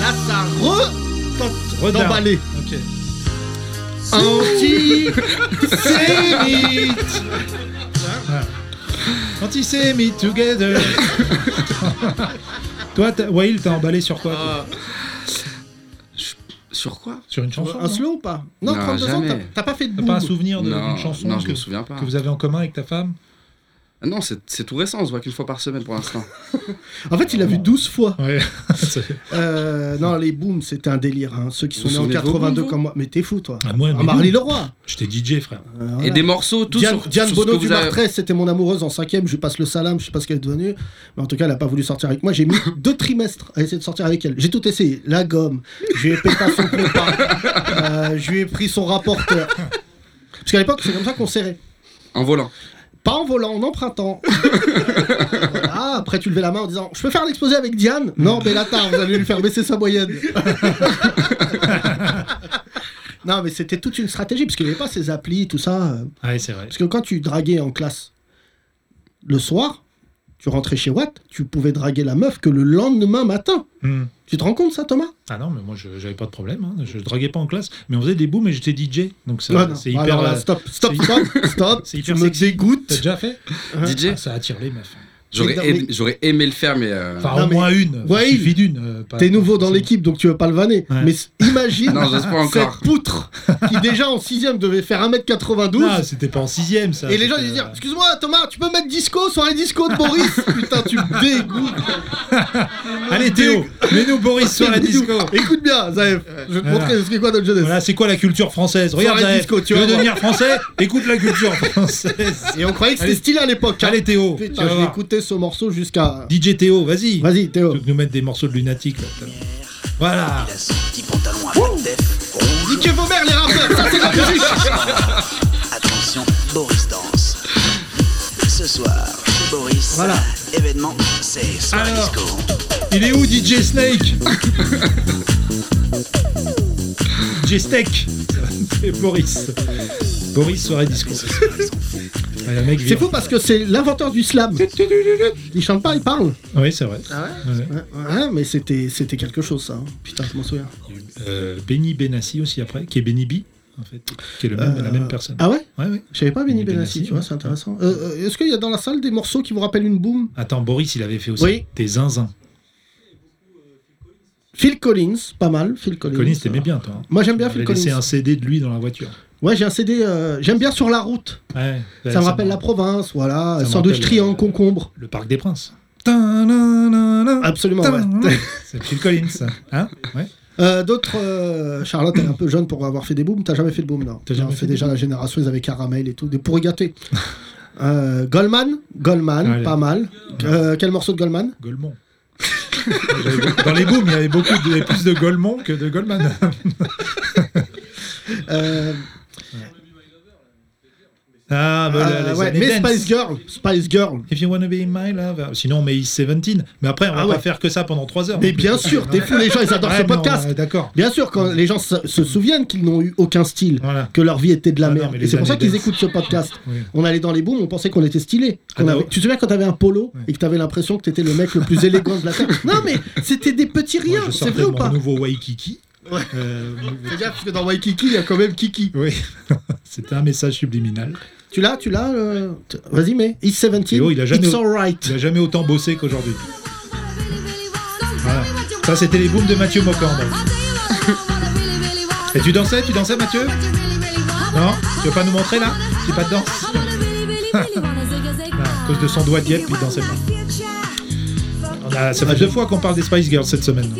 Speaker 3: Là, ça re.
Speaker 4: Redard.
Speaker 3: d'emballer.
Speaker 4: Ok.
Speaker 3: Anti-sémite.
Speaker 4: Antisémite together. toi, t'as- Wael, t'as emballé sur quoi
Speaker 5: Euh,
Speaker 4: toi
Speaker 5: Sur quoi
Speaker 4: Sur une chanson
Speaker 3: Un
Speaker 4: non
Speaker 3: slow ou pas Non,
Speaker 5: Non,
Speaker 3: 32 ans,
Speaker 5: jamais.
Speaker 3: t'as- t'as pas fait de
Speaker 4: T'as pas un
Speaker 3: boum.
Speaker 4: souvenir de-
Speaker 5: Non,
Speaker 4: d'une chanson
Speaker 5: non,
Speaker 4: que,
Speaker 5: je me souviens pas.
Speaker 4: que vous avez en commun avec ta femme
Speaker 5: Ah Non, c'est c'est tout récent, on se voit qu'une fois par semaine pour l'instant.
Speaker 3: En fait, il a vu 12 fois.
Speaker 4: Ouais.
Speaker 3: Euh, non, les booms, c'était un délire. hein. Ceux qui sont
Speaker 5: Vous
Speaker 3: nés en
Speaker 5: souvenez vos
Speaker 3: 82
Speaker 5: booms,
Speaker 3: comme moi. Mais t'es fou, toi.
Speaker 4: Ah, moi,
Speaker 3: Ah,
Speaker 4: mais
Speaker 3: Marley
Speaker 4: non.
Speaker 3: Leroy.
Speaker 4: J'étais DJ, frère.
Speaker 3: Euh,
Speaker 5: Et
Speaker 3: voilà.
Speaker 5: des morceaux, tout
Speaker 3: Diane,
Speaker 5: sur
Speaker 3: Diane
Speaker 5: sur ce
Speaker 3: Bono
Speaker 5: que
Speaker 3: du
Speaker 5: vous avez-
Speaker 3: Martres, c'était mon amoureuse en cinquième. Je lui passe le salam, je sais pas ce qu'elle est devenue. Mais en tout cas, elle a pas voulu sortir avec moi. J'ai mis deux trimestres à essayer de sortir avec elle. J'ai tout essayé. La gomme, je lui ai pété son compas, euh, je lui ai pris son rapporteur. Parce qu'à l'époque, c'est comme ça qu'on serrait.
Speaker 5: En volant.
Speaker 3: Pas en volant, en empruntant. Voilà, après, tu levais la main en disant Je peux faire un exposé avec Diane Non, mais là, tard, vous allez lui faire baisser sa moyenne. non, mais c'était toute une stratégie, parce qu'il n'y avait pas ces applis, tout ça. euh,
Speaker 4: Ah, ouais, c'est vrai.
Speaker 3: parce que quand tu draguais en classe le soir, tu rentrais chez Watt, tu pouvais draguer la meuf que le lendemain matin.
Speaker 4: Hmm.
Speaker 3: Tu te rends compte ça, Thomas
Speaker 4: Ah non, mais moi, je- j'avais pas de problème. hein. Je draguais pas en classe, mais on faisait des booms et j'étais DJ. Donc ça-
Speaker 3: Ouais, Ah non.
Speaker 4: c'est
Speaker 3: Alors
Speaker 4: hyper.
Speaker 3: là,
Speaker 4: euh,
Speaker 3: stop, stop,
Speaker 4: c'est-
Speaker 3: stop, stop.
Speaker 4: c'est
Speaker 3: tu
Speaker 4: hyper
Speaker 3: me
Speaker 4: sexy. T'as
Speaker 3: dégoûtes.
Speaker 4: déjà fait
Speaker 5: DJ
Speaker 4: Ah, Ça attire les meufs.
Speaker 5: J'aurais
Speaker 3: Mais non,
Speaker 5: aimé,
Speaker 3: mais-
Speaker 5: j'aurais aimé le faire, mais. euh,
Speaker 4: Enfin,
Speaker 3: Non,
Speaker 4: au
Speaker 3: mais-
Speaker 4: moins une.
Speaker 3: Ouais,
Speaker 4: il suffit d'une. euh, pas-
Speaker 3: T'es nouveau dans
Speaker 4: forcément.
Speaker 3: l'équipe, donc tu veux pas le vanner.
Speaker 4: Ouais.
Speaker 3: Mais s- imagine
Speaker 5: Non, j'ose pas encore.
Speaker 3: cette poutre qui déjà en 6ème devait faire 1m92.
Speaker 4: Ah, c'était pas en sixième, ça.
Speaker 3: et les gens ils
Speaker 4: c'était,
Speaker 3: disent
Speaker 4: euh,
Speaker 3: excuse-moi Thomas tu peux mettre disco soirée disco de Boris putain tu me dégoûtes
Speaker 4: Allez, Théo, mets-nous Boris sur la disco.
Speaker 3: écoute bien Zaev je vais te
Speaker 4: Voilà.
Speaker 3: montrer ce qu'est quoi notre jeunesse
Speaker 4: Voilà, c'est quoi la culture française Regarde,
Speaker 3: Soirée
Speaker 4: Zaev,
Speaker 3: disco, tu
Speaker 4: tu veux
Speaker 3: vas voir.
Speaker 4: devenir français Écoute la culture française.
Speaker 3: et on croyait que c'était
Speaker 4: Allez.
Speaker 3: stylé à l'époque hein.
Speaker 4: Allez, Théo. tu
Speaker 3: Putain,
Speaker 4: vas
Speaker 3: je vais
Speaker 4: voir.
Speaker 3: écouter ce morceau jusqu'à.
Speaker 4: DJ Théo, vas-y.
Speaker 3: Vas-y,
Speaker 4: Tu
Speaker 3: Théo.
Speaker 4: veux nous mettre des morceaux de lunatique, là. tout à l'heure. Voilà.
Speaker 8: Petit pantalon à flat def, rouge,
Speaker 3: Niquez vos mères, les rappeurs, ça c'est la musique
Speaker 8: attention, Boris danse. Ce soir, chez Boris,
Speaker 3: Voilà.
Speaker 8: événement, c'est soirée
Speaker 4: Alors.
Speaker 8: disco.
Speaker 4: Il est où, DJ Snake DJ Steak Et Boris. Boris, soirée disco. Ouais, le mec
Speaker 3: C'est
Speaker 4: vient.
Speaker 3: fou parce que c'est l'inventeur du slam. Il chante pas, il parle.
Speaker 4: Oui, c'est vrai. Ouais.
Speaker 3: Ah Ouais, ouais, mais c'était, c'était quelque chose, ça. hein. Putain, je m'en souviens.
Speaker 4: Euh, Benny Benassi aussi après, qui est Benny B. en fait, qui est le même,
Speaker 3: Euh,
Speaker 4: la même personne.
Speaker 3: Ah ouais
Speaker 4: Ouais, ouais.
Speaker 3: Je savais pas Benny
Speaker 4: Benny
Speaker 3: Benassi,
Speaker 4: Benassi,
Speaker 3: tu vois,
Speaker 4: ouais.
Speaker 3: c'est intéressant. Euh, euh, Est-ce qu'il y a dans la salle des morceaux qui vous rappellent une boom
Speaker 4: Attends, Boris, il avait fait aussi
Speaker 3: Oui.
Speaker 4: des zinzins.
Speaker 3: Phil Collins, pas mal, Phil Collins.
Speaker 4: Collins, t'aimais bien, toi. hein.
Speaker 3: Moi j'aime
Speaker 4: Il
Speaker 3: bien
Speaker 4: avait
Speaker 3: Phil
Speaker 4: laissé
Speaker 3: Collins.
Speaker 4: un CD de lui dans la voiture.
Speaker 3: Ouais, j'ai un CD, euh, j'aime bien Sur la route.
Speaker 4: Ouais,
Speaker 3: ça me rappelle la province, voilà.
Speaker 4: ça me
Speaker 3: Sandwich
Speaker 4: rappelle,
Speaker 3: triangle,
Speaker 4: euh,
Speaker 3: concombre.
Speaker 4: Le Parc des Princes. Absolument,
Speaker 3: Absolument, Ah, ouais.
Speaker 4: C'est Phil Collins, ça. Hein ouais.
Speaker 3: Euh, D'autres, euh, Charlotte, elle est un peu jeune pour avoir fait des booms. T'as jamais fait de boom, non
Speaker 4: T'as jamais
Speaker 3: Non,
Speaker 4: fait
Speaker 3: fait
Speaker 4: de
Speaker 3: déjà la génération, ils avaient caramel et tout, des pourri gâtés. Euh, Goldman, Goldman,
Speaker 4: Ouais,
Speaker 3: pas mal. Euh, quel morceau de Goldman
Speaker 4: Golemont. Dans les booms, il y avait beaucoup de, il y avait plus de Golemont que de Goldman.
Speaker 3: Euh,
Speaker 4: Ah, bah,
Speaker 3: euh,
Speaker 4: les
Speaker 3: ouais,
Speaker 4: années
Speaker 3: mais
Speaker 4: dance.
Speaker 3: Spice Girl, Spice Girl.
Speaker 4: If you wanna be my lover. Sinon, on met East 17. Mais après, on va
Speaker 3: Ah
Speaker 4: pas
Speaker 3: ouais.
Speaker 4: faire que ça pendant 3 heures.
Speaker 3: Mais bien sûr, des fous, les gens, ils adorent
Speaker 4: Ouais,
Speaker 3: ce
Speaker 4: mais
Speaker 3: podcast.
Speaker 4: on- D'accord.
Speaker 3: Bien sûr, quand les gens se, se souviennent qu'ils n'ont eu aucun style,
Speaker 4: Voilà.
Speaker 3: que leur vie était de la
Speaker 4: Ah non,
Speaker 3: merde.
Speaker 4: mais
Speaker 3: Et
Speaker 4: les
Speaker 3: c'est pour ça
Speaker 4: années
Speaker 3: qu'ils
Speaker 4: dance.
Speaker 3: écoutent ce podcast.
Speaker 4: Oui.
Speaker 3: On allait dans les booms, on pensait qu'on était stylé.
Speaker 4: Ah
Speaker 3: On
Speaker 4: bah
Speaker 3: avait-
Speaker 4: oui.
Speaker 3: Tu te souviens quand t'avais un polo et que t'avais l'impression que t'étais le mec le plus élégant de la terre Non, mais c'était des petits
Speaker 4: Moi,
Speaker 3: riens,
Speaker 4: je
Speaker 3: c'est
Speaker 4: sortais
Speaker 3: vrai
Speaker 4: de
Speaker 3: ou
Speaker 4: mon
Speaker 3: pas
Speaker 4: nouveau Waikiki.
Speaker 3: Ouais.
Speaker 4: Euh,
Speaker 3: Fais gaffe, parce que dans Waikiki, il y a quand même Kiki.
Speaker 4: oui, c'était un message subliminal.
Speaker 3: Tu l'as, tu l'as euh, t- Vas-y, mais It's 17,
Speaker 4: Théo, il a jamais-
Speaker 3: It's Alright.
Speaker 4: Il n'a jamais autant bossé qu'aujourd'hui. Voilà. Ça, c'était les booms de Mathieu Mocan. Et tu dansais, tu dansais, Mathieu Non Tu veux pas nous montrer là Tu fais pas de danse Ah. À cause de son doigt diète, puis il dansait pas. On a, ça fait deux fois qu'on parle des Spice Girls cette semaine.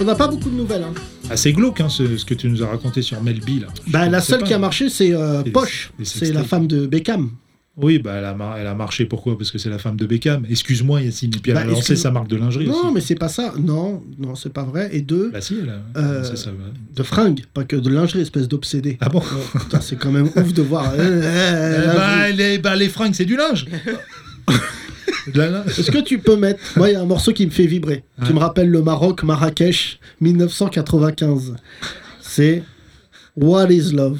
Speaker 3: On n'a pas beaucoup de nouvelles. hein.
Speaker 4: Assez glauque hein, ce, ce que tu nous as raconté sur Mel B. Là.
Speaker 3: Bah,
Speaker 4: Je
Speaker 3: la
Speaker 4: sais
Speaker 3: seule
Speaker 4: pas,
Speaker 3: qui a
Speaker 4: mais-
Speaker 3: marché, c'est euh,
Speaker 4: Et les-
Speaker 3: Poche.
Speaker 4: les
Speaker 3: C'est
Speaker 4: sextapes.
Speaker 3: la femme de Beckham.
Speaker 4: Oui, bah, elle, a mar- elle a marché. Pourquoi Parce que c'est la femme de Beckham. Excuse-moi, Yacine. Et puis elle
Speaker 3: Bah,
Speaker 4: a lancé
Speaker 3: excuse-
Speaker 4: sa marque de lingerie
Speaker 3: Non,
Speaker 4: aussi.
Speaker 3: mais c'est pas ça. Non, non, c'est pas vrai. Et deux,
Speaker 4: Bah si, elle a
Speaker 3: Euh,
Speaker 4: lancé sa-
Speaker 3: de fringues, pas que de lingerie, espèce d'obsédé.
Speaker 4: Ah bon
Speaker 3: Oh, putain, c'est quand même ouf de voir. euh, euh,
Speaker 4: Euh, bah,
Speaker 3: lingerie.
Speaker 4: les, bah, les fringues, c'est du linge. De la lin-
Speaker 3: Est-ce que tu peux mettre. Moi, il y a un morceau qui me fait vibrer, qui
Speaker 4: Ouais.
Speaker 3: me rappelle le Maroc, Marrakech, 1995. C'est What is Love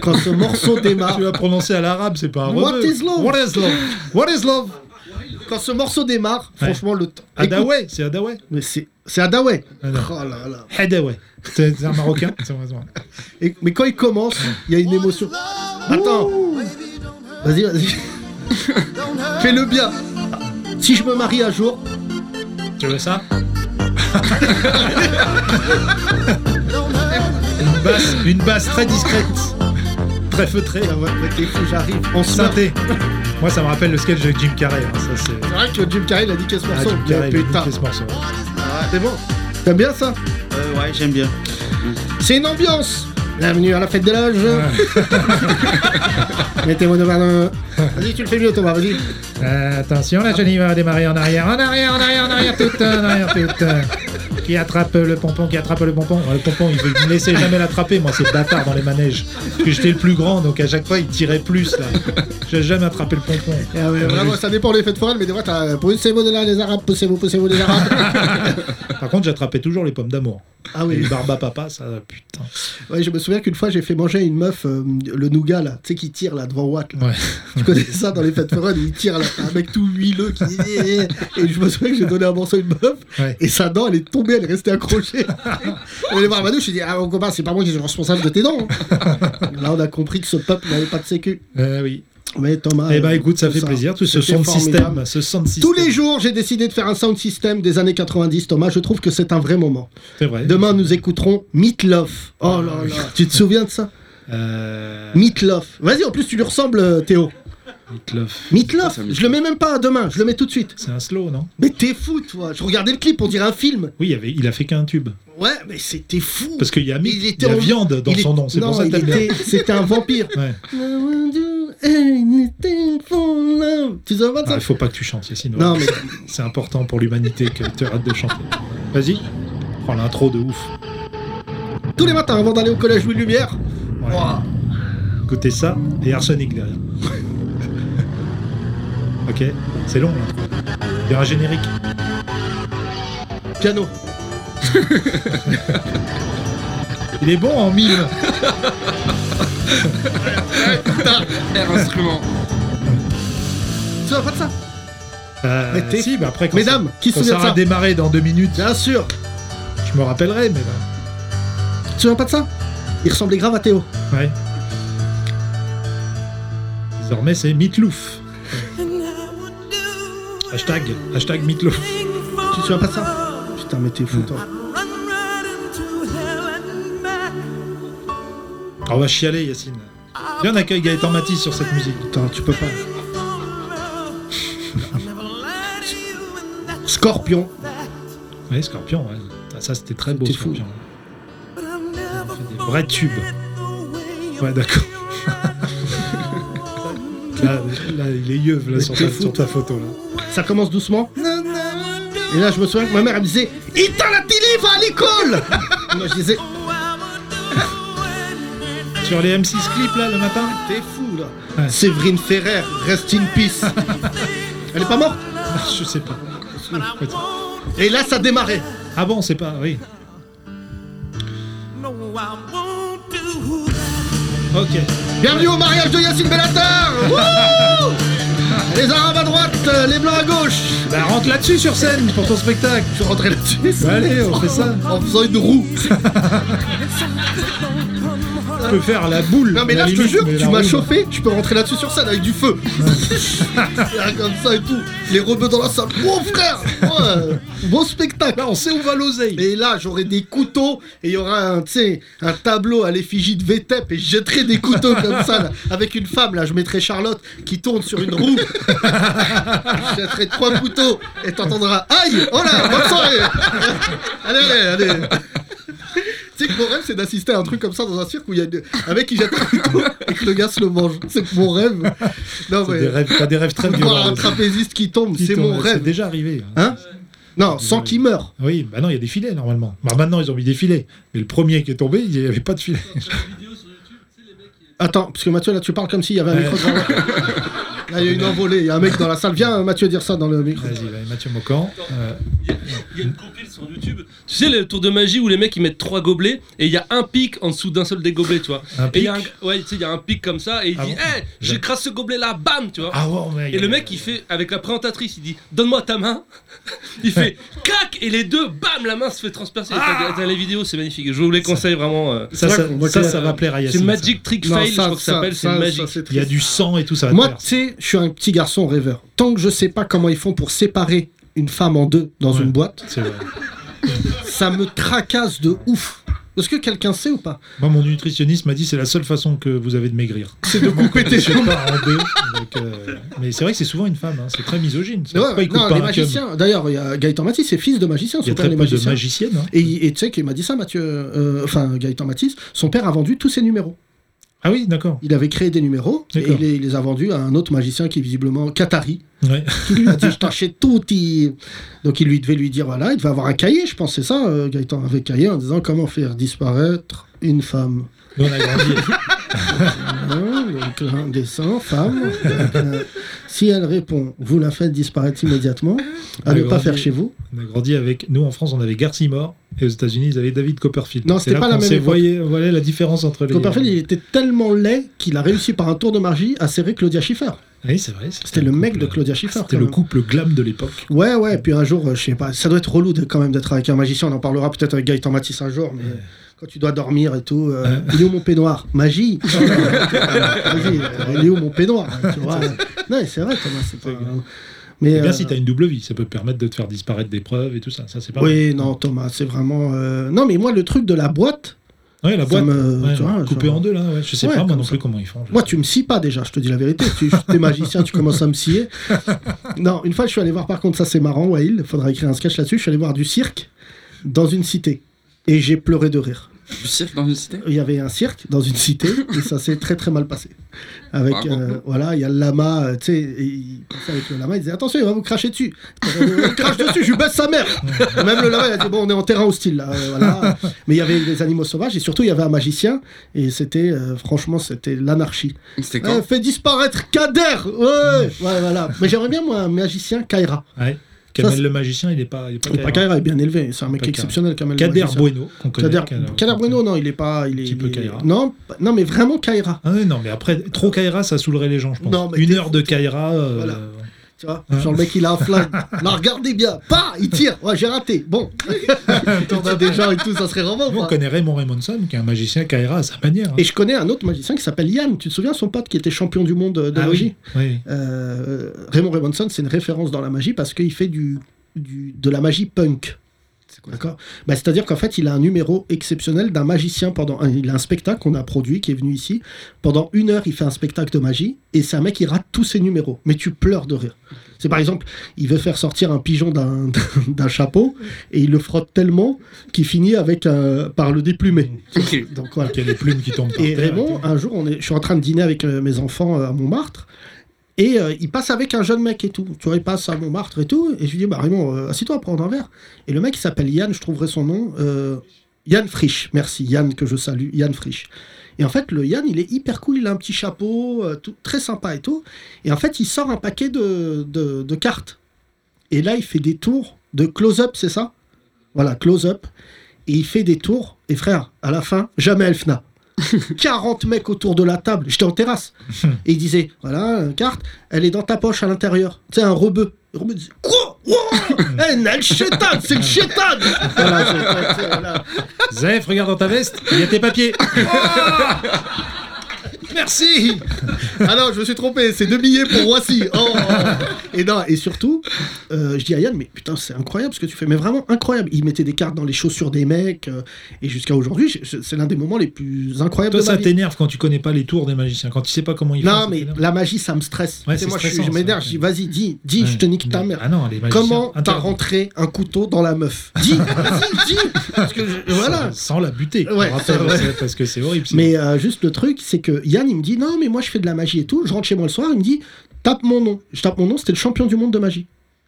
Speaker 3: Quand ce morceau démarre.
Speaker 4: Ah, Tu l'as prononcé à l'arabe, c'est pas un
Speaker 3: What
Speaker 4: rebeu.
Speaker 3: is love
Speaker 4: What is love What is love
Speaker 3: Quand ce morceau démarre,
Speaker 4: Ouais.
Speaker 3: franchement, le temps. Écoute,
Speaker 4: Hadaway, c'est Hadaway.
Speaker 3: mais c'est c'est Adaway.
Speaker 4: Ah non.
Speaker 3: Oh là là.
Speaker 4: Hadaway. C'est c'est un Marocain. c'est un Marocain.
Speaker 3: Et- mais quand il commence, il y a une émotion. Attends. Vas-y, vas-y. Fais-le bien. Si je me marie un jour,
Speaker 4: Tu veux ça une, basse, une basse très discrète, très feutrée,
Speaker 3: la voix de fou, j'arrive. En synthé.
Speaker 4: synthé. Moi, ça me rappelle le sketch de Jim Carrey. hein, Ça, c'est.
Speaker 3: C'est vrai que Jim Carrey, il a dit qu'est-ce que ce
Speaker 4: Ah,
Speaker 3: morceau
Speaker 4: Jim
Speaker 3: Mais
Speaker 4: Carrey, il a
Speaker 3: putain.
Speaker 4: niqué ce morceau.
Speaker 3: C'est bon. T'aimes bien ça
Speaker 7: Euh, ouais, j'aime bien.
Speaker 3: C'est une ambiance. Bienvenue à la fête des loges. Mettez-moi de main. Vas-y, tu le fais mieux, Thomas, vas-y.
Speaker 4: Euh, attention, la Johnny va démarrer en arrière, en arrière, en arrière, en arrière, tout, en arrière, tout. euh. Qui attrape le pompon, qui attrape le pompon. Ouais, Le pompon, il veut me laisser jamais l'attraper, moi, c'est bâtard dans les manèges. Parce que j'étais le plus grand, donc à chaque fois, il tirait plus, là. J'ai jamais attrapé le pompon.
Speaker 3: Ah ouais, vraiment, ça dépend des fêtes foraines, mais des fois, t'as. Poussez-vous de là, les Arabes, poussez-vous, poussez-vous, les Arabes.
Speaker 4: Par contre, j'attrapais toujours les pommes d'amour.
Speaker 3: ah
Speaker 4: Et
Speaker 3: oui,
Speaker 4: les barbes à papa, ça, putain.
Speaker 3: ouais, je me souviens qu'une fois, j'ai fait manger à une meuf euh, le nougat, là, tu sais, qui tire, là, devant Watt. là.
Speaker 4: Ouais.
Speaker 3: Tu connais ça dans les fêtes foraines, il tire, là, un mec tout huileux qui. eh, Et je me souviens que j'ai donné un morceau à une meuf,
Speaker 4: Ouais.
Speaker 3: et sa dent, elle est tombée, elle est restée accrochée. on est allé voir Mamadou, je lui ai dit, ah, mon copain, c'est pas moi qui suis responsable de tes dents. hein. là, on a compris que ce peuple n'avait pas de sécu.
Speaker 4: Euh, oui.
Speaker 3: Mais Thomas.
Speaker 4: Eh ben,
Speaker 3: euh,
Speaker 4: écoute, ça
Speaker 3: tout
Speaker 4: fait plaisir, tout ce
Speaker 3: C'était
Speaker 4: son de
Speaker 3: formidable.
Speaker 4: système, ce son de système.
Speaker 3: Tous les jours, j'ai décidé de faire un sound system des années 90, Thomas. Je trouve que c'est un vrai moment.
Speaker 4: C'est vrai.
Speaker 3: Demain, nous écouterons Meatloaf. Oh
Speaker 5: Ah
Speaker 3: là là. tu te souviens de ça
Speaker 4: Euh,
Speaker 3: Meatloaf. Vas-y, en plus, tu lui ressembles, euh, Théo.
Speaker 4: Meatloaf.
Speaker 3: Meatloaf,
Speaker 5: Ça, ça me
Speaker 3: je le mets même pas à demain, je le mets tout de suite.
Speaker 4: C'est un slow, non
Speaker 3: Mais t'es fou, toi. Je regardais le clip, on dirait un film.
Speaker 4: Oui, il, y avait, il a fait qu'un tube.
Speaker 3: Ouais, mais c'était fou.
Speaker 4: Parce qu'il y a, meat,
Speaker 3: Il
Speaker 4: il
Speaker 3: était
Speaker 4: y a
Speaker 3: en-
Speaker 4: viande dans
Speaker 3: Il est-
Speaker 4: son nom, c'est
Speaker 3: Non,
Speaker 4: pour ça que
Speaker 3: il
Speaker 4: t'aimes bien.
Speaker 3: était- C'était un vampire.
Speaker 4: Ouais.
Speaker 3: I won't do anything for love. Tu te souviens de
Speaker 4: Ah,
Speaker 3: ça
Speaker 4: il faut pas que tu chantes, Yacine.
Speaker 3: Non,
Speaker 4: ouais.
Speaker 3: mais
Speaker 4: C'est important pour l'humanité que tu arrêtes de chanter. Vas-y. Oh, l'intro de ouf.
Speaker 3: tous les matins, avant d'aller au collège Louis Lumière,
Speaker 4: Ouais. Écoutez ça et Arsenic derrière. ok, c'est long. Là. Il y a un générique.
Speaker 3: piano.
Speaker 4: Il est bon en mime.
Speaker 5: Air instrument.
Speaker 3: Tu te souviens pas de ça
Speaker 4: Euh,
Speaker 3: Mais t'es-
Speaker 4: si, bah après, quand
Speaker 3: Mesdames,
Speaker 4: ça,
Speaker 3: qui se
Speaker 4: quand
Speaker 3: souvient
Speaker 4: ça
Speaker 3: de
Speaker 4: aura
Speaker 3: ça
Speaker 4: démarré dans deux minutes,
Speaker 3: Bien sûr.
Speaker 4: je me rappellerai. Mais bah,
Speaker 3: Tu te souviens pas de ça Il ressemblait grave à Théo.
Speaker 4: Ouais. Désormais, c'est Mitlouf. Hashtag, hashtag Mitlouf.
Speaker 3: Tu te souviens pas de ça Putain, mais t'es fou, toi.
Speaker 4: On va chialer, Yacine. Viens, on accueille Gaëtan Matisse sur cette musique.
Speaker 3: Putain, tu peux pas. Scorpion.
Speaker 4: Ouais, Scorpion, ouais. Putain, Ça, c'était très beau,
Speaker 3: C'était fou.
Speaker 4: Scorpion. On fait des vrais tubes. Ouais, d'accord. là, là, il est yeuve, là, sur
Speaker 3: t'es
Speaker 4: ta,
Speaker 3: fou,
Speaker 4: sur ta photo, là.
Speaker 3: Ça commence doucement. Et là, je me souviens que ma mère, elle me disait Éteins la télé, va à l'école Moi, je disais
Speaker 4: Sur les M6 clips, là, le matin
Speaker 3: T'es fou, là
Speaker 4: Ouais.
Speaker 3: Séverine Ferrer, rest in peace Elle est pas morte
Speaker 4: Ah, Je sais pas.
Speaker 3: Et là, ça démarrait.
Speaker 4: Ah bon, c'est pas, oui. Ok.
Speaker 3: Bienvenue au mariage de Yacine Bellatar Wouh Les arabes à droite, les blancs à gauche
Speaker 4: Bah, rentre là-dessus sur scène pour ton spectacle. Bah,
Speaker 3: Je rentrais là-dessus.
Speaker 4: Allez, on fait ça.
Speaker 3: En faisant une roue.
Speaker 4: Tu peux faire la boule.
Speaker 3: Non mais
Speaker 4: la
Speaker 3: là je te
Speaker 4: limite,
Speaker 3: jure,
Speaker 4: mais
Speaker 3: tu
Speaker 4: la
Speaker 3: m'as
Speaker 4: roue,
Speaker 3: chauffé, je peux rentrer là-dessus sur scène avec du feu. Là, comme ça et tout. Les rebeux dans la salle. Bon frère Ouais, Bon spectacle
Speaker 4: Là, on sait où va l'oseille.
Speaker 3: Et là j'aurai des couteaux et il y aura un, tu sais, un tableau à l'effigie de VTEP et je jetterai des couteaux comme ça là. avec une femme là, je mettrai Charlotte qui tourne sur une roue. je jetterai trois couteaux et t'entendras Aïe Oh là Bonne soirée Allez allez allez tu sais que mon rêve, c'est d'assister à un truc comme ça dans un cirque où il y a une- un mec qui jette un couteau et que le gars se le mange. C'est que mon rêve. Non,
Speaker 4: T'as des
Speaker 3: mais.
Speaker 4: rêves, t'as des rêves très
Speaker 3: Voir
Speaker 4: violents.
Speaker 3: un trapéziste qui tombe,
Speaker 4: Qui
Speaker 3: Oh, c'est
Speaker 4: t'ont-
Speaker 3: mon rêve.
Speaker 4: déjà arrivé.
Speaker 3: Hein Non, sans qu'il meure.
Speaker 4: Oui, bah non, il y a des filets normalement. Bah maintenant, ils ont mis des filets. Mais le premier qui est tombé, il n'y avait pas de filet.
Speaker 3: Attends, parce que Mathieu, là, tu parles comme s'il y avait un
Speaker 4: Ouais.
Speaker 3: micro devant moi. Là, il y a une envolée. Il y a un mec dans la salle. Viens, Mathieu, dire ça dans le micro.
Speaker 4: Vas-y, là, Mathieu Mocan. Euh,
Speaker 9: Il y a une compile sur YouTube. Tu sais, le tour de magie où les mecs ils mettent trois gobelets et il y a un pic en dessous d'un seul des gobelets, tu vois.
Speaker 4: un
Speaker 9: Et il
Speaker 4: pic.
Speaker 9: y a un, ouais, tu sais, il y a un pic comme ça et il
Speaker 4: Ah
Speaker 9: dit
Speaker 4: bon
Speaker 9: Hé, j'écrase ce gobelet là, bam, tu vois.
Speaker 4: Ah ouais, ouais,
Speaker 9: Et le mec il fait avec la présentatrice, il dit donne-moi ta main. Il fait cac et les deux, bam, la main se fait transpercer. T'as- T'as les vidéos, c'est magnifique. Je vous les conseille vraiment. euh,
Speaker 3: C'est
Speaker 4: Ça, ça,
Speaker 3: vrai qu'on
Speaker 4: ça,
Speaker 3: voit
Speaker 4: ça
Speaker 9: que-
Speaker 4: va plaire à
Speaker 9: c'est
Speaker 4: Yacine. ça.
Speaker 9: Magic Trick
Speaker 3: Non,
Speaker 9: Fail, je
Speaker 3: ça,
Speaker 9: crois que ça
Speaker 3: ça,
Speaker 9: s'appelle. C'est
Speaker 3: ça,
Speaker 9: magique.
Speaker 3: ça, c'est
Speaker 4: Il y a du sang et tout, ça va
Speaker 3: Moi,
Speaker 4: plaire.
Speaker 3: tu sais, je suis un petit garçon rêveur. Tant que je sais pas comment ils font pour séparer une femme en deux dans
Speaker 4: Ouais.
Speaker 3: une boîte,
Speaker 4: C'est vrai.
Speaker 3: ça me tracasse de ouf. Est-ce que quelqu'un sait ou pas
Speaker 4: Moi, mon nutritionniste m'a dit c'est la seule façon que vous avez de maigrir.
Speaker 3: C'est de couper tes
Speaker 4: Je pars en deux. donc, euh, Mais c'est vrai que c'est souvent une femme. hein, C'est très misogyne. ça.
Speaker 3: Ouais,
Speaker 4: Pourquoi il coupe
Speaker 3: non, les
Speaker 4: pas un cum
Speaker 3: magiciens. D'ailleurs, il y a Gaëtan Matisse, c'est fils de magicien.
Speaker 4: Il y
Speaker 3: Son
Speaker 4: a
Speaker 3: père
Speaker 4: très
Speaker 3: est
Speaker 4: peu de
Speaker 3: magicien.
Speaker 4: magiciennes. hein.
Speaker 3: Et il- et tu sais qu'il m'a dit ça, Mathieu. euh, Enfin, Gaëtan Matisse. Son père a vendu tous ses numéros.
Speaker 4: Ah oui, d'accord.
Speaker 3: Il avait créé des numéros et
Speaker 4: D'accord.
Speaker 3: il les, il les a vendus à un autre magicien qui est visiblement Qatari.
Speaker 4: Ouais.
Speaker 3: Qui lui a dit Je t'achète tout. il- Donc il lui devait lui dire Voilà, il devait avoir un cahier, je pense, c'est ça. euh, Gaëtan avait cahier en disant Comment faire disparaître une femme.
Speaker 4: Nous, on a grandi.
Speaker 3: Hein, donc un dessin, femme. Donc, euh, si elle répond Vous la faites disparaître immédiatement, à
Speaker 4: Le
Speaker 3: ne pas
Speaker 4: grand
Speaker 3: faire
Speaker 4: Dieu.
Speaker 3: chez vous.
Speaker 4: On a grandi avec. Nous, en France, on avait Garcimore et aux États-Unis, ils avaient David Copperfield.
Speaker 3: Non,
Speaker 4: C'est
Speaker 3: c'était
Speaker 4: là
Speaker 3: pas la
Speaker 4: qu'on
Speaker 3: même
Speaker 4: s'est
Speaker 3: époque.
Speaker 4: voyé- voilà la différence entre les.
Speaker 3: Copperfield, il était tellement laid qu'il a réussi par un tour de magie à serrer Claudia Schiffer.
Speaker 4: Ah Oui, c'est vrai. C'était
Speaker 3: C'était le mec
Speaker 4: couple-
Speaker 3: de Claudia Schiffer.
Speaker 4: C'était
Speaker 3: quand
Speaker 4: le
Speaker 3: même.
Speaker 4: couple glam de l'époque.
Speaker 3: Ouais, ouais, puis un jour, euh, je sais pas, ça doit être relou de- quand même d'être avec un magicien, on en parlera peut-être avec Gaëtan Matisse un jour, mais quand tu dois dormir et tout, euh, il est où mon peignoir Magie Ah, Vas-y, euh, il est où mon peignoir Tu vois Non, mais c'est vrai, Thomas, c'est pas... Mais,
Speaker 4: Eh bien,
Speaker 3: euh,
Speaker 4: si t'as une double vie, ça peut te permettre de te faire disparaître des preuves et tout ça. Ça, c'est pas.
Speaker 3: Oui, non, Thomas, c'est vraiment... euh, Non, mais moi, le truc de la boîte,
Speaker 4: mal. Ouais, la
Speaker 3: ça
Speaker 4: boîte.
Speaker 3: me-
Speaker 4: ouais,
Speaker 3: tu vois,
Speaker 4: coupée
Speaker 3: genre-
Speaker 4: en deux, là. ouais. Je sais
Speaker 3: Ouais,
Speaker 4: pas, moi
Speaker 3: comme
Speaker 4: non
Speaker 3: ça.
Speaker 4: plus, comment ils font. je-
Speaker 3: Moi, tu me scies pas déjà, je te dis la vérité. Tu es magicien, tu commences à me scier. Non, une fois, je suis allé voir, par contre, ça c'est marrant, Wail, faudra écrire un sketch là-dessus. Je suis allé voir du cirque dans une cité. Et j'ai pleuré de rire.
Speaker 5: Du cirque dans une cité
Speaker 3: Il y avait un cirque dans une cité et ça s'est très très mal passé. Avec,
Speaker 5: Ah,
Speaker 3: euh, voilà, il y a le lama, euh, tu sais, et il passait avec le lama, il disait attention, il va vous cracher dessus. Il crache dessus, je lui baisse sa mère. Et même le lama, il a dit bon, on est en terrain hostile là, euh, voilà. Mais il y avait des animaux sauvages et surtout il y avait un magicien et c'était, euh, franchement, c'était l'anarchie.
Speaker 5: C'était
Speaker 3: Euh,
Speaker 5: quand
Speaker 3: fait disparaître Kader Ouais, ouais
Speaker 4: Hmm.
Speaker 3: voilà. Mais j'aimerais bien, moi, un magicien Kaira.
Speaker 4: Ouais.
Speaker 3: Ça,
Speaker 4: Kamel
Speaker 3: c'est-
Speaker 4: le magicien, il est pas. il est pas
Speaker 3: Pas
Speaker 4: Kader.
Speaker 3: Kaira est bien élevé, c'est un mec
Speaker 4: Pas Kaira.
Speaker 3: exceptionnel quand même. le
Speaker 4: Kader
Speaker 3: magicien.
Speaker 4: Bueno, qu'on connaît.
Speaker 3: Kader, Kader Bueno, non, il est pas. Il est,
Speaker 4: Petit peu
Speaker 3: il est-
Speaker 4: Kaira.
Speaker 3: Non, pas- non, mais vraiment Kaira.
Speaker 4: Ah ouais, non, mais après, trop Kaira, ça saoulerait les gens, je pense.
Speaker 3: Non, mais
Speaker 4: Une
Speaker 3: t'es
Speaker 4: heure de Kaira. euh,
Speaker 3: Voilà. Tu vois Genre le mec il a un flingue. Là regardez bien, pas, il tire. Ouais j'ai raté. Bon, on a des gens et tout, ça serait vraiment.
Speaker 4: Nous, on
Speaker 3: quoi.
Speaker 4: connaît Raymond Raymonson, qui est un magicien qui aéra à sa manière. hein.
Speaker 3: Et je connais un autre magicien qui s'appelle Yann. Tu te souviens son pote qui était champion du monde euh, de
Speaker 4: Ah
Speaker 3: magie
Speaker 4: oui, oui.
Speaker 3: Euh, Raymond Raymonson, c'est une référence dans la magie parce qu'il fait du, du- de la magie punk. D'accord Bah, C'est-à-dire qu'en fait, il a un numéro exceptionnel d'un magicien. pendant un, Il a un spectacle qu'on a produit qui est venu ici. Pendant une heure, il fait un spectacle de magie et c'est un mec qui rate tous ses numéros. Mais tu pleures de rire. C'est par exemple, il veut faire sortir un pigeon d'un- d'un chapeau et il le frotte tellement qu'il finit avec euh, par le déplumer. Donc voilà.
Speaker 4: Il y a des plumes qui tombent par
Speaker 3: Et
Speaker 4: terre.
Speaker 3: Raymond, un jour, on est, je suis en train de dîner avec euh, mes enfants euh, à Montmartre. Et euh, il passe avec un jeune mec et tout. Tu vois, il passe à Montmartre et tout. Et je lui dis, bah Raymond, euh, assis-toi, prendre un verre. Et le mec, il s'appelle Yann, je trouverai son nom. euh, Yann Frisch, merci. Yann, que je salue. Yann Frisch. Et en fait, le Yann, il est hyper cool. Il a un petit chapeau, euh, tout, très sympa et tout. Et en fait, il sort un paquet de, de- de cartes. Et là, il fait des tours de close-up, c'est ça Voilà, close-up. Et il fait des tours. Et frère, à la fin, jamais Elfna. 40 mecs autour de la table. J'étais en terrasse. Et il disait Voilà, une carte, elle est dans ta poche à l'intérieur. Tu sais, un rebeu. Le rebeu disait Quoi Wow Eh, Nel Shetan, c'est le Shetan Voilà, c'est- c'est- voilà.
Speaker 4: Zef, regarde dans ta veste, il y a tes papiers.
Speaker 3: Merci Ah non, je me suis trompé, c'est deux billets pour Roissy. Oh. Et non, et surtout, euh, je dis à Yann, mais putain, c'est incroyable ce que tu fais, mais vraiment incroyable. Il mettait des cartes dans les chaussures des mecs, euh, et jusqu'à aujourd'hui, je- je- c'est l'un des moments les plus incroyables
Speaker 4: Toi,
Speaker 3: de ma
Speaker 4: ça
Speaker 3: vie.
Speaker 4: t'énerve quand tu connais pas les tours des magiciens, quand tu sais pas comment ils font.
Speaker 3: Non,
Speaker 4: ça
Speaker 3: mais
Speaker 4: t'énerve.
Speaker 3: la magie, ça me stresse.
Speaker 4: Ouais,
Speaker 3: Tu sais,
Speaker 4: c'est
Speaker 3: moi, je, suis-
Speaker 4: stressant,
Speaker 3: je
Speaker 4: ça.
Speaker 3: m'énerve, je dis, vas-y, dis, dis,
Speaker 4: Ouais.
Speaker 3: je te nique ta mère.
Speaker 4: Ah non, les magiciens.
Speaker 3: Comment t'as
Speaker 4: interdits.
Speaker 3: rentré un couteau dans la meuf Dis, vas-y, dis Parce que je- Voilà
Speaker 4: Sans, sans la buter.
Speaker 3: Ouais,
Speaker 4: on rappelle,
Speaker 3: c'est vrai.
Speaker 4: c'est- parce que c'est horrible. c'est-
Speaker 3: Mais euh, juste le truc, c'est que Yann, il me dit Non, mais moi je fais de la magie et tout. Je rentre chez moi le soir, il me dit Tape mon nom. Je tape mon nom, c'était le champion du monde de magie.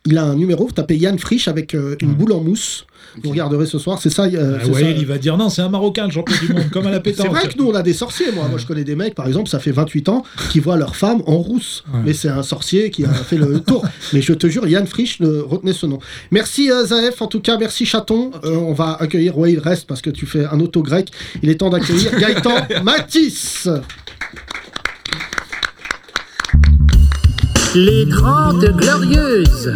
Speaker 3: Il a un numéro, vous tapez Yann Frisch avec euh, une
Speaker 4: Ouais.
Speaker 3: boule en mousse. Vous regarderez ce soir, c'est ça. euh,
Speaker 4: Mmh. Ah
Speaker 3: c'est
Speaker 4: ouais,
Speaker 3: ça.
Speaker 4: il va dire non, c'est un Marocain, le champion du monde, comme à la pétanque.
Speaker 3: C'est vrai que nous on a des sorciers, moi. Moi je connais des mecs, par exemple, ça fait 28 ans, qui voient leur femme en rousse.
Speaker 4: Ouais.
Speaker 3: Mais c'est un sorcier qui a fait le tour. Mais je te jure, Yann Frisch, le- retenez ce nom. Merci euh, Zaef, en tout cas, merci Chaton. Euh, on va accueillir, ouais, il reste parce que tu fais un auto grec. Il est temps d'accueillir Gaëtan Matisse.
Speaker 1: Les Trente Glorieuses.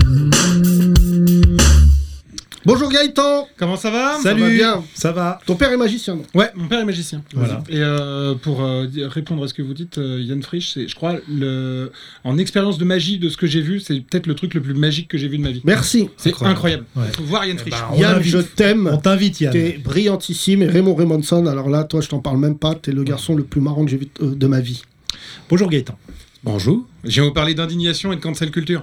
Speaker 3: Bonjour Gaëtan
Speaker 6: Comment ça va
Speaker 4: Salut.
Speaker 3: Ça va bien.
Speaker 4: Ça va.
Speaker 3: Ton père est magicien, non
Speaker 6: Ouais, mon père est magicien.
Speaker 4: Voilà.
Speaker 6: Et euh, pour euh, di- répondre à ce que vous dites, euh, Yann Frisch, c'est, je crois, le... en expérience de magie de ce que j'ai vu, c'est peut-être le truc le plus magique que j'ai vu de ma vie.
Speaker 3: Merci.
Speaker 6: C'est
Speaker 4: Incroyable.
Speaker 6: incroyable.
Speaker 4: Ouais.
Speaker 6: Faut voir Yann Frisch.
Speaker 4: ben, On
Speaker 3: Yann,
Speaker 4: l'invite.
Speaker 3: je
Speaker 4: On
Speaker 3: t'aime.
Speaker 4: t'invite, Yann.
Speaker 3: T'es brillantissime et Raymond Raymonson, alors là, toi, je t'en parle même pas, t'es le garçon le plus marrant que j'ai vu euh, de ma vie.
Speaker 4: Bonjour Gaëtan.
Speaker 6: Bonjour. Je vais vous parler d'indignation et de cancel culture.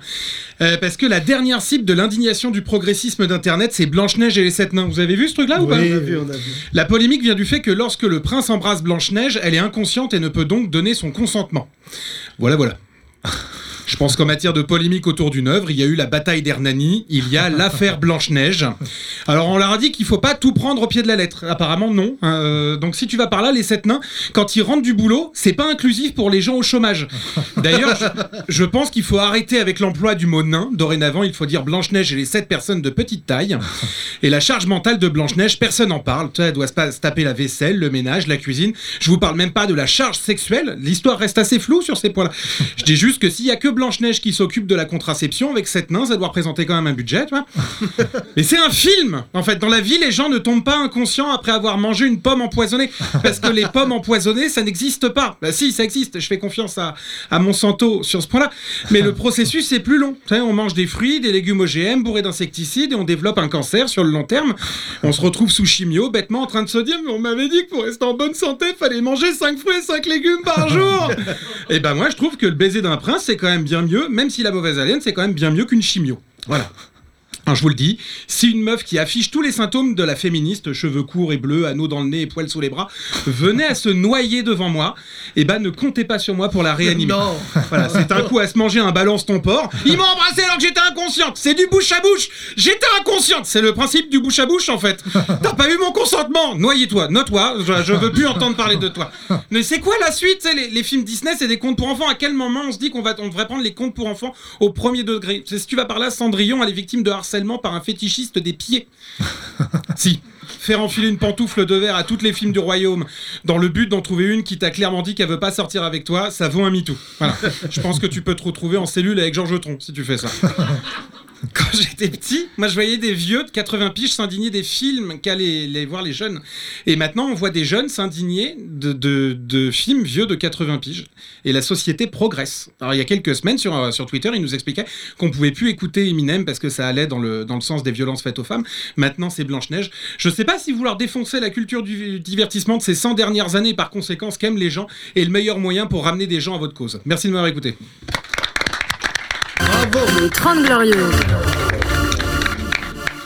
Speaker 6: Euh, parce que la dernière cible de l'indignation du progressisme d'Internet, c'est Blanche-Neige et les Sept Nains. Vous avez Ah, vu ce truc-là ou pas
Speaker 4: Oui.
Speaker 3: on a vu.
Speaker 6: La polémique vient du fait que lorsque le prince embrasse Blanche-Neige, elle est inconsciente et ne peut donc donner son consentement. Voilà, voilà. Je pense qu'en matière de polémique autour d'une œuvre, il y a eu la bataille d'Hernani, il y a l'affaire Blanche-Neige. Alors on leur a dit qu'il faut pas tout prendre au pied de la lettre. Apparemment non. Euh, donc si tu vas par là, les sept nains, quand ils rentrent du boulot, c'est pas inclusif pour les gens au chômage. D'ailleurs, je, je pense qu'il faut arrêter avec l'emploi du mot nain. Dorénavant, il faut dire Blanche-Neige et les sept personnes de petite taille. Et la charge mentale de Blanche-Neige, personne n'en parle. Tu sais, Elle doit se pa- se taper la vaisselle, le ménage, la cuisine. Je vous parle même pas de la charge sexuelle. L'histoire reste assez floue sur ces points-là. Je dis juste que s'il y a que Blanche-Neige qui s'occupe de la contraception avec cette nains, elle doit représenter quand même un budget. tu vois. Mais c'est un film En fait, dans la vie, les gens ne tombent pas inconscients après avoir mangé une pomme empoisonnée. Parce que les pommes empoisonnées, ça n'existe pas. Bah si, ça existe. Je fais confiance à, à Monsanto sur ce point-là. Mais le processus, c'est plus long. Tu sais, on mange des fruits, des légumes OGM bourrés d'insecticides et on développe un cancer sur le long terme. On se retrouve sous chimio, bêtement en train de se dire Mais on m'avait dit que pour rester en bonne santé, fallait manger 5 fruits et 5 légumes par jour Et ben moi, je trouve que le baiser d'un prince, c'est quand même bien mieux, même si la mauvaise haleine, c'est quand même bien mieux qu'une chimio. Voilà. Alors, je vous le dis, si une meuf qui affiche tous les symptômes de la féministe, cheveux courts et bleus, anneaux dans le nez et poils sous les bras, venait à se noyer devant moi, eh ben ne comptez pas sur moi pour la réanimer.
Speaker 3: Non
Speaker 6: Voilà, c'est un coup à se manger un balance ton porc. Il m'a embrassé alors que j'étais inconsciente. C'est du bouche à bouche. J'étais inconsciente. C'est le principe du bouche à bouche en fait. T'as pas eu mon consentement. Noyez-toi, noie-toi. Je, je veux plus entendre parler de toi. Mais c'est quoi la suite tu sais, les, les films Disney, c'est des contes pour enfants. À quel moment on se dit qu'on va, on devrait prendre les contes pour enfants au premier degré C'est si tu vas par là, Cendrillon, elle est victime de harcèlement harcèlement par un fétichiste des pieds. si. Faire enfiler une pantoufle de verre à toutes les films du royaume dans le but d'en trouver une qui t'a clairement dit qu'elle veut pas sortir avec toi, ça vaut un MeToo. Voilà. Je pense que tu peux te retrouver en cellule avec Georges Tron si tu fais ça. Quand j'étais petit, moi je voyais des vieux de 80 piges s'indigner des films qu'allaient les voir les jeunes. Et maintenant on voit des jeunes s'indigner de, de- de films vieux de 80 piges. Et la société progresse. Alors il y a quelques semaines sur, euh, sur Twitter, il nous expliquait qu'on pouvait plus écouter Eminem parce que ça allait dans le, dans le sens des violences faites aux femmes. Maintenant c'est Blanche-Neige. Je sais pas si vouloir défoncer la culture du divertissement de ces 100 dernières années et par conséquent ce qu'aiment les gens est le meilleur moyen pour ramener des gens à votre cause. Merci de m'avoir écouté.
Speaker 2: Les 30 Glorieuses.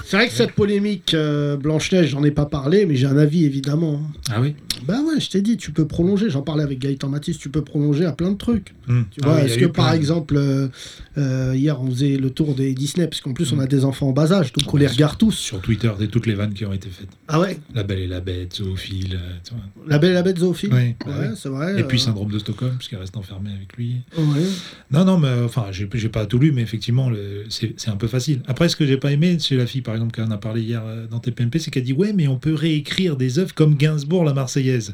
Speaker 3: C'est vrai que cette polémique euh, Blanche-Neige, j'en ai pas parlé, mais j'ai un avis évidemment.
Speaker 4: Ah oui
Speaker 3: Bah ouais, je t'ai dit, tu peux prolonger, j'en parlais avec Gaëtan Matisse, tu peux prolonger à plein de trucs.
Speaker 4: Hmm.
Speaker 3: Tu
Speaker 4: Ah
Speaker 3: vois,
Speaker 4: oui, il y
Speaker 3: est-ce
Speaker 4: a
Speaker 3: que
Speaker 4: eu plein
Speaker 3: par
Speaker 4: de-
Speaker 3: exemple, euh, euh, hier on faisait le tour des Disney, parce qu'en plus on a des enfants en bas âge, donc on les regarde tous.
Speaker 4: Sur Twitter, des toutes les vannes qui ont été faites.
Speaker 3: Ah ouais,
Speaker 4: La belle et la bête, zoophile. euh, tu vois.
Speaker 3: la belle et la bête zoophile.
Speaker 4: Ouais,
Speaker 3: Ouais,
Speaker 4: bah oui.
Speaker 3: c'est euh, vrai. euh,
Speaker 4: Et puis
Speaker 3: ça.
Speaker 4: syndrome de Stockholm, puisqu'elle reste enfermée avec lui. Non, non, mais euh, enfin, j'ai j'ai pas tout lu, mais effectivement, le- c'est c'est un peu facile. Après, ce que j'ai pas aimé, c'est la fille, par exemple, qu'on a parlé hier euh, dans TPMP, c'est qu'elle dit Ouais, mais on peut réécrire des œuvres comme Gainsbourg, la Marseillaise.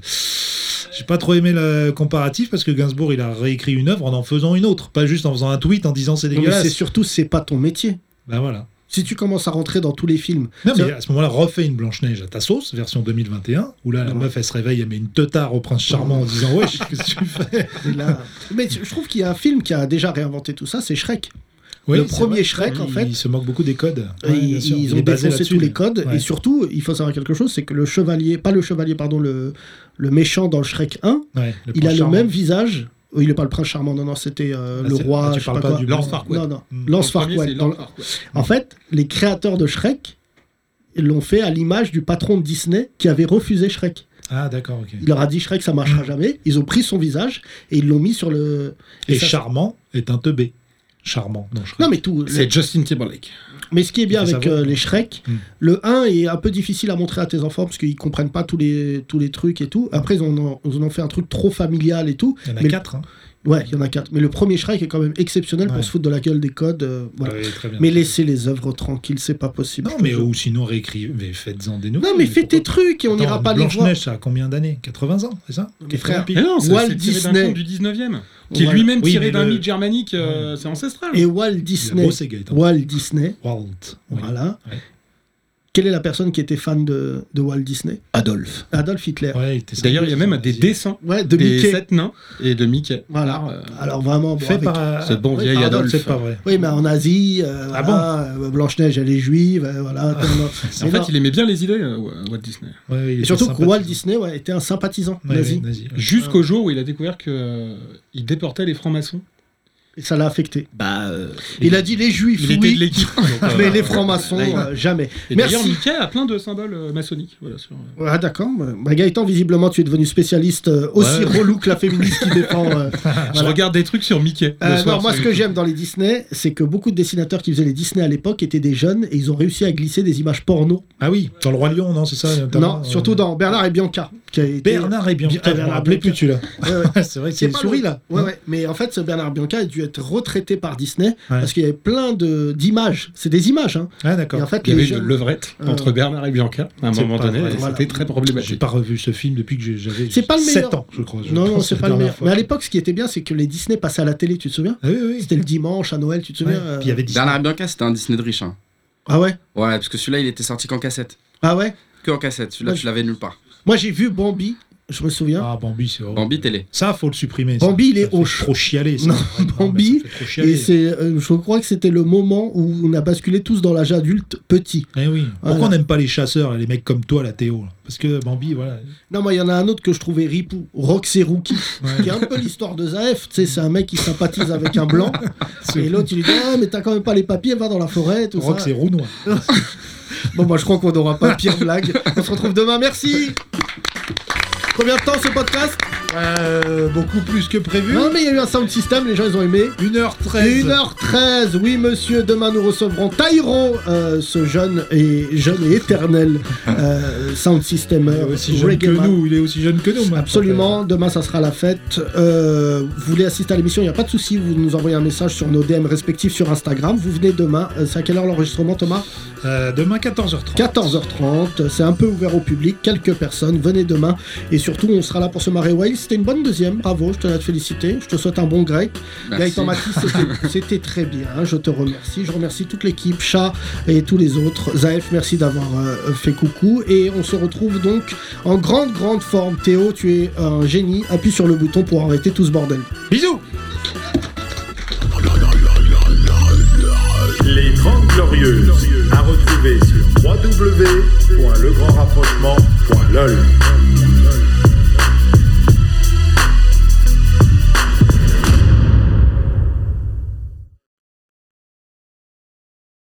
Speaker 4: J'ai pas trop aimé le comparatif parce que Gainsbourg, il a réécrit une œuvre en en faisant une autre, pas juste en faisant un tweet en disant c'est
Speaker 3: Non, mais c'est
Speaker 4: dégueulasse.
Speaker 3: surtout, c'est pas ton métier.
Speaker 4: Bah voilà.
Speaker 3: Si tu commences à rentrer dans tous les films,
Speaker 4: Non, mais
Speaker 3: C'est-
Speaker 4: à ce moment-là, refait une Blanche-Neige à ta sauce, version 2021, où là, la
Speaker 3: Ouais.
Speaker 4: meuf, elle se réveille, elle met une teutard au prince charmant en disant Wesh, qu'est-ce que tu fais
Speaker 3: et là- mais je trouve qu'il y a un film qui a déjà réinventé tout ça, c'est Shrek.
Speaker 4: Oui,
Speaker 3: Le
Speaker 4: c'est
Speaker 3: premier
Speaker 4: vrai.
Speaker 3: Shrek, en
Speaker 4: Il-
Speaker 3: fait.
Speaker 4: Il se moque beaucoup des codes.
Speaker 3: Et
Speaker 4: Ouais,
Speaker 3: ils,
Speaker 4: bien sûr.
Speaker 3: ils
Speaker 4: Il
Speaker 3: ont
Speaker 4: est basé
Speaker 3: défoncé
Speaker 4: là-dessus,
Speaker 3: tous les
Speaker 4: mais-
Speaker 3: codes.
Speaker 4: Ouais.
Speaker 3: Et surtout, il faut savoir quelque chose, c'est que le chevalier, pas le chevalier, pardon, le, le méchant dans le Shrek 1,
Speaker 4: Ouais,
Speaker 3: il
Speaker 4: prince
Speaker 3: a
Speaker 4: charmant.
Speaker 3: le même visage. Oh, il n'est pas le prince charmant, non, non, c'était euh,
Speaker 4: Ah,
Speaker 3: le
Speaker 4: c'est-
Speaker 3: roi.
Speaker 4: ah, tu
Speaker 3: je sais
Speaker 4: parles
Speaker 3: pas
Speaker 4: pas
Speaker 3: quoi.
Speaker 4: du
Speaker 6: Lance Farquaad.
Speaker 3: Non, non,
Speaker 4: Hmm.
Speaker 3: Lance
Speaker 6: Le premier,
Speaker 3: Farquaad.
Speaker 6: c'est
Speaker 3: Dans le-
Speaker 6: Lance Farquaad.
Speaker 3: En fait, les créateurs de Shrek ils l'ont fait à l'image du patron de Disney qui avait refusé Shrek.
Speaker 4: Ah, d'accord, ok.
Speaker 3: Il leur a dit Shrek, ça
Speaker 4: Mm.
Speaker 3: marchera jamais. Ils ont pris son visage et ils l'ont mis sur le.
Speaker 4: Et,
Speaker 3: ça-
Speaker 4: charmant est un teubé. Charmant, non, je
Speaker 3: Non, mais tout.
Speaker 6: C'est Justin Timberlake.
Speaker 3: Mais ce qui est bien
Speaker 4: Il faut
Speaker 3: avec
Speaker 4: savoir.
Speaker 3: euh, les Shrek,
Speaker 4: Mm.
Speaker 3: le 1 est un peu difficile à montrer à tes enfants parce qu'ils comprennent pas tous les, tous les trucs et tout. Après, ils en ont, ils en ont fait un truc trop familial et tout.
Speaker 4: Il y en a
Speaker 3: mais-
Speaker 4: quatre. Hein.
Speaker 3: Ouais, il y en a quatre. Mais le premier Shrek est quand même exceptionnel
Speaker 4: Ouais.
Speaker 3: pour se foutre de la gueule des codes. euh, voilà.
Speaker 4: Ouais, très bien.
Speaker 3: Mais laissez les œuvres tranquilles, c'est pas possible.
Speaker 4: Non, mais
Speaker 3: Je-
Speaker 4: ou sinon réécrivez, faites-en des
Speaker 3: Non,
Speaker 4: nouvelles.
Speaker 3: mais fais tes trucs et on
Speaker 4: pourquoi-
Speaker 3: n'ira
Speaker 4: Attends,
Speaker 3: pas les voir.
Speaker 4: Blanche-Neige, ça a combien d'années 80 ans, c'est ça
Speaker 3: Mais frère,
Speaker 6: Mais non, c'est
Speaker 3: Walt
Speaker 6: c'est tiré d'un
Speaker 3: Disney.
Speaker 6: conte du 19e, qui est
Speaker 3: Voilà.
Speaker 6: lui-même
Speaker 4: Oui,
Speaker 6: tiré
Speaker 4: mais
Speaker 6: d'un
Speaker 4: le-
Speaker 6: mythe germanique, euh, c'est ancestral.
Speaker 3: Et Walt
Speaker 4: Il a
Speaker 3: Disney.
Speaker 4: bossé, Gaëtan.
Speaker 3: Walt Disney.
Speaker 4: Walt. oui.
Speaker 3: Voilà.
Speaker 4: Ouais.
Speaker 3: Quelle est la personne qui était fan de, de Walt Disney
Speaker 6: Adolphe.
Speaker 3: Adolf Hitler.
Speaker 4: Ouais, il était
Speaker 6: D'ailleurs, il y a
Speaker 4: sympa,
Speaker 6: même
Speaker 4: son
Speaker 6: des
Speaker 4: asile.
Speaker 6: dessins
Speaker 3: Ouais, de
Speaker 6: des
Speaker 3: Mickey. Ah,
Speaker 6: sept nains et de Mickey.
Speaker 3: Voilà.
Speaker 6: Alors, euh,
Speaker 3: Alors vraiment, bon,
Speaker 4: Fait
Speaker 3: avec-
Speaker 4: par.
Speaker 6: Ce bon
Speaker 4: oui,
Speaker 6: vieil
Speaker 4: par
Speaker 6: Adolphe.
Speaker 4: C'est pas vrai.
Speaker 3: Oui, mais en Asie, euh,
Speaker 4: Ah
Speaker 3: voilà, euh, Blanche-Neige, elle est juive, euh, voilà. tout le monde. Mais
Speaker 6: Ah. en fait,
Speaker 3: non.
Speaker 6: il aimait bien les idées, euh, Walt Disney.
Speaker 4: Ouais, ouais, il
Speaker 3: Et
Speaker 4: était
Speaker 3: surtout que
Speaker 4: sympathique.
Speaker 3: Walt Disney ouais, était un sympathisant
Speaker 4: Ouais,
Speaker 3: nazi.
Speaker 4: ouais, nazi, ouais.
Speaker 6: Jusqu'au jour où il a découvert que euh, il déportait les francs-maçons.
Speaker 3: Et ça l'a affecté.
Speaker 6: Bah,
Speaker 3: Il a dit les juifs,
Speaker 6: il était de
Speaker 3: oui,
Speaker 6: l'équipe. donc, euh,
Speaker 3: mais les francs-maçons,
Speaker 6: là, il-
Speaker 3: euh, jamais.
Speaker 6: Et D'ailleurs,
Speaker 3: Merci.
Speaker 6: Mickey a plein de symboles euh, maçonniques. Voilà, sur, euh,
Speaker 3: Ah d'accord. Bah, Gaëtan, visiblement, tu es devenu spécialiste euh, aussi
Speaker 6: Ouais.
Speaker 3: relou que la féministe qui défend. euh,
Speaker 6: Je
Speaker 3: voilà.
Speaker 6: regarde des trucs sur Mickey. le
Speaker 3: Euh,
Speaker 6: soir,
Speaker 3: non, moi,
Speaker 6: sur
Speaker 3: ce que
Speaker 6: YouTube.
Speaker 3: j'aime dans les Disney, c'est que beaucoup de dessinateurs qui faisaient les Disney à l'époque étaient des jeunes et ils ont réussi à glisser des images porno.
Speaker 4: Ah oui, dans le Roi Lion, non, c'est ça notamment,
Speaker 3: non,
Speaker 4: euh,
Speaker 3: surtout dans Bernard et Bianca. Qui a été...
Speaker 4: Bernard et Bianca.
Speaker 3: Putain,
Speaker 4: je me
Speaker 3: Bernard
Speaker 4: rappelais plus,
Speaker 3: Bianca.
Speaker 4: tu là.
Speaker 3: Ouais, ouais.
Speaker 4: c'est vrai que
Speaker 3: C'est
Speaker 4: c'est
Speaker 3: pas
Speaker 4: souris,
Speaker 3: souris
Speaker 4: là.
Speaker 3: Ouais, ouais. Mais en fait, ce Bernard Bianca a dû être retraité par Disney parce
Speaker 4: Ouais.
Speaker 3: qu'il y avait plein de d'images. C'est des images. Hein.
Speaker 4: Ah,
Speaker 3: Et en
Speaker 4: d'accord.
Speaker 3: fait, les
Speaker 6: Il y avait
Speaker 3: jeunes-
Speaker 6: une levrette
Speaker 3: Euh,
Speaker 6: entre Bernard et Bianca à un
Speaker 4: c'est
Speaker 6: moment
Speaker 4: pas
Speaker 6: donné.
Speaker 4: vrai,
Speaker 6: et C'était
Speaker 3: voilà.
Speaker 6: très
Speaker 4: J'ai
Speaker 6: problématique.
Speaker 4: pas revu ce film depuis que j'ai- j'avais
Speaker 3: C'est pas le
Speaker 4: 7
Speaker 3: meilleur.
Speaker 4: ans, je crois. je
Speaker 3: Non, non,
Speaker 4: pense,
Speaker 3: c'est
Speaker 4: la
Speaker 3: pas le
Speaker 4: dernière
Speaker 3: meilleur.
Speaker 4: fois.
Speaker 3: Mais à l'époque, ce qui était bien, c'est que les Disney passaient à la télé. Tu te souviens
Speaker 4: Ah oui, oui, oui.
Speaker 3: C'était le dimanche à Noël. Tu te
Speaker 4: Ouais.
Speaker 3: souviens euh,
Speaker 4: Puis il y avait Disney.
Speaker 5: Bernard et Bianca, c'était un Disney de riche. hein.
Speaker 3: Ah ouais.
Speaker 5: Ouais, parce que celui-là, il était sorti qu'en cassette.
Speaker 3: Ah ouais.
Speaker 5: Que en cassette, celui-là,
Speaker 3: Ouais.
Speaker 5: tu l'avais nulle part.
Speaker 3: Moi, j'ai vu Bambi. Je me souviens.
Speaker 4: Ah, Bambi, c'est horrible.
Speaker 5: Bambi télé.
Speaker 4: Ça, faut le supprimer.
Speaker 3: Bambi, il est
Speaker 4: au
Speaker 3: au
Speaker 4: trop chialé. ça.
Speaker 3: Non,
Speaker 4: Ouais, mais
Speaker 3: Bambi,
Speaker 4: ça fait trop chialer.
Speaker 3: Et c'est, euh, je crois que c'était le moment où on a basculé tous dans l'âge adulte petit.
Speaker 4: Eh oui. Pourquoi
Speaker 3: Voilà.
Speaker 4: on n'aime pas les chasseurs, les mecs comme toi, la Théo là Parce que Bambi, voilà.
Speaker 3: Non, moi, il y en a un autre que je trouvais ripou, Roxy Rookie,
Speaker 4: Ouais.
Speaker 3: qui est un peu l'histoire de Zaef. Tu sais, c'est un mec qui sympathise avec un blanc.
Speaker 4: C'est-
Speaker 3: Et l'autre, il lui dit Ah, mais t'as quand même pas les papiers, va dans la forêt, tout
Speaker 4: Rock,
Speaker 3: ça.
Speaker 4: c'est Rounois.
Speaker 3: Bon, moi, je crois qu'on n'aura pas pire blague. On se retrouve demain. Merci. Combien de temps ce podcast
Speaker 4: Euh, beaucoup plus que prévu.
Speaker 3: Non, mais il y a eu un sound system, les gens ils ont aimé.
Speaker 4: 1h13.
Speaker 3: 1h13, oui monsieur, demain nous recevrons Tyro, euh, ce jeune et jeune et éternel euh, sound
Speaker 4: Il est
Speaker 3: systemer.
Speaker 4: aussi jeune que
Speaker 3: reggae man.
Speaker 4: nous. Il est aussi jeune que nous. maintenant.
Speaker 3: Absolument, demain ça sera la fête. Euh, vous voulez assister à l'émission, il n'y a pas de souci, vous nous envoyez un message sur nos DM respectifs sur Instagram. Vous venez demain, Euh, c'est à quelle heure l'enregistrement Thomas
Speaker 4: Euh, demain 14h30.
Speaker 3: 14h30, c'est un peu ouvert au public, quelques personnes, venez demain. Et surtout, on sera là pour se marrer. Wild, c'était une bonne deuxième, bravo, je tenais à te féliciter. Je te souhaite un bon grec.
Speaker 10: Merci.
Speaker 3: Gaëtan Matisse, c'était- c'était très bien, hein, je te remercie. Je remercie toute l'équipe, Chat et tous les autres. Zaef, merci d'avoir euh, fait coucou. Et on se retrouve donc en grande, grande forme. Théo, tu es un génie, appuie sur le bouton pour arrêter tout ce bordel.
Speaker 4: Bisous.
Speaker 6: Les 30 Glorieuses, à retrouver sur www.legrandrapprochement.lol.